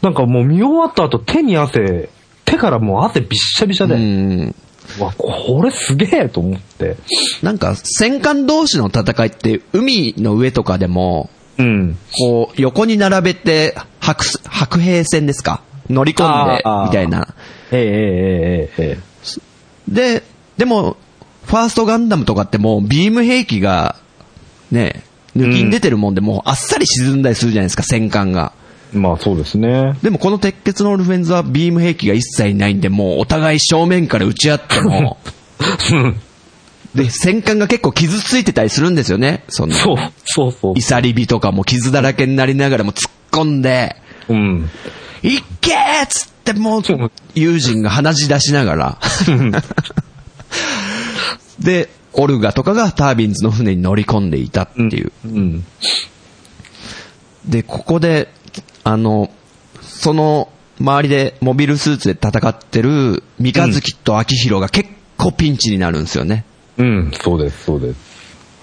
[SPEAKER 1] なんかもう見終わった後手に汗、手からもう汗びっしゃびしゃ
[SPEAKER 2] う
[SPEAKER 1] で、
[SPEAKER 2] ん。
[SPEAKER 1] うわ、これすげえと思って。
[SPEAKER 2] なんか、戦艦同士の戦いって、海の上とかでも、
[SPEAKER 1] うん。
[SPEAKER 2] こう、横に並べて、白す、白兵戦ですか乗り込んで
[SPEAKER 1] あー、
[SPEAKER 2] みたいな。
[SPEAKER 1] えええええええ
[SPEAKER 2] で、でも、ファーストガンダムとかってもう、ビーム兵器が、ね、抜きに出てるもんで、もう、あっさり沈んだりするじゃないですか、戦艦が。
[SPEAKER 1] えまあそうです ね。
[SPEAKER 2] でもこの鉄血のオルフェンズはビーム兵器が一切ないんで、もうお互い正面から撃ち合っ ても、で、戦艦が結構傷ついてたりするんですよね。その、
[SPEAKER 1] そう、そうそう
[SPEAKER 2] イ。サリビとかも傷だらけになりながらも突っ込んで、
[SPEAKER 1] うん。
[SPEAKER 2] いっけーっつってもう
[SPEAKER 1] そう、
[SPEAKER 2] 友人が鼻血出しながら、で、オルガとかがタービンズの船に乗り込んでいたっていう。
[SPEAKER 1] うん。
[SPEAKER 2] で、ここで、あの、その、周りで、モビルスーツで戦ってる、三日月と秋広が結構ピンチになるんですよね。
[SPEAKER 1] うん、そうです、そうです。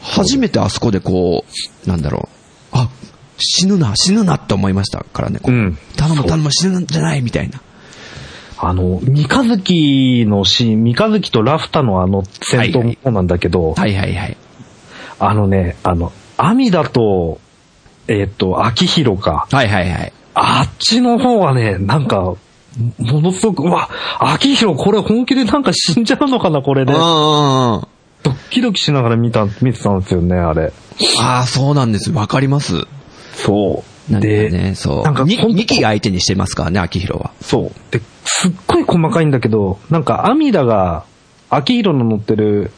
[SPEAKER 2] 初めてあそこでこう、なんだろう、あ、死ぬな、死ぬなって思いましたからね。こう
[SPEAKER 1] うん
[SPEAKER 2] 頼む、頼む、死ぬんじゃない、みたいな。
[SPEAKER 1] あの、三日月のシーン、三日月とラフタのあの戦闘もそうなんだけど、
[SPEAKER 2] はいはいはい。
[SPEAKER 1] あのね、あの、阿弥だと、えっ、と、秋広か。
[SPEAKER 2] はいはいはい。
[SPEAKER 1] あっちの方はね、なんか、ものすごく、うわ、秋広これ本気でなんか死んじゃうのかな、これ
[SPEAKER 2] う
[SPEAKER 1] で
[SPEAKER 2] んう。んうん。
[SPEAKER 1] ドキドキしながら見た、見てたんですよね、あれ。
[SPEAKER 2] ああ、そうなんです。わかります。
[SPEAKER 1] そう。
[SPEAKER 2] なんか
[SPEAKER 1] で、
[SPEAKER 2] ね、そう。
[SPEAKER 1] なんか
[SPEAKER 2] に
[SPEAKER 1] ほんと
[SPEAKER 2] 2期相手にしてますからね、秋広は。
[SPEAKER 1] そう。で、すっごい細かいんだけど、なんか、アミダが、アキヒロの乗ってる、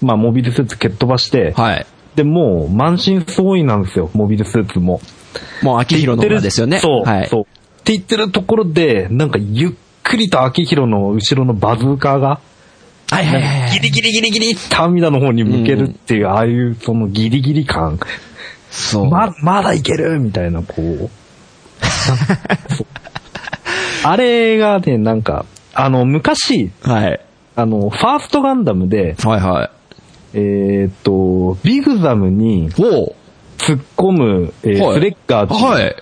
[SPEAKER 1] まあ、モビルスーツ蹴っ飛ばして、
[SPEAKER 2] はい。
[SPEAKER 1] で、もう、満身創痍なんですよ、モビルスーツも。
[SPEAKER 2] もう秋広の方ですよね。
[SPEAKER 1] そう、
[SPEAKER 2] はい。
[SPEAKER 1] そう。って言ってるところで、なんか、ゆっくりとアキヒロの後ろのバズーカが、
[SPEAKER 2] はいはいはいはい。
[SPEAKER 1] ギリギリギリギリってアミダの方に向けるっていう、ああいう、そのギリギリ感。
[SPEAKER 2] そう。
[SPEAKER 1] ま、まだいけるみたいな、こ う。そうあれがね、なんか、あの、昔、
[SPEAKER 2] はい。
[SPEAKER 1] あの、ファーストガンダムで、
[SPEAKER 2] はいは
[SPEAKER 1] えーっと、ビグザムに
[SPEAKER 2] い。おう
[SPEAKER 1] 突っ込む、えー
[SPEAKER 2] はい
[SPEAKER 1] スレッガーっていう
[SPEAKER 2] はい。
[SPEAKER 1] っ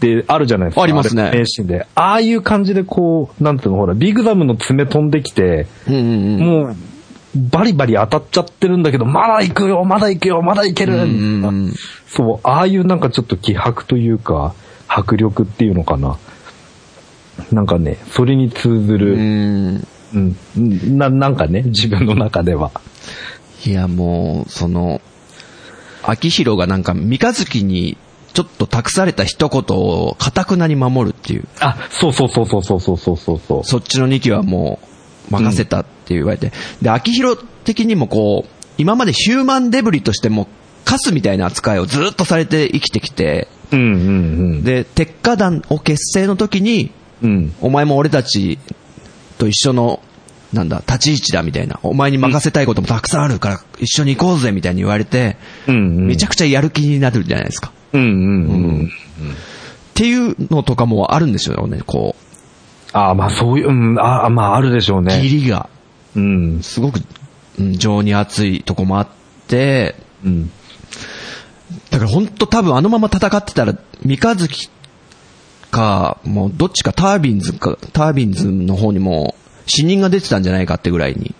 [SPEAKER 1] てあるじゃないですか。
[SPEAKER 2] ありますね
[SPEAKER 1] れ名シーンで。ああいう感じでこう、なんていうの、ほら、ビグザムの爪飛んできて、
[SPEAKER 2] うんうんうん。
[SPEAKER 1] もう、バリバリ当たっちゃってるんだけど、まだ行くよ、まだ行くよ、まだ行ける、
[SPEAKER 2] うんうんうん
[SPEAKER 1] そう、ああいうなんかちょっと気迫というか、迫力っていうのかな。なんかね、それに通ず
[SPEAKER 2] う
[SPEAKER 1] る、
[SPEAKER 2] ん。
[SPEAKER 1] うん、うんな、なんかね、自分の中では。
[SPEAKER 2] いやもう、その、秋広がなんか三日月にちょっと託された一言を堅くなに守るっていう。
[SPEAKER 1] あ、そうそうそうそうそうそうそうそうそう。
[SPEAKER 2] そっちの2期はもう任せたって言われて。で、秋広的にもこう、今までヒューマンデブリとしてもカスみたいな扱いをずっとされて生きてきて、
[SPEAKER 1] うんうん
[SPEAKER 2] で、鉄火団を結成の時に、
[SPEAKER 1] うん。うん。
[SPEAKER 2] お前も俺たちと一緒の、なんだ、立ち位置だみたいな。お前に任せたいこともたくさんあるから、一緒に行こうぜみたいに言われて、
[SPEAKER 1] うんうん。
[SPEAKER 2] めちゃ
[SPEAKER 1] く
[SPEAKER 2] くちゃやる気になるじゃないですか。
[SPEAKER 1] うんうんうん。
[SPEAKER 2] っていうのとかもあるんでしょうね、こ
[SPEAKER 1] ああ、まあそういう、うん、ああ、まああるでしょう
[SPEAKER 2] う、義
[SPEAKER 1] ね。
[SPEAKER 2] 理が、
[SPEAKER 1] うん。
[SPEAKER 2] すごく、うん情に熱いとこもあって、
[SPEAKER 1] うん。
[SPEAKER 2] だから本当多分あのまま戦ってたら、三日月か、もうどっちかタービンズか、タービンズの方にも死人が出てたんじゃないかってぐらいに。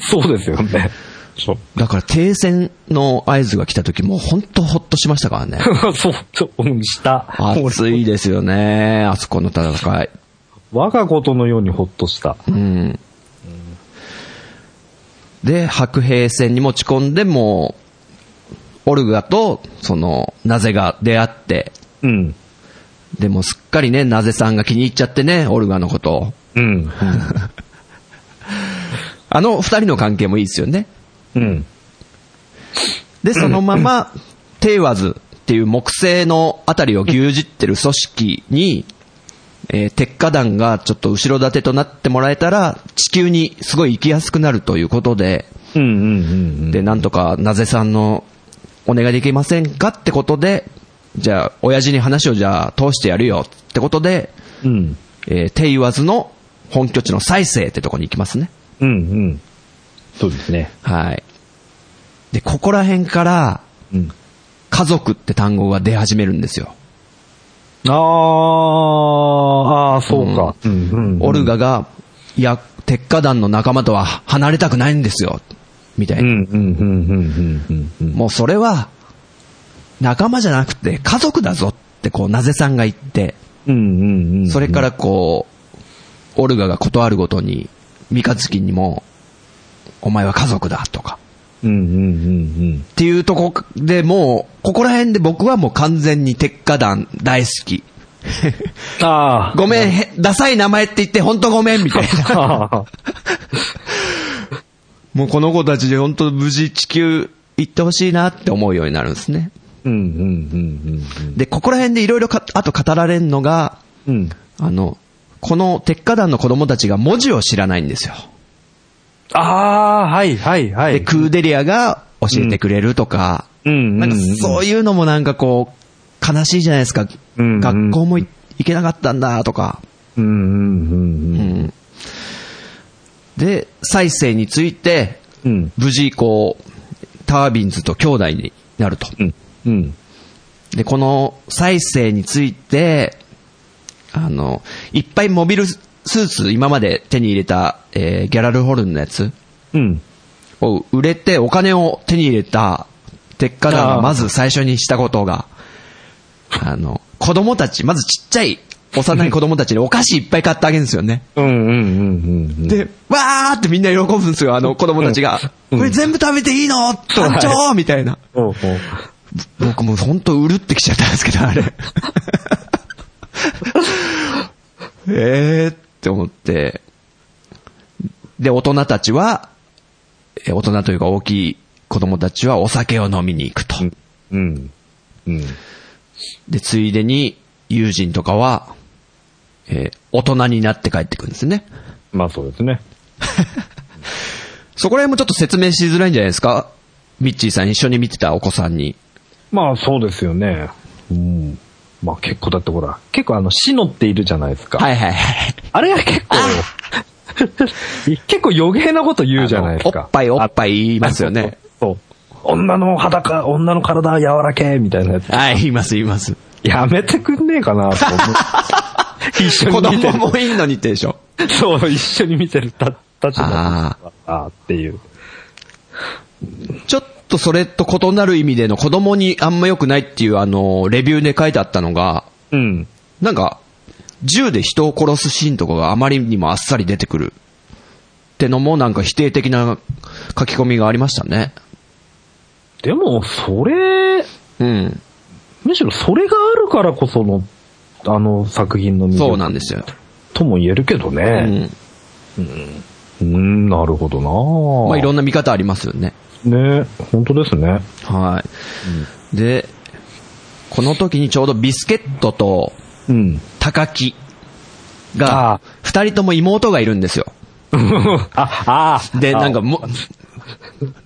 [SPEAKER 1] そうですよね。そう。
[SPEAKER 2] だから停戦の合図が来た時もう本当ほっとしましたからね。
[SPEAKER 1] そう、そう、うん、した。
[SPEAKER 2] 熱いですよね、あそこの戦い。
[SPEAKER 1] 我がことのようにほっとした。
[SPEAKER 2] うん。で、白兵戦に持ち込んで、もう、オルガと、その、ナゼが出会って、
[SPEAKER 1] うん。
[SPEAKER 2] でもすっかりね、ナゼさんが気に入っちゃってね、オルガのことを。
[SPEAKER 1] うん。
[SPEAKER 2] あの二人の関係もいいですよね。
[SPEAKER 1] うん。
[SPEAKER 2] で、そのまま、テイワズっていう木製のあたりを牛耳ってる組織に、えー鉄火団がちょっと後ろ盾となってもらえたら、地球にすごい行きやすくなるということで、
[SPEAKER 1] うんうんうん。
[SPEAKER 2] で、なんとか、なぜさんの、お願いできませんかってことで、じゃあ、親父に話をじゃあ、通してやるよってことで、
[SPEAKER 1] うん。
[SPEAKER 2] えー、テイワズの本拠地の再生ってとこに行きますね。
[SPEAKER 1] うんうん。そうですね。
[SPEAKER 2] はい。で、ここら辺から、
[SPEAKER 1] うん。
[SPEAKER 2] 家族って単語が出始めるんですよ。
[SPEAKER 1] あー、あー、そうか。うんうん。
[SPEAKER 2] オルガが、いや、鉄火団の仲間とは離れたくないんですよ。みたいうな。
[SPEAKER 1] んうんうんうんうんうん。
[SPEAKER 2] もうそれは、仲間じゃなくて家族だぞってこう、なぜさんが言って、
[SPEAKER 1] うんうんうん。
[SPEAKER 2] それからこう、オルガが断るごとに、三日月にも、お前は家族だとか、
[SPEAKER 1] うんうんうん
[SPEAKER 2] っていうとこでもう、ここら辺で僕はもう完全に鉄火団大好 き。
[SPEAKER 1] うん。あー。
[SPEAKER 2] ごめん、へダサい名前って言って本当ごめんみたいな。
[SPEAKER 1] あ
[SPEAKER 2] もうこの子たちで本当無事地球行ってほしいなって思うようになるんですね。
[SPEAKER 1] うんうん
[SPEAKER 2] で、ここら辺でいろいろか、あと語られるのが、
[SPEAKER 1] うんうん。うん。
[SPEAKER 2] あの、この鉄火団の子供たちが文字を知らないんですよ。
[SPEAKER 1] あー、はいはいは
[SPEAKER 2] で、
[SPEAKER 1] い。
[SPEAKER 2] クーデリアが教えてくれるとか、
[SPEAKER 1] うんうん。
[SPEAKER 2] なんかそういうのもなんかこう、悲しいじゃないですか。
[SPEAKER 1] うんうん
[SPEAKER 2] 学校もい行けなかったんだとか。
[SPEAKER 1] うんうんうんうん。
[SPEAKER 2] うんで、再生について、
[SPEAKER 1] うん。
[SPEAKER 2] 無事こう、タービンズと兄弟になると。
[SPEAKER 1] うん。うん。
[SPEAKER 2] で、この再生について、あの、いっぱいモビルススーツ、今まで手に入れた、えーギャラルホルンのやつ
[SPEAKER 1] うん。
[SPEAKER 2] を売れてお金を手に入れた鉄火団がまず最初にしたことが、あの、子供たち、まずちっちゃい、幼い子供たちにお菓子いっぱい買ってあげるんですよね。
[SPEAKER 1] うんうんうんうん。
[SPEAKER 2] で、わーってみんな喜ぶんですよ、あの子供たちが。これ全部食べていいの団長みたいな。
[SPEAKER 1] おうおう
[SPEAKER 2] 僕もうほんとうるってきちゃったんですけど、あれ。えーって思って。で、大人たちは、え大人というか大きい子供たちはお酒を飲みに行くと。
[SPEAKER 1] うん。うん。
[SPEAKER 2] で、ついでに、友人とかは、えー大人になって帰ってくるんですね。
[SPEAKER 1] まあそうですね。
[SPEAKER 2] そこら辺もちょっと説明しづらいんじゃないですかミッチーさん一緒に見てたお子さんに。
[SPEAKER 1] まあそうですよね。うん。まあ結構だってほら、結構あの、シノっているじゃないですか。
[SPEAKER 2] はいはいはい。
[SPEAKER 1] あれが結構、結構余計なこと言うじゃないです
[SPEAKER 2] あのお
[SPEAKER 1] か
[SPEAKER 2] っ。ぱいおっぱい言いますよ ね。
[SPEAKER 1] そう。女の裸、女の体は柔らけ、みたいなやつ。
[SPEAKER 2] はい、言います言います。
[SPEAKER 1] やめてくんねえかな、と思 う一緒
[SPEAKER 2] 子
[SPEAKER 1] に見て
[SPEAKER 2] 供
[SPEAKER 1] る。
[SPEAKER 2] もいいのにってでしょ。
[SPEAKER 1] そう、一緒に見てるた、たちだ
[SPEAKER 2] あ
[SPEAKER 1] あーっていう。
[SPEAKER 2] ちょっとそれと異なる意味での子供にあんま良くないっていうあの、レビューで書いてあったのが、
[SPEAKER 1] うん。
[SPEAKER 2] なんか、銃で人を殺すシーンとかがあまりにもあっさり出てくる。ってのもなんか否定的な書き込みがありましたね。
[SPEAKER 1] でも、それ、
[SPEAKER 2] うん。
[SPEAKER 1] むしろそれがあるからこその、あの作品の魅
[SPEAKER 2] そう
[SPEAKER 1] 力
[SPEAKER 2] なんですよ。
[SPEAKER 1] とも言えるけど
[SPEAKER 2] う
[SPEAKER 1] ね。
[SPEAKER 2] ん。
[SPEAKER 1] うん、なるほどな
[SPEAKER 2] まあいろ
[SPEAKER 1] ん
[SPEAKER 2] んな見方ありますよね。
[SPEAKER 1] ね本当ですね。
[SPEAKER 2] はい。で、この時にちょうどビスケットと
[SPEAKER 1] うん。
[SPEAKER 2] 高木が
[SPEAKER 1] あ、
[SPEAKER 2] 二人とも妹がいるんですよ。
[SPEAKER 1] あ、ああ。
[SPEAKER 2] で、
[SPEAKER 1] あ
[SPEAKER 2] なんか、も、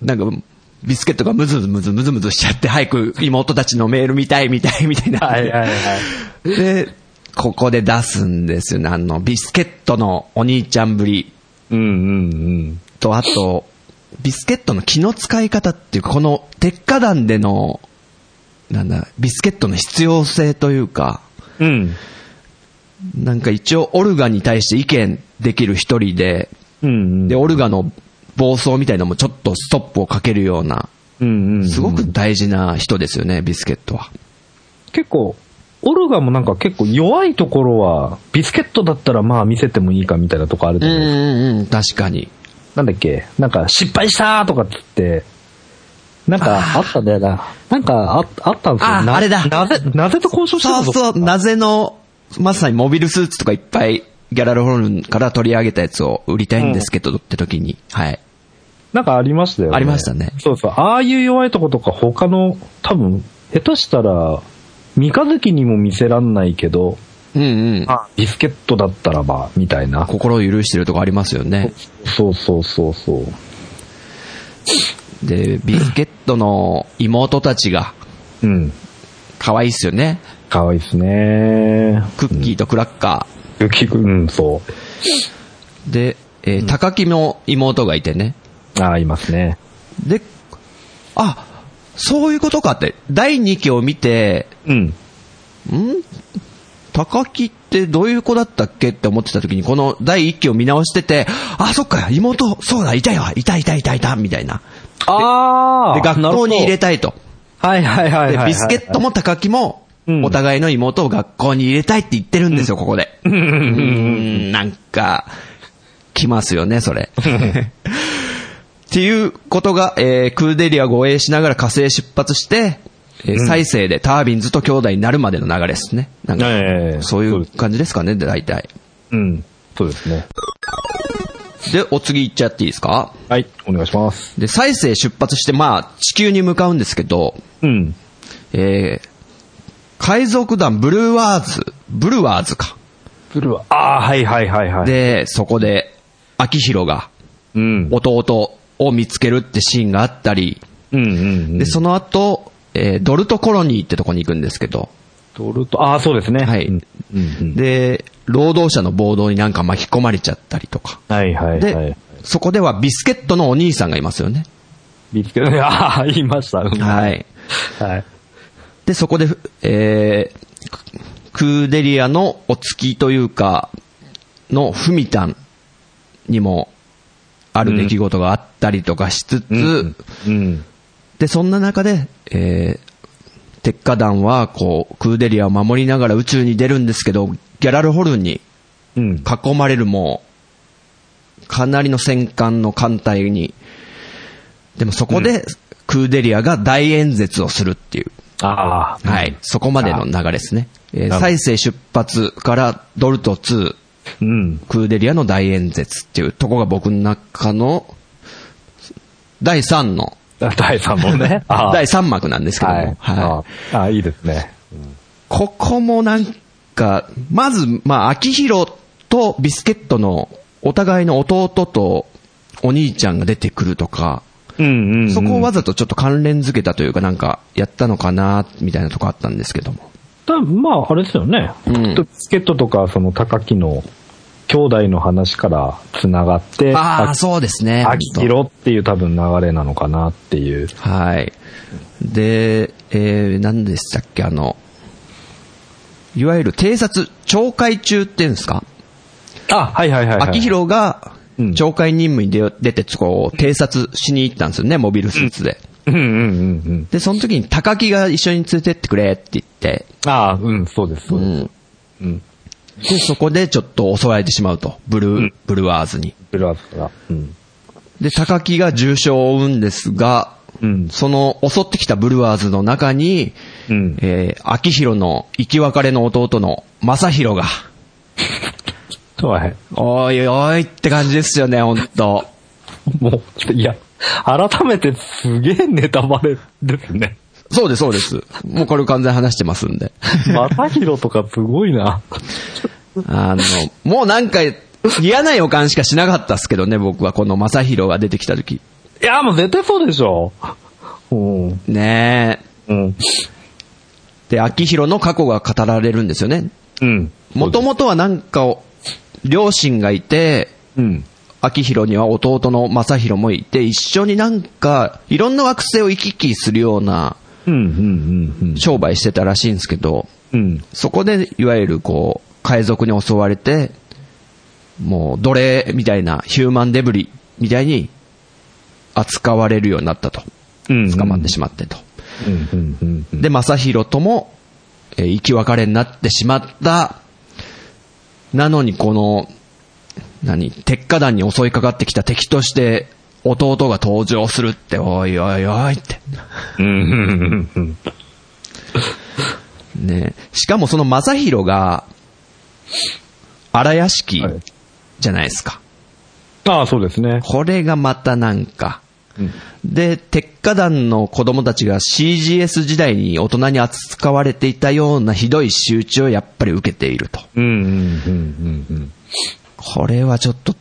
[SPEAKER 2] なんか、ビスケットがムズムズムズムズしちゃって、早く妹たちのメール見たい見たいみたいな。
[SPEAKER 1] はいはいはい。
[SPEAKER 2] で、ここで出すんですよね。あの、ビスケットのお兄ちゃんぶり
[SPEAKER 1] うんうん
[SPEAKER 2] と、あと、ビスケットの気の使い方っていうか、この鉄火団での、なんだ、ビスケットの必要性というか、
[SPEAKER 1] うん。うん。
[SPEAKER 2] なんか一応オルガに対して意見できる一人で、
[SPEAKER 1] うんうん。
[SPEAKER 2] で、オルガの暴走みたいなのもちょっとストップをかけるような、
[SPEAKER 1] うんうん。
[SPEAKER 2] すごく大事な人ですよね、ビスケットは。
[SPEAKER 1] 結構、オルガもなんか結構弱いところは、ビスケットだったらまあ見せてもいいかみたいなとこあるじ
[SPEAKER 2] う
[SPEAKER 1] ゃないですか
[SPEAKER 2] んうん、確かに。
[SPEAKER 1] なんだっけ、なんか失敗したとかっつって、なんかあったんだよな。なんかああったんですよ。
[SPEAKER 2] あ
[SPEAKER 1] な
[SPEAKER 2] あれだ
[SPEAKER 1] なぜ、なぜと交渉して
[SPEAKER 2] そ
[SPEAKER 1] た
[SPEAKER 2] う
[SPEAKER 1] ぞ
[SPEAKER 2] そう、なぜの、まさにモビルスーツとかいっぱい、ギャラルホルンから取り上げたやつを売りたいんですけど、って時に。はい。
[SPEAKER 1] なんかありましたよね。
[SPEAKER 2] ありましたね
[SPEAKER 1] そうそう。ああいう弱いとことか他の、多分、下手したら、三日月にも見せらんないけど、
[SPEAKER 2] うんうん。
[SPEAKER 1] あビスケットだったらば、みたいな。
[SPEAKER 2] 心を許してるとこありますよね。
[SPEAKER 1] そうそうそうそう。
[SPEAKER 2] で、ビスケットの妹たちが、
[SPEAKER 1] うん。
[SPEAKER 2] 可愛いっすよね。
[SPEAKER 1] かわいいっすね。
[SPEAKER 2] クッキーとクラッカ
[SPEAKER 1] ゆきくん、そ
[SPEAKER 2] ー。で、えー高木の妹がいてね。
[SPEAKER 1] う。ああ、いますね。
[SPEAKER 2] で、あ、そういうことかって、第2期を見て、
[SPEAKER 1] うん。
[SPEAKER 2] ん高木ってどういう子だったっけって思ってた時に、この第1期を見直してて、あ、そっか、妹、そうだ、いたよ、いたいたいたいた、みたいな。
[SPEAKER 1] あ
[SPEAKER 2] で、学校に入れたいと。
[SPEAKER 1] はいはいはいはい
[SPEAKER 2] で、
[SPEAKER 1] はい。
[SPEAKER 2] ビスケットも高木も、
[SPEAKER 1] うん
[SPEAKER 2] お互いの妹を学校に入れたいって言ってるんですよ、ここで。うーん、なんか、来ますよね、それ。っていうことが、えークーデリア護衛しながら火星出発して、えー再生でタービンズと兄弟になるまでの流れですね。なんか
[SPEAKER 1] ええ
[SPEAKER 2] そういう感じですかね、大体。
[SPEAKER 1] うん。そうですね。
[SPEAKER 2] で、お次行っちゃっていいですか
[SPEAKER 1] はい、お願いします。
[SPEAKER 2] で、再生出発して、まあ、地球に向かうんですけど、
[SPEAKER 1] うん。
[SPEAKER 2] えー、海賊団ブルーワーズ、ブルワーズか。
[SPEAKER 1] ブルは、ああ、はいはいはいはい。、
[SPEAKER 2] で、そこで、秋広が
[SPEAKER 1] うん。
[SPEAKER 2] 弟を見つけるってシーンがあったり、
[SPEAKER 1] うんうん。
[SPEAKER 2] で、その後、えードルトコロニーってとこに行くんですけど、
[SPEAKER 1] ドルと、ああ、そうですね。
[SPEAKER 2] はい
[SPEAKER 1] うんうん。
[SPEAKER 2] で、労働者の暴動になんか巻き込まれちゃったりとか。
[SPEAKER 1] はいはい
[SPEAKER 2] で、
[SPEAKER 1] はい。
[SPEAKER 2] そこではビスケットのお兄さんがいますよね。
[SPEAKER 1] ビスケット、 ああ、言いました。うん
[SPEAKER 2] はい。
[SPEAKER 1] はい。
[SPEAKER 2] で、そこで、えーククーデリアのお付きというか、のふみたんにもある出来事があったりとかしつつ、
[SPEAKER 1] うん。
[SPEAKER 2] で、そんな中で、えー、鉄火団は、こう、クーデリアを守りながら宇宙に出るんですけど、ギャラルホルンに
[SPEAKER 1] うん。
[SPEAKER 2] 囲まれるもう、かなりの戦艦の艦隊に、でもそこで、クーデリアが大演説をするっていう、
[SPEAKER 1] ああ。
[SPEAKER 2] はい、そこまでの流れですね。え
[SPEAKER 1] なるほど
[SPEAKER 2] ー、再生出発からドルト2、
[SPEAKER 1] うん。
[SPEAKER 2] クーデリアの大演説っていうとこが僕の中の、第3の、
[SPEAKER 1] 第3問 ね。ああ
[SPEAKER 2] 第3幕なんですけども、
[SPEAKER 1] はい。
[SPEAKER 2] はい
[SPEAKER 1] ああああ、いいですね。
[SPEAKER 2] ここもなんか、まず、まあ、秋広とビスケットのお互いの弟とお兄ちゃんが出てくるとか、
[SPEAKER 1] うんうん、
[SPEAKER 2] そこをわざとちょっと関連付けたというかなんかやったのかな、みたいなとこあったんですけども。
[SPEAKER 1] 多分まあ、あれですよね。
[SPEAKER 2] うん
[SPEAKER 1] ビスケットとか、その高木の兄弟の話から繋がって、
[SPEAKER 2] ああ、そうですね。
[SPEAKER 1] 秋広っていう多分流れなのかなっていう。
[SPEAKER 2] はい。で、えー、何でしたっけ、あの、いわゆる偵察、懲戒中っていうんですか
[SPEAKER 1] あ、はいはいはい、はい。
[SPEAKER 2] 秋広が、
[SPEAKER 1] うん
[SPEAKER 2] 懲戒任務に出出て、こう、偵察しに行ったんですよね、モビルスーツで。
[SPEAKER 1] うんうんうんうん。
[SPEAKER 2] で、その時に高木が一緒に連れてってくれって言って、
[SPEAKER 1] ああ、うん、そうです、そうです。うん。
[SPEAKER 2] で、そこでちょっと襲われてしまうと。ブルー、
[SPEAKER 1] うん
[SPEAKER 2] ブルワーズに。
[SPEAKER 1] ブルワーズから。うん。
[SPEAKER 2] で、高木が重傷を負うんですが、
[SPEAKER 1] うん
[SPEAKER 2] その襲ってきたブルワーズの中に、
[SPEAKER 1] うん
[SPEAKER 2] えー、秋広の生き別れの弟の正広が、
[SPEAKER 1] とは、はい。
[SPEAKER 2] おいおいって感じですよね、ほんと。
[SPEAKER 1] もう、いや、改めてすげえネタバレですね。
[SPEAKER 2] そうです、そうです。もうこれ完全に話してますんで。
[SPEAKER 1] またひろとかすごいな。
[SPEAKER 2] あの、もうなんか嫌な予感しかしなかったっすけどね、僕はこの正広が出てきた時。
[SPEAKER 1] いや、もう絶対そうでしょ。うん。
[SPEAKER 2] ね
[SPEAKER 1] う
[SPEAKER 2] え。
[SPEAKER 1] ん。
[SPEAKER 2] で、秋広の過去が語られるんですよね。
[SPEAKER 1] うん。
[SPEAKER 2] もともとはなんかを、両親がいて、
[SPEAKER 1] うん。
[SPEAKER 2] 秋広には弟の正広もいて、一緒になんか、いろんな惑星を行き来するような
[SPEAKER 1] うん、うん、うん、
[SPEAKER 2] 商売してたらしいんですけど、
[SPEAKER 1] うん。うん。
[SPEAKER 2] そこで、いわゆるこう、海賊に襲われて、もう奴隷みたいな、ヒューマンデブリみたいに扱われるようになったと。
[SPEAKER 1] うん
[SPEAKER 2] 捕まってしまってと。
[SPEAKER 1] うん、うん、うん。
[SPEAKER 2] で、正宏とも、えー生き別れになってしまった。なのに、この、何、鉄火団に襲いかかってきた敵として、弟が登場するって、おいおいおいって。
[SPEAKER 1] うん、うん、うん。
[SPEAKER 2] ねしかもその正宏が、荒屋敷
[SPEAKER 1] はい
[SPEAKER 2] じゃないですか。
[SPEAKER 1] ああ、そうですね。
[SPEAKER 2] これがまたなんか。で、鉄火団の子供たちが CGS 時代に大人に扱われていたようなひどい仕打ちをやっぱり受けていると。
[SPEAKER 1] うん、うん、うん、うん、
[SPEAKER 2] これはちょっと、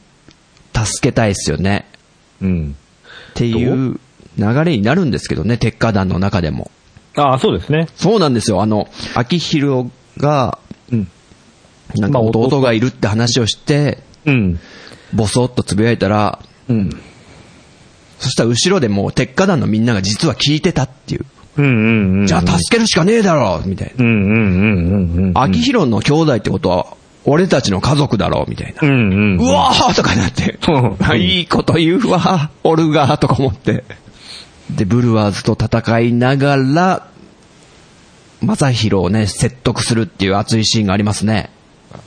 [SPEAKER 2] 助けたいですよね。
[SPEAKER 1] うん。うん。
[SPEAKER 2] っていう流れになるんですけどね、鉄火団の中でも。
[SPEAKER 1] ああ、そうですね。
[SPEAKER 2] そうなんですよ、あの、秋広が、
[SPEAKER 1] うん。
[SPEAKER 2] なんか
[SPEAKER 1] まあ弟
[SPEAKER 2] 弟がいるって話をして、
[SPEAKER 1] うん。
[SPEAKER 2] ボソッとつぶやいたら、
[SPEAKER 1] うん。
[SPEAKER 2] そしたら後ろでもう鉄火団のみんなが実は聞いてたっていう。
[SPEAKER 1] うん、うん、うん。
[SPEAKER 2] じゃあ助けるしかねえだろみたいな。
[SPEAKER 1] うん、うん、うん、うん。
[SPEAKER 2] 秋広の兄弟ってことは、俺たちの家族だろうみたいな
[SPEAKER 1] う。ん、うん。
[SPEAKER 2] うわーとかなって
[SPEAKER 1] う。ん
[SPEAKER 2] いいこと言うわー、オルガーとか思って。で、ブルワーズと戦いながら、正宏をね、説得するっていう熱いシーンがありますね。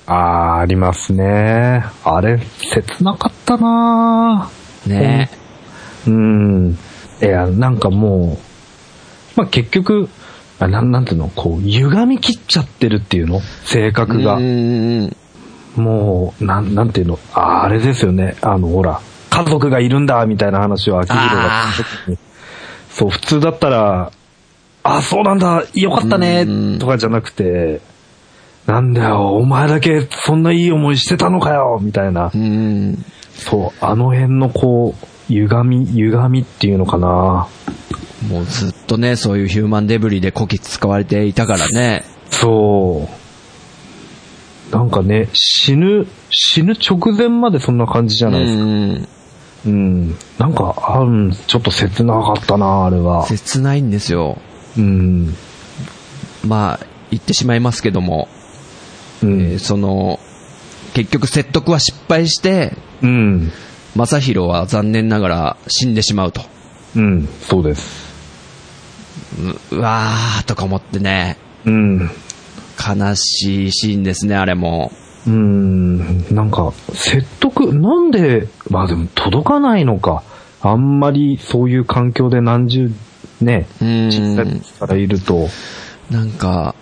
[SPEAKER 1] あー、ありますね。あれ、切なかったな
[SPEAKER 2] ね
[SPEAKER 1] ーうん。いや、なんかもう、まあ、結局、あなん、なんていうの、こう、歪み切っちゃってるっていうの性格が
[SPEAKER 2] う。ーん。
[SPEAKER 1] もう、なん、なんていうの、あーあれですよね。あの、ほら、家族がいるんだ、みたいな話を秋広が
[SPEAKER 2] あー
[SPEAKER 1] した時に。そう、普通だったら、あー、そうなんだ、よかった
[SPEAKER 2] うん
[SPEAKER 1] ね、とかじゃなくて、なんだよ、お前だけそんないい思いしてたのかよ、みたいな
[SPEAKER 2] う。ーん。
[SPEAKER 1] そう、あの辺のこう、歪み、歪みっていうのかな。
[SPEAKER 2] もうずっとね、そういうヒューマンデブリでこき使われていたからね。
[SPEAKER 1] そう。なんかね、死ぬ、死ぬ直前までそんな感じじゃ
[SPEAKER 2] う
[SPEAKER 1] ないですか。
[SPEAKER 2] ーん。
[SPEAKER 1] うん。なんか、あうん、ちょっと切なかったな、あれは。
[SPEAKER 2] 切ないんですよ。
[SPEAKER 1] うん。
[SPEAKER 2] まあ、言ってしまいますけども、
[SPEAKER 1] う
[SPEAKER 2] えー
[SPEAKER 1] ん。
[SPEAKER 2] その、結局説得は失敗して、
[SPEAKER 1] うん。
[SPEAKER 2] 正宏は残念ながら死んでしまうと。
[SPEAKER 1] うん。そうです。
[SPEAKER 2] うわーとか思ってね、
[SPEAKER 1] うん。
[SPEAKER 2] 悲しいシーンですね、あれも。
[SPEAKER 1] うーん、なんか、説得、なんで、まあでも届かないのか。あんまりそういう環境で何十、ね、
[SPEAKER 2] う
[SPEAKER 1] 小さ
[SPEAKER 2] ー
[SPEAKER 1] い
[SPEAKER 2] ん。
[SPEAKER 1] 時からいると、
[SPEAKER 2] なんか、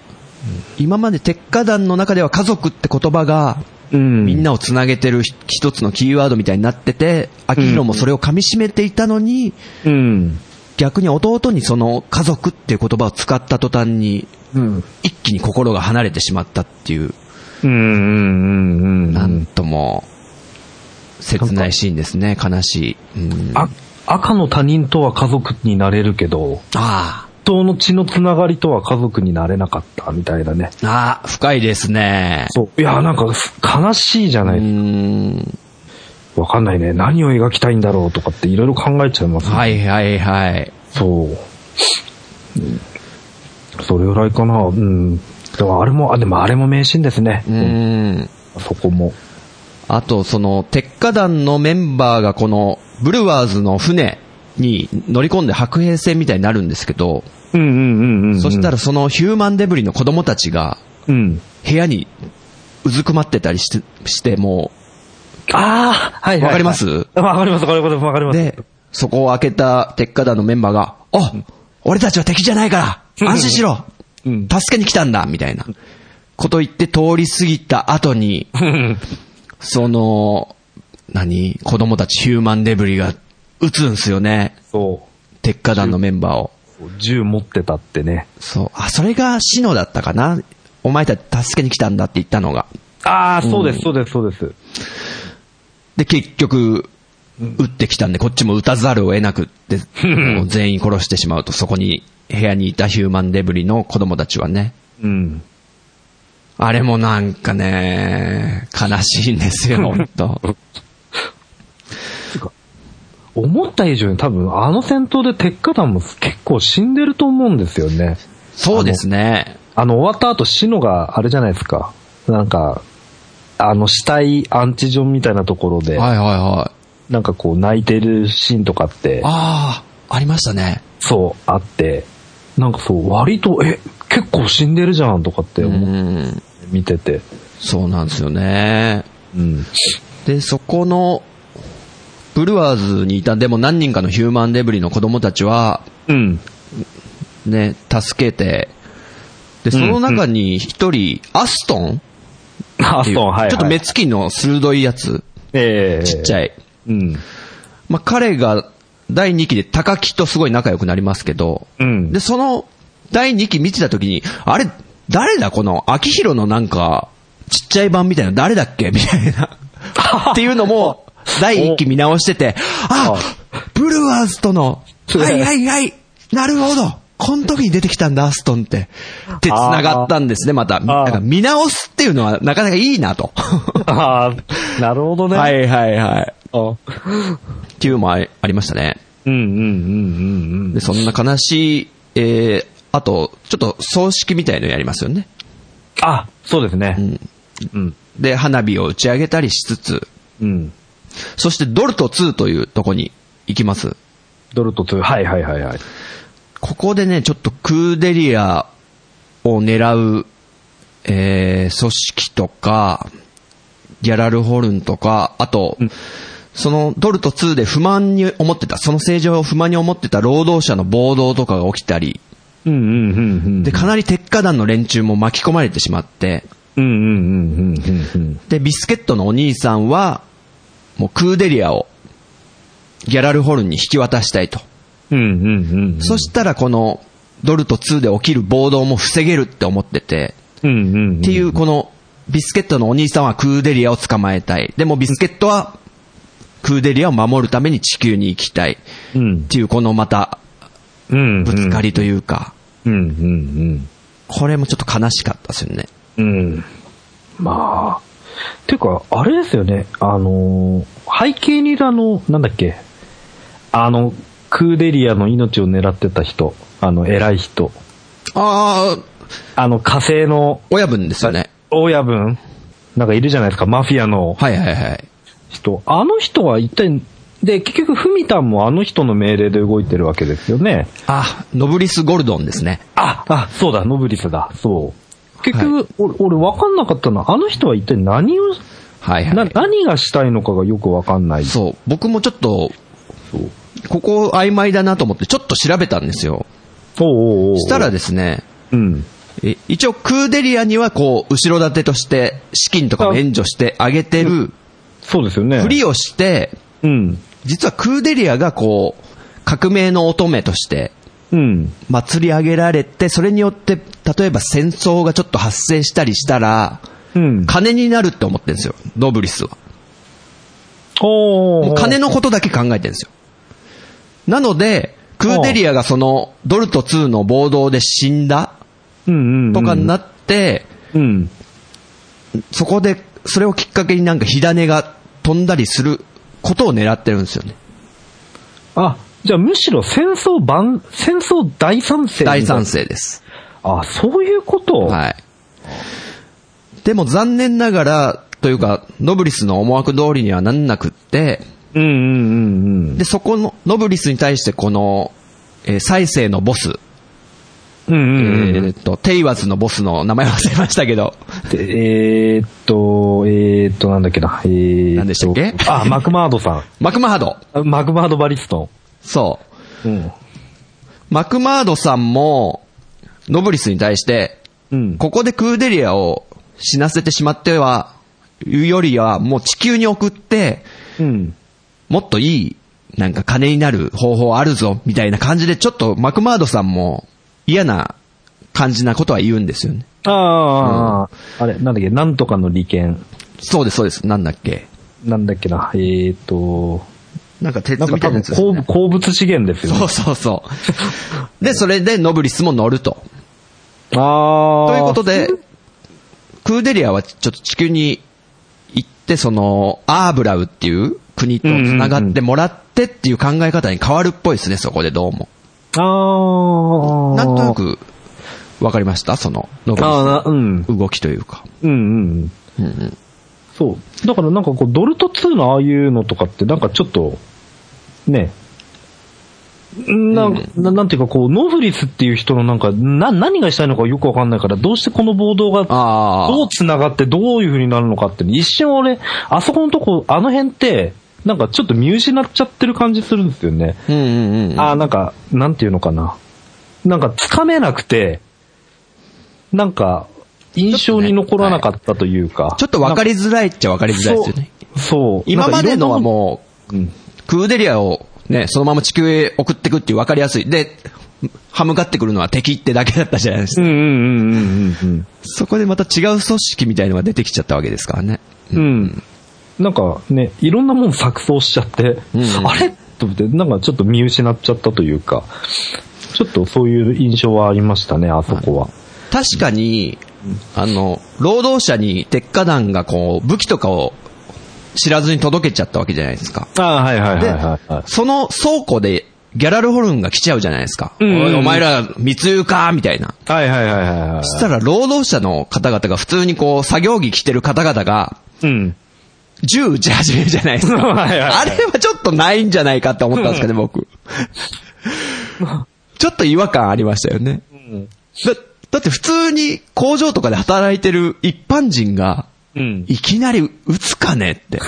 [SPEAKER 2] 今まで鉄火団の中では家族って言葉が、
[SPEAKER 1] うん。
[SPEAKER 2] みん、なをつなげてるひ一つのキーワードみたいになってて、秋広もそれを噛み締めていたのに、
[SPEAKER 1] うん。
[SPEAKER 2] 逆に弟にその家族っていう言葉を使った途端に、
[SPEAKER 1] うん。
[SPEAKER 2] 一気に心が離れてしまったっていう、
[SPEAKER 1] うん、うん、うん、うん。
[SPEAKER 2] なんとも、切ないシーンですね、悲しい。うん、
[SPEAKER 1] あ、赤の他人とは家族になれるけど、
[SPEAKER 2] あ
[SPEAKER 1] 人の血のつながりとは家族になれなかった、みたいなね。
[SPEAKER 2] あ、ああ、深いですね。
[SPEAKER 1] そう。いや、なんか、悲しいじゃな
[SPEAKER 2] うー
[SPEAKER 1] い。
[SPEAKER 2] ん。
[SPEAKER 1] わかんないね。何を描きたいんだろうとかっていろいろ考えちゃいますね。
[SPEAKER 2] はいはいはい。
[SPEAKER 1] そう。うんそれぐらいかな。うん。でもあれも、あ、でもあれも名シーンですね。
[SPEAKER 2] うーん。
[SPEAKER 1] そこも。
[SPEAKER 2] あと、その、鉄火団のメンバーがこの、ブルワーズの船に乗り込んで白兵船みたいになるんですけど、
[SPEAKER 1] うんうんうんうん。
[SPEAKER 2] そしたら、そのヒューマンデブリの子供たちが
[SPEAKER 1] うん。
[SPEAKER 2] 部屋にうずくまってたりして、しても
[SPEAKER 1] ああはいはいは
[SPEAKER 2] う、
[SPEAKER 1] い
[SPEAKER 2] わかります、
[SPEAKER 1] わかります、わかります、わかります。
[SPEAKER 2] で、そこを開けた鉄火団のメンバーが、あ俺たちは敵じゃないから安心しろ
[SPEAKER 1] うん
[SPEAKER 2] 助けに来たんだみたいなこと言って通り過ぎた後に、その、何子供たちヒューマンデブリが撃つんすよね。
[SPEAKER 1] そ
[SPEAKER 2] 鉄火団のメンバーを。
[SPEAKER 1] う。銃持ってたってね。
[SPEAKER 2] そう。あ、それがシノだったかなお前たち助けに来たんだって言ったのが。
[SPEAKER 1] ああ、そうです、そうです、そうです。
[SPEAKER 2] で、結局、撃ってきたんで、こっちも撃たざるを得なく って、もう全員殺してしまうと、そこに、部屋にいたヒューマンデブリの子供たちはね。
[SPEAKER 1] うん。
[SPEAKER 2] あれもなんかね、悲しいんですよ、ほん と。
[SPEAKER 1] 思った以上に多分あの戦闘で鉄火団も結構死んでると思うんですよね。
[SPEAKER 2] そうですね。
[SPEAKER 1] あの、終わった後、シノが、あれじゃないですか。なんか、あの、死体アンチジョンみたいなところで、
[SPEAKER 2] はいはいはい。
[SPEAKER 1] なんかこう、泣いてるシーンとかって、
[SPEAKER 2] ああ、ありましたね。
[SPEAKER 1] そう、あって、なんかそう、割と、え、結構死んでるじゃんとかって
[SPEAKER 2] う
[SPEAKER 1] 思って
[SPEAKER 2] ん。
[SPEAKER 1] 見てて。
[SPEAKER 2] そうなんですよね。
[SPEAKER 1] うん。
[SPEAKER 2] で、そこの、ブルワーズにいた、でも何人かのヒューマンデブリの子供たちは、
[SPEAKER 1] うん。
[SPEAKER 2] ね、助けて、で、その中に一人、アストン
[SPEAKER 1] あ、
[SPEAKER 2] って
[SPEAKER 1] そう
[SPEAKER 2] い、う
[SPEAKER 1] はい、はい。
[SPEAKER 2] ちょっと目つきの鋭いやつ、
[SPEAKER 1] ええ
[SPEAKER 2] ちっち
[SPEAKER 1] い。
[SPEAKER 2] ゃい。
[SPEAKER 1] うん。
[SPEAKER 2] まあ、彼が第2期で高木とすごい仲良くなりますけど、
[SPEAKER 1] うん
[SPEAKER 2] で、その第2期見てた時に、あれ、誰だこの、秋広のなんか、ちっちゃい版みたいな、誰だっけみたいな。っていうのも、第1期見直してて、あブルワーズとの、はいはいはい、なるほど。この時に出てきたんだ、アストンって。って繋がったんですね、また。なんか見直すっていうのはなかなかいい なと。
[SPEAKER 1] ああ、なるほどね。。
[SPEAKER 2] はいいはい はい。
[SPEAKER 1] あ
[SPEAKER 2] っていうのもありありましたね。
[SPEAKER 1] うんうんうんうんうん
[SPEAKER 2] で、。そんな悲しい、えー、あと、ちょっと葬式みたいのやりますよね。
[SPEAKER 1] あ、そうですね。うん。
[SPEAKER 2] で、花火を打ち上げたりしつつ、
[SPEAKER 1] うん。
[SPEAKER 2] そしてドルト2というとこに行きます。
[SPEAKER 1] ドルト2。はいはいはいはい。
[SPEAKER 2] ここでね、ちょっとクーデリアを狙う、えー、組織とか、ギャラルホルンとか、あと、そのドルト2で不満に思ってた、その政治を不満に思ってた労働者の暴動とかが起きたり、
[SPEAKER 1] うんうんうんうん。
[SPEAKER 2] で、かなり鉄火団の連中も巻き込まれてしまって、
[SPEAKER 1] うんうんうんうんうんうん。
[SPEAKER 2] で、ビスケットのお兄さんは、もうクーデリアを、ギャラルホルンに引き渡したいと。
[SPEAKER 1] うんうんうん。
[SPEAKER 2] そしたらこの、ドルト2で起きる暴動も防げるって思ってて、
[SPEAKER 1] うんうんうん。
[SPEAKER 2] っていうこの、ビスケットのお兄さんはクーデリアを捕まえたい。でもビスケットは、クーデリアを守るために地球に行きたい。
[SPEAKER 1] う
[SPEAKER 2] っ
[SPEAKER 1] ん。
[SPEAKER 2] ていうこのまた、
[SPEAKER 1] うん。
[SPEAKER 2] ぶつか。りというか、
[SPEAKER 1] うんうん
[SPEAKER 2] これもちょっと悲しかったですよね。
[SPEAKER 1] うん。うん。まあ。ていうか、あれですよね。あのー、背景にいるあの、なんだっけ。あの、クーデリアの命を狙ってた人。あの、偉い人。
[SPEAKER 2] ああ、
[SPEAKER 1] あの、火星の
[SPEAKER 2] 親分ですよね。
[SPEAKER 1] 親分。なんかいるじゃないですか、マフィアの
[SPEAKER 2] はいはいはい。
[SPEAKER 1] 人。あの人は一体、で、結局、フミタンもあの人の命令で動いてるわけですよね。
[SPEAKER 2] あ、ノブリス・ゴルドンですね。
[SPEAKER 1] あ、あ、そうだ、ノブリスだ、そう。結局、俺、俺分かんなかったのは、あの人は一体何を、
[SPEAKER 2] はいは。
[SPEAKER 1] ない何がしたいのかがよく分かんない。
[SPEAKER 2] そう、僕もちょっと、
[SPEAKER 1] そう
[SPEAKER 2] ここ曖昧だなと思ってちょっと調べたんですよ。
[SPEAKER 1] おうおうおう
[SPEAKER 2] したら、ですね、
[SPEAKER 1] うん。
[SPEAKER 2] え一応クーデリアにはこう、後ろ盾として資金とかも援助してあげてる
[SPEAKER 1] そうですよね。
[SPEAKER 2] ふりをして、
[SPEAKER 1] うん。
[SPEAKER 2] 実はクーデリアがこう、革命の乙女として
[SPEAKER 1] うん。
[SPEAKER 2] 祭り上げられて、それによって、例えば戦争がちょっと発生したりしたら、
[SPEAKER 1] うん。
[SPEAKER 2] 金になるって思ってるんですよ、ノブリスは。
[SPEAKER 1] おー
[SPEAKER 2] もう金のことだけ考えてるんですよ。なので、クーデリアがその、ドルト2の暴動で死んだ
[SPEAKER 1] うんうんうん
[SPEAKER 2] とかになって、
[SPEAKER 1] うん。
[SPEAKER 2] そこで、それをきっかけになんか火種が飛んだりすることを狙ってるんですよね。
[SPEAKER 1] あ、じゃあむしろ戦争番、戦争大賛成。
[SPEAKER 2] 大賛。成です。
[SPEAKER 1] あ、そういうこと。
[SPEAKER 2] はい。でも残念ながら、というか、ノブリスの思惑通りにはなんなくって、
[SPEAKER 1] うんうんうん
[SPEAKER 2] で、そこの、ノブリスに対してこの、えー再生のボス、
[SPEAKER 1] うん。うんう
[SPEAKER 2] え
[SPEAKER 1] んうん
[SPEAKER 2] ーっと、テイワスのボスの名前忘れましたけど、
[SPEAKER 1] でえーっと、えーっと、なんだっけな。えーっと。
[SPEAKER 2] 何でしたっけ
[SPEAKER 1] あ、マクマードさ
[SPEAKER 2] マクマハド。
[SPEAKER 1] ん。マクマード・バリスト
[SPEAKER 2] そう。
[SPEAKER 1] ン。うん。
[SPEAKER 2] マクマードさんも、ノブリスに対して、
[SPEAKER 1] うん。
[SPEAKER 2] ここでクーデリアを死なせてしまっては、いうよりは、もう地球に送って、
[SPEAKER 1] うん。
[SPEAKER 2] もっといい、なんか金になる方法あるぞ、みたいな感じで、ちょっとマクマードさんも嫌な感じなことは言うんですよね。
[SPEAKER 1] ああ、あれ、なんだっけ、なんとかの利権。
[SPEAKER 2] そうです、そうです。なんだっけ。
[SPEAKER 1] なんだっけな。えーっと、
[SPEAKER 2] なんか鉄
[SPEAKER 1] なんか
[SPEAKER 2] み
[SPEAKER 1] 多
[SPEAKER 2] たいな
[SPEAKER 1] 分、
[SPEAKER 2] やつですね、
[SPEAKER 1] 鉱鉱物資源ですよね。
[SPEAKER 2] そうそう そう。で、それでノブリスも乗ると。
[SPEAKER 1] ああ。
[SPEAKER 2] ということで、クーデリアはちょっと地球に行って、その、アーブラウっていう国と繋がってもらってっていう考え方に変わるっぽいですね、そこでどうも。
[SPEAKER 1] ああ。
[SPEAKER 2] なんとな。く、わかりましたその、ノブリス
[SPEAKER 1] あ
[SPEAKER 2] の
[SPEAKER 1] あ、うん。
[SPEAKER 2] 動きというか。
[SPEAKER 1] うんうん。
[SPEAKER 2] うんうん
[SPEAKER 1] そう。だからなんかこう、ドルト2のああいうのとかって、なんかちょっと、ね。なんななんていうかこう、ノーフリスっていう人のなんか、な、何がしたいのかよくわかんないから、どうしてこの暴動が、
[SPEAKER 2] あ
[SPEAKER 1] どう
[SPEAKER 2] あ。
[SPEAKER 1] 繋がってどういう風になるのかって、一瞬俺、あそこのとこ、あの辺って、なんかちょっと見失っちゃってる感じするんですよね。
[SPEAKER 2] うんうんうん。
[SPEAKER 1] あーなんか、なんていうのかな。なんか、つかめなくて、なんか、印象に残らなかったというか。
[SPEAKER 2] ちょっとわかりづらいっちゃわかりづらいですよね。
[SPEAKER 1] そう。そう
[SPEAKER 2] 今までのは
[SPEAKER 1] う、
[SPEAKER 2] も
[SPEAKER 1] うん、
[SPEAKER 2] う、クーデリアをね、そのまま地球へ送ってくっていうわかりやすい。で、歯向かってくるのは敵ってだけだったじゃないですか
[SPEAKER 1] うんうんうんうんうん
[SPEAKER 2] そこでまた違う組織みたいのが出てきちゃったわけですからね。
[SPEAKER 1] うん。うん。なんかね、いろんなもん錯綜しちゃって、
[SPEAKER 2] うんうん
[SPEAKER 1] あれと思って、なんかちょっと見失っちゃったというか、ちょっとそういう印象はありましたね、あそこは。
[SPEAKER 2] 確かに、あの、労働者に鉄火団がこう、武器とかを知らずに届けちゃったわけじゃないですか。
[SPEAKER 1] ああ、はいはい
[SPEAKER 2] で、
[SPEAKER 1] はい、はい。
[SPEAKER 2] その倉庫でギャラルホルンが来ちゃうじゃないですか。
[SPEAKER 1] うんうんうん
[SPEAKER 2] おいお前ら密輸かみたいな。
[SPEAKER 1] はいはいはいはいはい。
[SPEAKER 2] そしたら労働者の方々が普通にこう、作業着着てる方々が、
[SPEAKER 1] うん。
[SPEAKER 2] 銃撃ち始めるじゃないですか。
[SPEAKER 1] はいはいはい
[SPEAKER 2] あれはちょっとないんじゃないかって思ったんですか ね、僕。ちょっと違和感ありましたよね。だ、だって普通に工場とかで働いてる一般人が、
[SPEAKER 1] うん。
[SPEAKER 2] いきなり撃つかねって、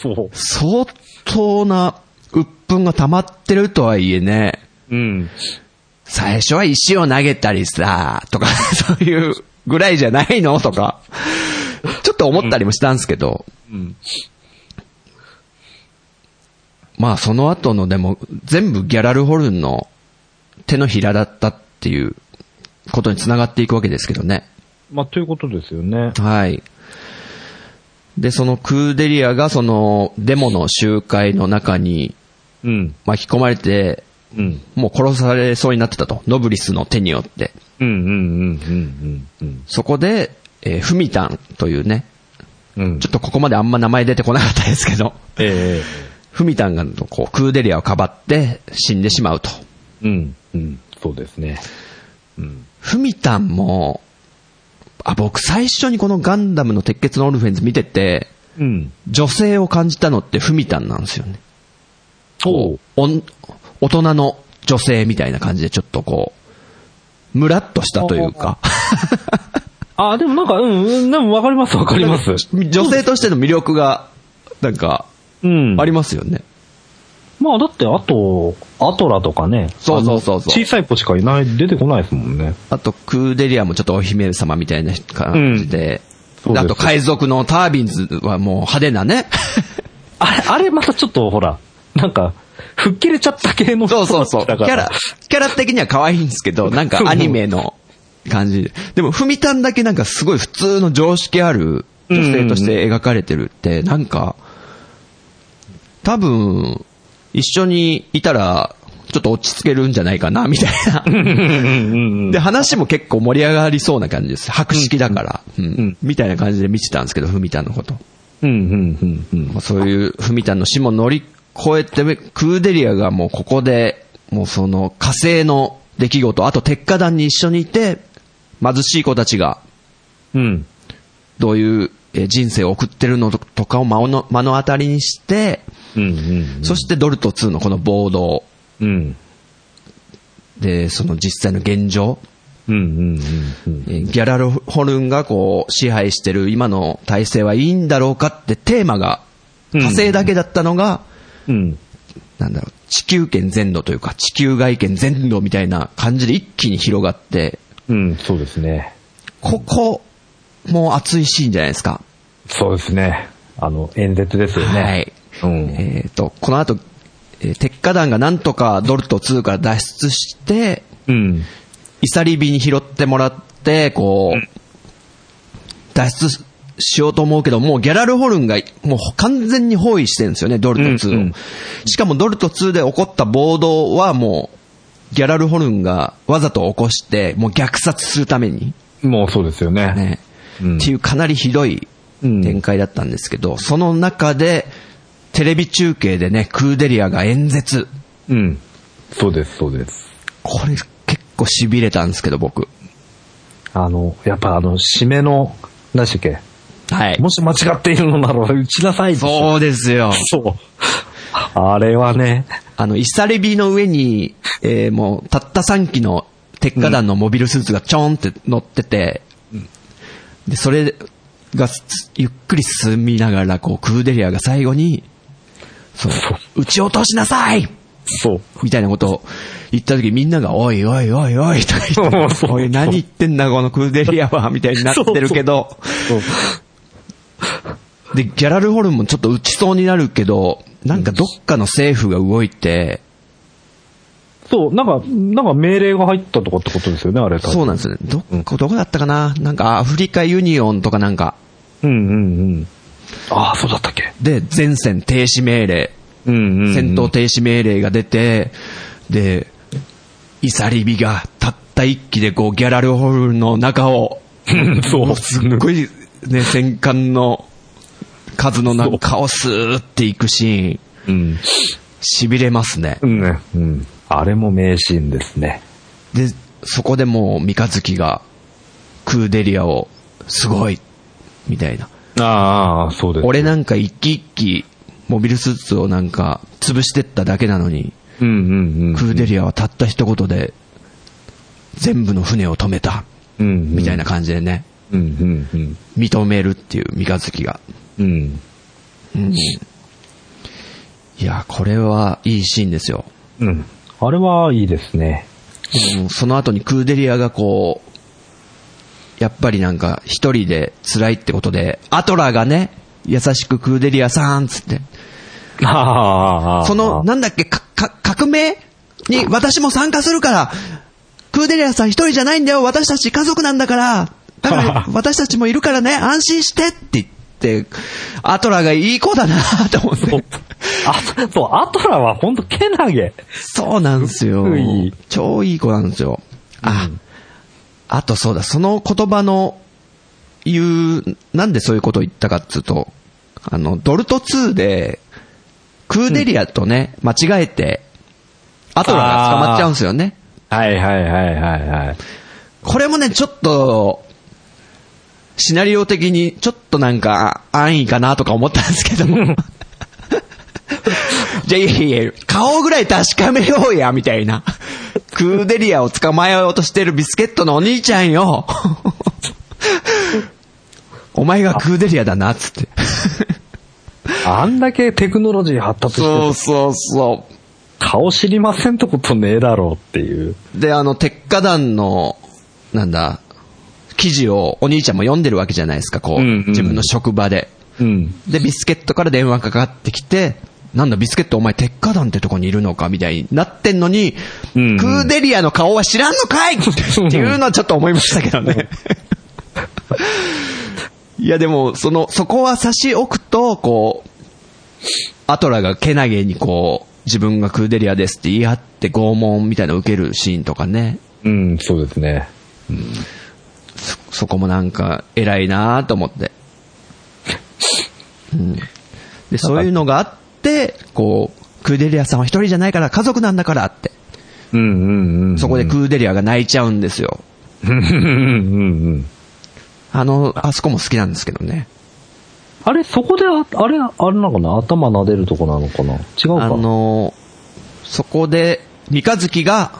[SPEAKER 1] そう。
[SPEAKER 2] 相当な鬱憤が溜まってるとはいえね、
[SPEAKER 1] うん。
[SPEAKER 2] 最初は石を投げたりさ、とか、 そういうぐらいじゃないのとか、ちょっと思ったりもしたんですけど、
[SPEAKER 1] うん。
[SPEAKER 2] まあその後のでも全部ギャラルホルンの手のひらだったっていうことに繋がっていくわけですけどね。
[SPEAKER 1] まあ、ということですよね。
[SPEAKER 2] はい。で、そのクーデリアがそのデモの集会の中に
[SPEAKER 1] うん。
[SPEAKER 2] 巻き込まれて、
[SPEAKER 1] うん。
[SPEAKER 2] もう殺されそうになってたと。ノブリスの手によって。
[SPEAKER 1] うんうんうんうんうん
[SPEAKER 2] そこで、えーフミタンというね、
[SPEAKER 1] うん。うん
[SPEAKER 2] ちょっとここまであんま名前出てこなかったですけど、
[SPEAKER 1] え
[SPEAKER 2] フミタンがこうクーデリアをかばって死んでしまうと。
[SPEAKER 1] えうん。うん。そうですね。うん。
[SPEAKER 2] フミタンも、あ、僕最初にこのガンダムの鉄血のオルフェンズ見てて、
[SPEAKER 1] うん。
[SPEAKER 2] 女性を感じたのってフミタンなんですよね。
[SPEAKER 1] おう。
[SPEAKER 2] おん大人の女性みたいな感じでちょっとこう、ムラっとしたというか、
[SPEAKER 1] あ、でもなんか、うん、うん、でもわかります、わかります。
[SPEAKER 2] 女性としての魅力が、なんか、
[SPEAKER 1] うん。
[SPEAKER 2] ありますよね。
[SPEAKER 1] まあだって、あと、アトラとかね。
[SPEAKER 2] そうそうそうそう
[SPEAKER 1] あの小さい子しかいない、出てこないですもんね。
[SPEAKER 2] あと、クーデリアもちょっとお姫様みたいな感じで、
[SPEAKER 1] うんそうです
[SPEAKER 2] あと、海賊のタービンズはもう派手 なね。
[SPEAKER 1] あれ、あれまたちょっとほら、なんか、吹っ切れちゃった系の
[SPEAKER 2] そうそうそう。キ
[SPEAKER 1] だから
[SPEAKER 2] ャラ、キャラ的には可愛いんですけど、なんかアニメの感じで。でも、ふみたんだけなんかすごい普通の常識ある女性として描かれてるって、なんか、多分、一緒にいたら、ちょっと落ち着けるんじゃないかな、みた いな。で、話も結構盛り上がりそうな感じです。白色だから。うん
[SPEAKER 1] ん
[SPEAKER 2] みたいな感じで見てたんですけど、ふみたんのこと。
[SPEAKER 1] うん、うん、うん、うん。
[SPEAKER 2] まあそういう、ふみたんの死も乗り越えて、クーデリアがもうここで、もうその火星の出来事、あと鉄火団に一緒にいて、貧しい子たちが
[SPEAKER 1] うん。
[SPEAKER 2] どういうえー人生を送ってるのとかを目の目の当たりにして、
[SPEAKER 1] うん、うん。
[SPEAKER 2] そしてドルト2のこの暴動、
[SPEAKER 1] うん。
[SPEAKER 2] で、その実際の現状、
[SPEAKER 1] うん、うん、うん。
[SPEAKER 2] えーギャラルホルンがこう支配してる今の体制はいいんだろうかってテーマが、火星だけだったのが、
[SPEAKER 1] うん。
[SPEAKER 2] なんだろう、地球圏全土というか、地球外圏全土みたいな感じで一気に広がって、
[SPEAKER 1] うん、そうですね。
[SPEAKER 2] ここ、もう熱いシーンじゃないですか。
[SPEAKER 1] そうですね。あの、演説ですよね。
[SPEAKER 2] はい。
[SPEAKER 1] うん。
[SPEAKER 2] えっ、と、この後、えー鉄火団がなんとかドルト2から脱出して、
[SPEAKER 1] うん。
[SPEAKER 2] イサリビに拾ってもらって、こう、脱出しようと思うけど、もうギャラルホルンがもう完全に包囲してるんですよね、ドルト2を。
[SPEAKER 1] うんうん
[SPEAKER 2] しかもドルト2で起こった暴動はもう、ギャラルホルンがわざと起こして、もう虐殺するために、
[SPEAKER 1] もうそうですよね。
[SPEAKER 2] ね、
[SPEAKER 1] うん
[SPEAKER 2] っていうかなりひどい
[SPEAKER 1] うん
[SPEAKER 2] 展開だったんですけど、その中で、テレビ中継でね、クーデリアが演説。
[SPEAKER 1] うん。そうです、そうです。
[SPEAKER 2] これ結構痺れたんですけど、僕。
[SPEAKER 1] あの、やっぱあの、締めの、何でしたっけ
[SPEAKER 2] はい。
[SPEAKER 1] もし間違っているのなら、打ちなさいって
[SPEAKER 2] そうですよ。
[SPEAKER 1] そう。あれはね、
[SPEAKER 2] あの、イサレビの上に、えーもう、たった3機の鉄火団のモビルスーツがちょんって乗ってて、で、それがすゆっくり進みながら、こう、クーデリアが最後に、そう、撃ち落としなさい
[SPEAKER 1] そう。
[SPEAKER 2] みたいなことを言った時みんなが、おいおいおいおいとか言っ て、
[SPEAKER 1] そう
[SPEAKER 2] おい何言ってんだこのクーデリアは、みたいになってるけど、
[SPEAKER 1] そう
[SPEAKER 2] で、ギャラルホルンもちょっと撃ちそうになるけど、なんかどっかの政府が動いて、
[SPEAKER 1] そう、なんか、なんか命令が入ったとかってことですよね、あれ
[SPEAKER 2] そう
[SPEAKER 1] う。
[SPEAKER 2] なんですよね。どこ、どこだったかななんかアフリカユニオンとかなんか。
[SPEAKER 1] うんうんうん。ああ、そうだったっけ
[SPEAKER 2] で、前線停止命令、
[SPEAKER 1] うんうん。
[SPEAKER 2] 戦闘。停止命令が出て、で、イサリビがたった一機でこうギャラルホルンの中を、
[SPEAKER 1] そう。
[SPEAKER 2] すっごいね、戦艦の数の中をスーっていくシ
[SPEAKER 1] う
[SPEAKER 2] ーン、
[SPEAKER 1] ん。
[SPEAKER 2] 痺れますね。
[SPEAKER 1] うんね。うん。あれも名シーンですね。
[SPEAKER 2] で、そこでもう三日月がクーデリアをすごい、みたいな。
[SPEAKER 1] ああ、そうです。
[SPEAKER 2] 俺なんか一機一機、モビルスーツをなんか、潰してっただけなのに、
[SPEAKER 1] うんうん
[SPEAKER 2] クーデリアはたった一言で、全部の船を止めた、
[SPEAKER 1] うん。うん。
[SPEAKER 2] みたい。な感じでね、
[SPEAKER 1] うんうん
[SPEAKER 2] 認めるっていう三日月が。
[SPEAKER 1] うん。うん。
[SPEAKER 2] いや、これはいいシーンですよ。
[SPEAKER 1] うん。あれはいいですね。
[SPEAKER 2] でもその後にクーデリアがこう、やっぱりなんか一人で辛いってことで、アトラがね、優しくクーデリアさんっつって、
[SPEAKER 1] ああ、
[SPEAKER 2] その、なんだっけ、か、か、革命に私も参加するから、クーデリアさん一人じゃないんだよ、私たち家族なんだから、だから私たちもいるからね、安心してって言って、アトラがいい子だなと思って。
[SPEAKER 1] あ、そう、アトラはほんとけなげ。
[SPEAKER 2] そうなんですよ
[SPEAKER 1] うっくい。
[SPEAKER 2] 超いい子なんですよ。あ、あとそうだ、その言葉の言う、なんでそういうことを言ったかっつうと、あの、ドルト2で、クーデリアとね、間違えて、アトラが捕まっちゃうんですよね。
[SPEAKER 1] はいはいはいはいはい。
[SPEAKER 2] これもね、ちょっと、シナリオ的にちょっとなんか安易かなとか思ったんですけども。 じゃあ、いやいやいや、顔ぐらい確かめようや、みたいな。クーデリアを捕まえようとしてるビスケットのお兄ちゃんよ。お前がクーデリアだな、つって。
[SPEAKER 1] あんだけテクノロジー発達して
[SPEAKER 2] そ
[SPEAKER 1] て
[SPEAKER 2] うそうそ
[SPEAKER 1] 顔知りませんってことねえだろうっていう。
[SPEAKER 2] う。で、あの、鉄火団の、なんだ、記事をお兄ちゃんも読んでるわけじゃないですか、こ
[SPEAKER 1] う
[SPEAKER 2] う、
[SPEAKER 1] んうん
[SPEAKER 2] 自分の職場で。
[SPEAKER 1] うん。
[SPEAKER 2] で、ビスケットから電話かかってきて、なんだ、ビスケットお前、鉄火団ってとこにいるのかみたいになってんのに、
[SPEAKER 1] うんうん
[SPEAKER 2] クーデリアの顔は知らんのかい っていうのはちょっと思いましたけどね。いや、でも、その、そこは差し置くと、こう、アトラがけなげにこう、自分がクーデリアですって言い張って拷問みたいなの受けるシーンとかね、
[SPEAKER 1] うん、そうですね。
[SPEAKER 2] そこもなんか偉いなと思って。うん。で、そういうのがあって、こう、クーデリアさんは一人じゃないから家族なんだからって。
[SPEAKER 1] うんうんうん。
[SPEAKER 2] そこでクーデリアが泣いちゃうんですよ。
[SPEAKER 1] うんうんうん。
[SPEAKER 2] あの、あそこも好きなんですけどね。
[SPEAKER 1] あれ、そこであ、あれ、あれなのかな頭撫でるとこなのかな違うか
[SPEAKER 2] あの、そこで、三日月が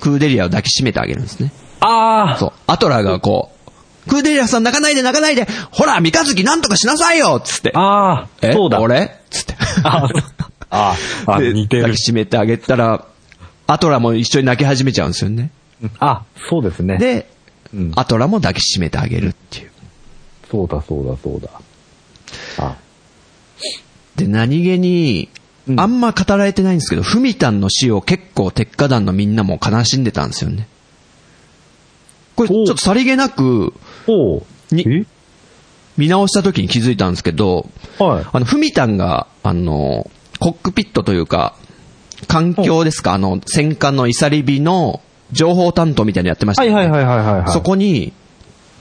[SPEAKER 2] クーデリアを抱きしめてあげるんですね。
[SPEAKER 1] あ
[SPEAKER 2] そう。アトラがこう、クーデリアさん泣かないで泣かないで、ほら、三日月なんとかしなさいよつって。
[SPEAKER 1] ああ、
[SPEAKER 2] え
[SPEAKER 1] そうだ。
[SPEAKER 2] 俺つって。
[SPEAKER 1] ああ、あ
[SPEAKER 2] で
[SPEAKER 1] 似てる
[SPEAKER 2] 抱き。しめてあげたら、アトラも一緒に泣き始めちゃうんですよね。
[SPEAKER 1] あ、そうですね。
[SPEAKER 2] で、
[SPEAKER 1] うん
[SPEAKER 2] アトラも抱きしめてあげるっていう。
[SPEAKER 1] そうだそうだそうだ。あ、
[SPEAKER 2] で、何気に、
[SPEAKER 1] うん
[SPEAKER 2] あんま語られてないんですけど、フミタンの死を結構鉄火団のみんなも悲しんでたんですよね。これ、ちょ
[SPEAKER 1] お
[SPEAKER 2] っ
[SPEAKER 1] う
[SPEAKER 2] とさりげなく
[SPEAKER 1] おう。
[SPEAKER 2] に見直した時に気づいたんですけど、
[SPEAKER 1] えはい。
[SPEAKER 2] あの、フミタンが、あの、コックピットというか、環境ですか、あの、戦艦のイサリビの情報担当みたいなのやってました
[SPEAKER 1] はい
[SPEAKER 2] よね、
[SPEAKER 1] はいはいはいはいはい。
[SPEAKER 2] そこに、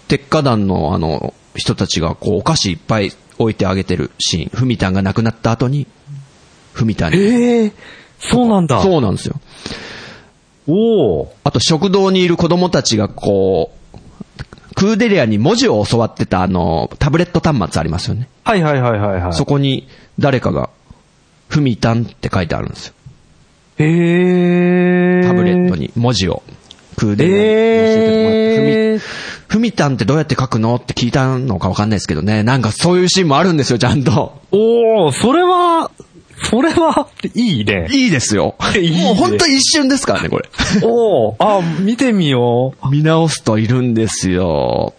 [SPEAKER 2] 鉄火団のあの、人たちがこう、お菓子いっぱい置いてあげてるシーン。ふみたんが亡くなった後に、ふみたんに。
[SPEAKER 1] ええそうなんだ。
[SPEAKER 2] そうなんですよ。
[SPEAKER 1] おお。
[SPEAKER 2] あと食堂にいる子供たちがこう、クーデリアに文字を教わってたあの、タブレット端末ありますよね。
[SPEAKER 1] はいはいはいはいはい。
[SPEAKER 2] そこに誰かが、ふみたんって書いてあるんですよ。
[SPEAKER 1] へえ
[SPEAKER 2] タブレット。に文字を。クーデリアに載せてもらっ
[SPEAKER 1] え
[SPEAKER 2] て。
[SPEAKER 1] え
[SPEAKER 2] ふみふみたんってどうやって書くのって聞いたのかわかんないですけどね。なんかそういうシーンもあるんですよ、ちゃんと。
[SPEAKER 1] おお、それは、それは、いいね。
[SPEAKER 2] いいですよ。
[SPEAKER 1] いいね
[SPEAKER 2] もう本当一瞬ですからね、これ。
[SPEAKER 1] おお、あ、見てみよう。
[SPEAKER 2] 見直すといるんですよ。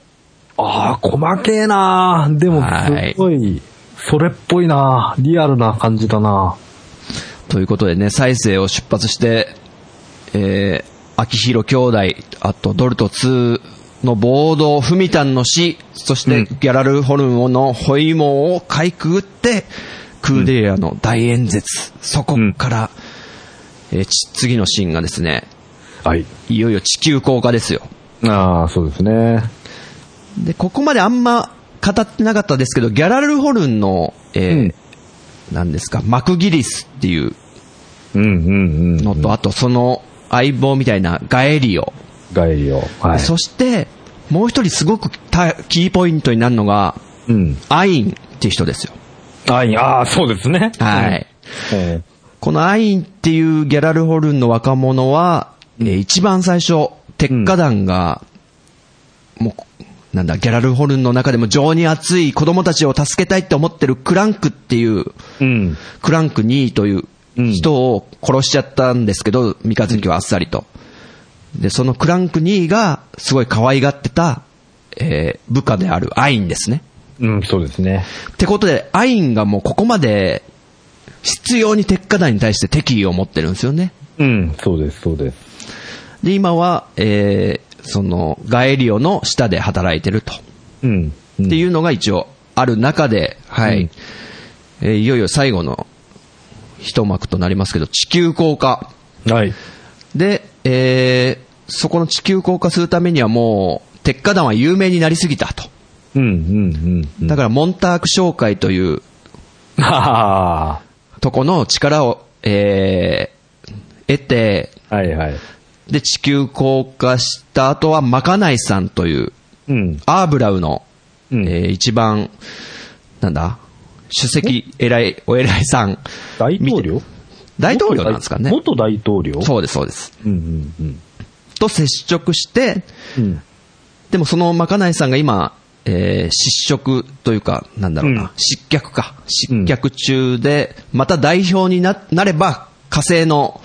[SPEAKER 1] ああ、細けえなでも、
[SPEAKER 2] はい
[SPEAKER 1] すごい、それっぽいなリアルな感じだな
[SPEAKER 2] ということでね、再生を出発して、えー、秋広兄弟、あとドルト2の暴動、フミタンの死、そして
[SPEAKER 1] うん
[SPEAKER 2] ギャラルホルンのホイモンをかいくぐって、クーデリアの大演説、そこから、えーち次のシーンがですね、
[SPEAKER 1] はい。
[SPEAKER 2] いよいよ地球降下ですよ。
[SPEAKER 1] ああ、そうですね。
[SPEAKER 2] で、ここまであんま語ってなかったですけど、ギャラルホルンの、えーなんですか、マクギリスっていう
[SPEAKER 1] うんうんうん。
[SPEAKER 2] のと、あとその相棒みたいなガエリオ。
[SPEAKER 1] 概要。はい。
[SPEAKER 2] そして、もう一人すごくたキーポイントになるのが、
[SPEAKER 1] うん。
[SPEAKER 2] アインっていう人ですよ。
[SPEAKER 1] あいああ、そうですね。
[SPEAKER 2] はい。
[SPEAKER 1] うん。
[SPEAKER 2] このアインっていうギャラルホルンの若者は、えー一番最初、鉄火団が、もう、なんだ、ギャラルホルンの中でも情に熱い子供たちを助けたいって思ってるクランクっていう、
[SPEAKER 1] うん。
[SPEAKER 2] クランク2位という人を殺しちゃったんですけど、三日月はあっさりと。で、そのクランク2位がすごい可愛がってた、えー、部下であるアインですね。
[SPEAKER 1] うん、そうですね。
[SPEAKER 2] ってことで、アインがもうここまで、必要に鉄火団に対して敵意を持ってるんですよね。
[SPEAKER 1] うん、そうです、そうです。
[SPEAKER 2] で、今は、えー、その、ガエリオの下で働いてると。
[SPEAKER 1] うん。
[SPEAKER 2] っ
[SPEAKER 1] う
[SPEAKER 2] ていうのが一応ある中で、はい。
[SPEAKER 1] うん
[SPEAKER 2] えーいよいよ最後の一幕となりますけど、地球降下。
[SPEAKER 1] ん。はい。
[SPEAKER 2] で、えー、そこの地球降下するためにはもう、鉄火団は有名になりすぎたと。
[SPEAKER 1] うん、うん、うん。か
[SPEAKER 2] だから、モンターク商会という
[SPEAKER 1] ら、 は
[SPEAKER 2] とこの力を、えー、得て、
[SPEAKER 1] はいはい。
[SPEAKER 2] で、地球降下した後は、まかないさんという、
[SPEAKER 1] うん。
[SPEAKER 2] アーブラウの
[SPEAKER 1] うん
[SPEAKER 2] えー一番、なんだ、主席、偉い、お偉いさん。
[SPEAKER 1] 大統領
[SPEAKER 2] 見て大統領なんですかね。
[SPEAKER 1] 元大統領
[SPEAKER 2] そうです、そうです。
[SPEAKER 1] う。うんうん
[SPEAKER 2] と接触して、
[SPEAKER 1] うん。うん。
[SPEAKER 2] でもそのまかないさんが今、えー失職というか、なんだろうな、
[SPEAKER 1] うん
[SPEAKER 2] 失脚か。失脚中で、また代表にななれば、火星の、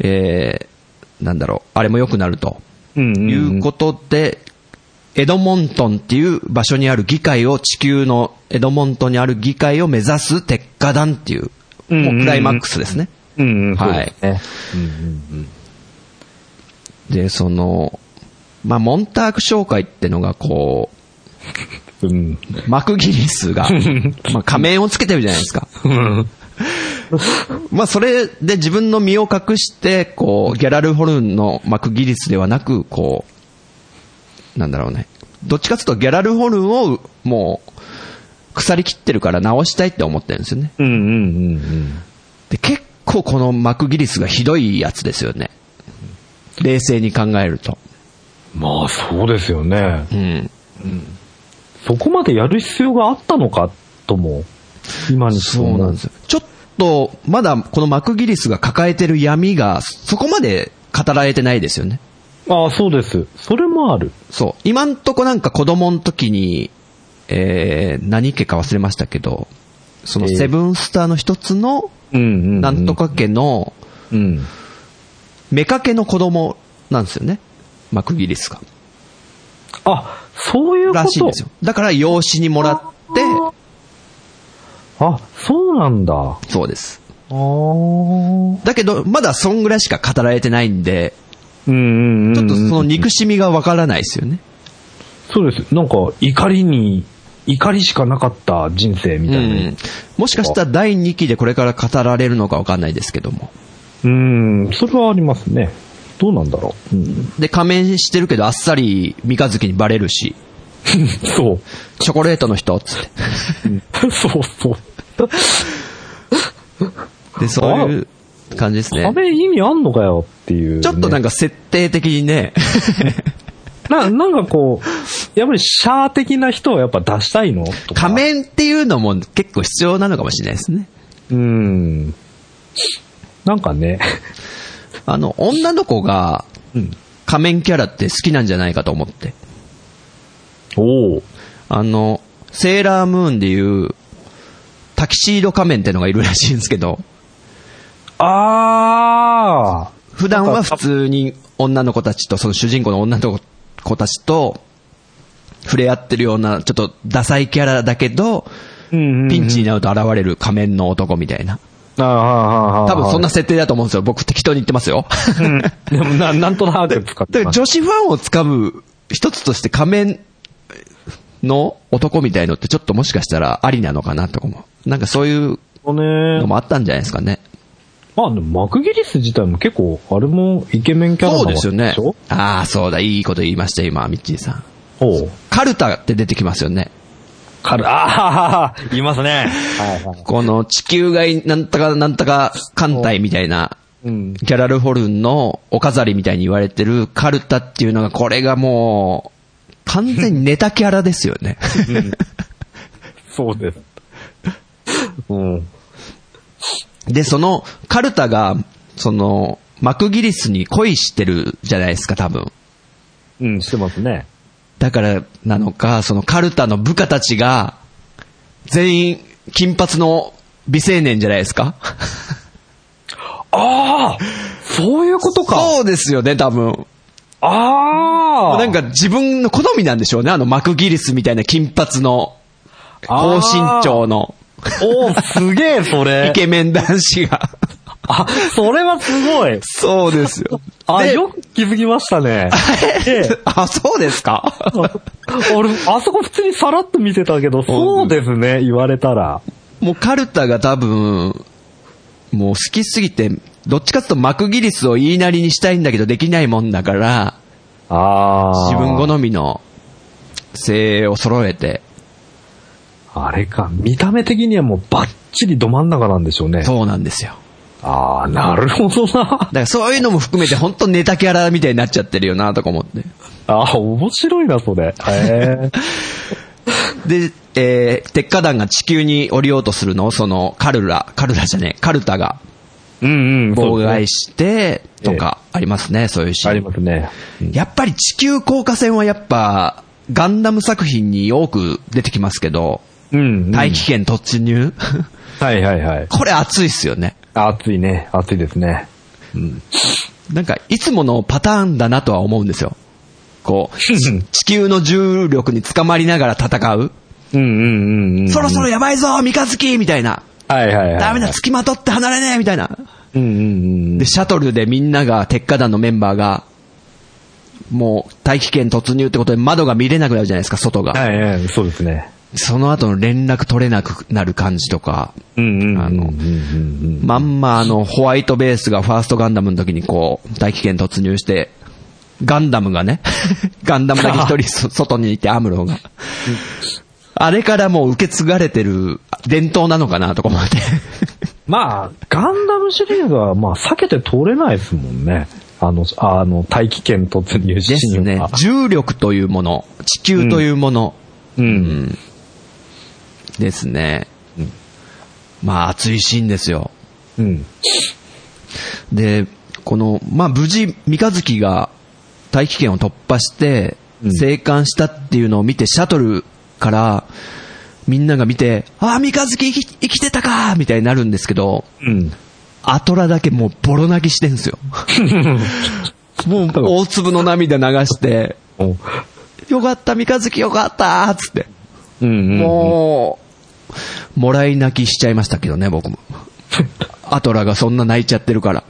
[SPEAKER 2] えーなんだろう、あれも良くなると。
[SPEAKER 1] うんうんうん
[SPEAKER 2] いうことで、エドモントンっていう場所にある議会を、地球のエドモントンにある議会を目指す鉄火団っていう、
[SPEAKER 1] うんうんうん
[SPEAKER 2] もうクライマックスですね。
[SPEAKER 1] うんうん。
[SPEAKER 2] はい
[SPEAKER 1] そうですね。うんうん
[SPEAKER 2] で、その、まあ、モンターク商会ってのがこう、
[SPEAKER 1] うん。
[SPEAKER 2] 幕切り数が、まあ、仮面をつけてるじゃないですか。まあ、それで自分の身を隠して、こう、ギャラルホルンの幕切り数ではなく、こう、なんだろうね。どっちかというとギャラルホルンを、もう、腐りきってるから直したいって思ってるんですよね。
[SPEAKER 1] うんうんうんうん。
[SPEAKER 2] で、結構この幕切り数がひどいやつですよね。冷静に考えると。
[SPEAKER 1] まあそうですよね。
[SPEAKER 2] うん。
[SPEAKER 1] そこまでやる必要があったのかとも、今にして
[SPEAKER 2] そうなんですよ。ちょっと、まだこのマクギリスが抱えてる闇が、そこまで語られてないですよね。
[SPEAKER 1] ああ、そうです。それもある。
[SPEAKER 2] そう。今んとこなんか子供の時に、えー、何家か忘れましたけど、その
[SPEAKER 1] えー
[SPEAKER 2] セブンスターの一つの、
[SPEAKER 1] うんうん、うん。
[SPEAKER 2] なんと。か家の、
[SPEAKER 1] うん。
[SPEAKER 2] 目かけの子供なんですよね。マクギリスが。
[SPEAKER 1] あ、そういうこと
[SPEAKER 2] らしいんですよ。だから養子にもらって、
[SPEAKER 1] あ、そうなんだ。あ
[SPEAKER 2] そうです。
[SPEAKER 1] あ。うん
[SPEAKER 2] だけど、まだそんぐらいしか語られてないんで、
[SPEAKER 1] うんうん。
[SPEAKER 2] ちょっとその憎しみがわからないですよね。
[SPEAKER 1] そうです。なんか、怒りに、怒りしかなかった人生みたいな。
[SPEAKER 2] もしかしたら第2期でこれから語られるのかわかんないですけども。
[SPEAKER 1] うん、それはありますね。どうなんだろう。うん、
[SPEAKER 2] で、仮面してるけどあっさり三日月にバレるし、
[SPEAKER 1] そう。
[SPEAKER 2] チョコレートの人、つって。
[SPEAKER 1] そうそう。
[SPEAKER 2] で、そういう感じですね
[SPEAKER 1] あ。れ意味あんのかよっていう、
[SPEAKER 2] ちょっとなん
[SPEAKER 1] か、
[SPEAKER 2] か設定的に ね、
[SPEAKER 1] な、なんかこう、やっぱりシャー的な人をやっぱ出したいのとか
[SPEAKER 2] 仮面っていうのも結構必要なのかもしれないですね。
[SPEAKER 1] うん。なんかね。
[SPEAKER 2] あの、女の子が
[SPEAKER 1] うん。
[SPEAKER 2] 仮面キャラって好きなんじゃないかと思って。
[SPEAKER 1] おお。
[SPEAKER 2] あの、セーラームーンでいう、タキシード仮面ってのがいるらしいんですけど、
[SPEAKER 1] あー。
[SPEAKER 2] 普段は普通に女の子たちと、その主人公の女の子たちと、触れ合ってるような、ちょっとダサいキャラだけど、
[SPEAKER 1] うん、
[SPEAKER 2] ピンチになると現れる仮面の男みたいな。
[SPEAKER 1] あーはーはーはー
[SPEAKER 2] 多分そんな設定だと思うんですよ。僕適当に言ってますよ。
[SPEAKER 1] でもな、なんとなく使っ
[SPEAKER 2] だ
[SPEAKER 1] て
[SPEAKER 2] から
[SPEAKER 1] ます。
[SPEAKER 2] 女子ファンをつかむ一つとして仮面の男みたいのってちょっともしかしたらありなのかなとかも。なんかそういう
[SPEAKER 1] ね
[SPEAKER 2] のもあったんじゃないですかね。
[SPEAKER 1] まあでもマクギリス自体も結構、あれもイケメンキャラな
[SPEAKER 2] そう
[SPEAKER 1] わけ
[SPEAKER 2] ですよね
[SPEAKER 1] しょ。
[SPEAKER 2] ああ、そうだ。いいこと言いました、今、ミッチーさん。
[SPEAKER 1] おう。
[SPEAKER 2] カルタって出てきますよね。
[SPEAKER 1] カル、ああ、いますね。はいはい。
[SPEAKER 2] この地球外なんとかなんとか艦隊みたいな、
[SPEAKER 1] うん。
[SPEAKER 2] ギャラルホルンのお飾りみたいに言われてるカルタっていうのが、これがもう、完全にネタキャラですよね。
[SPEAKER 1] そうです。うん。
[SPEAKER 2] で、その、カルタが、その、マクギリスに恋してるじゃないですか、多分。
[SPEAKER 1] うん、してますね。
[SPEAKER 2] だからなのか、そのカルタの部下たちが、全員、金髪の美青年じゃないですか
[SPEAKER 1] ああそういうことか。
[SPEAKER 2] そうですよね、多分。
[SPEAKER 1] ああ
[SPEAKER 2] なんか自分の好みなんでしょうね、あのマクギリスみたいな金髪の、高身長の
[SPEAKER 1] おーすげえ、それ。
[SPEAKER 2] イケメン男子が。
[SPEAKER 1] あ、それはすごい。
[SPEAKER 2] そうですよ。
[SPEAKER 1] あ、
[SPEAKER 2] で
[SPEAKER 1] よく気づきましたね。ええ
[SPEAKER 2] あ、そうですか
[SPEAKER 1] 俺、あそこ普通にさらっと見てたけど、そうですね、言われたら。
[SPEAKER 2] もうカルタが多分、もう好きすぎて、どっちかっていうとマクギリスを言いなりにしたいんだけどできないもんだから、
[SPEAKER 1] ああ。
[SPEAKER 2] 自分好みの精鋭を揃えて、
[SPEAKER 1] あれか、見た目的にはもうバッチリど真ん中なんでしょうね。
[SPEAKER 2] そうなんですよ。
[SPEAKER 1] ああ、なるほどな
[SPEAKER 2] だ。からそういうのも含めて本当ネタキャラみたいになっちゃってるよなとか思って。
[SPEAKER 1] ああ、面白いな、それ。へえ。
[SPEAKER 2] で、えー、鉄火団が地球に降りようとするのを、その、カルラ、カルラじゃねえ、カルタが
[SPEAKER 1] うんうん。
[SPEAKER 2] 妨害
[SPEAKER 1] し。
[SPEAKER 2] して、
[SPEAKER 1] ええ
[SPEAKER 2] とか、ありますね、そういうシ
[SPEAKER 1] あり
[SPEAKER 2] ーン。
[SPEAKER 1] ますね。
[SPEAKER 2] やっぱり地球降下戦はやっぱ、ガンダム作品に多く出てきますけど、
[SPEAKER 1] うん、うん。
[SPEAKER 2] 大気圏突入
[SPEAKER 1] はいはいはい。
[SPEAKER 2] これ熱いっすよね。
[SPEAKER 1] あ暑いね。暑いですね。
[SPEAKER 2] なんか、いつものパターンだなとは思うんですよ。こう、ち地球の重力に捕まりながら戦う。
[SPEAKER 1] うんうんうんうん。
[SPEAKER 2] そろそろやばいぞ三日月みたいな。
[SPEAKER 1] はいはいはい。
[SPEAKER 2] ダメだ、。付きまとって離れねえみたいな。
[SPEAKER 1] うんうんうん。
[SPEAKER 2] で、シャトルでみんなが、鉄火団のメンバーが、もう、大気圏突入ってことで窓が見れなくなるじゃないですか、外が。
[SPEAKER 1] はいはい、そうですね。
[SPEAKER 2] その後の連絡取れなくなる感じとか、
[SPEAKER 1] うんうん。
[SPEAKER 2] あの
[SPEAKER 1] うんうんうん。
[SPEAKER 2] まんまあの、ホワイトベースがファーストガンダムの時にこう、大気圏突入して、ガンダムが ね、ガンダムだけ一人そ外にいてアムロが。あれからもう受け継がれてる伝統なのかなとか思って。
[SPEAKER 1] まあ、ガンダムシリーズは、まあ、避けて通れないですもんね。あの、あの、大気圏突入シ
[SPEAKER 2] です
[SPEAKER 1] ーン
[SPEAKER 2] ね
[SPEAKER 1] は。。
[SPEAKER 2] 重力というもの、地球というもの、
[SPEAKER 1] うん。
[SPEAKER 2] ですね。まあ、熱いシーンですよ。
[SPEAKER 1] うん。
[SPEAKER 2] で、この、まあ、無事、三日月が大気圏を突破して、
[SPEAKER 1] うん
[SPEAKER 2] 生還したっていうのを見て、シャトルから、みんなが見て、ああ、三日月生き生きてたかみたいになるんですけど、
[SPEAKER 1] うん。
[SPEAKER 2] アトラだけもうボロ泣きしてんすよ。もう大粒の涙流して、
[SPEAKER 1] お
[SPEAKER 2] よかった、三日月よかったつって。
[SPEAKER 1] うんうん。
[SPEAKER 2] もう、もらい泣きしちゃいましたけどね、僕も。アトラがそんな泣いちゃってるから。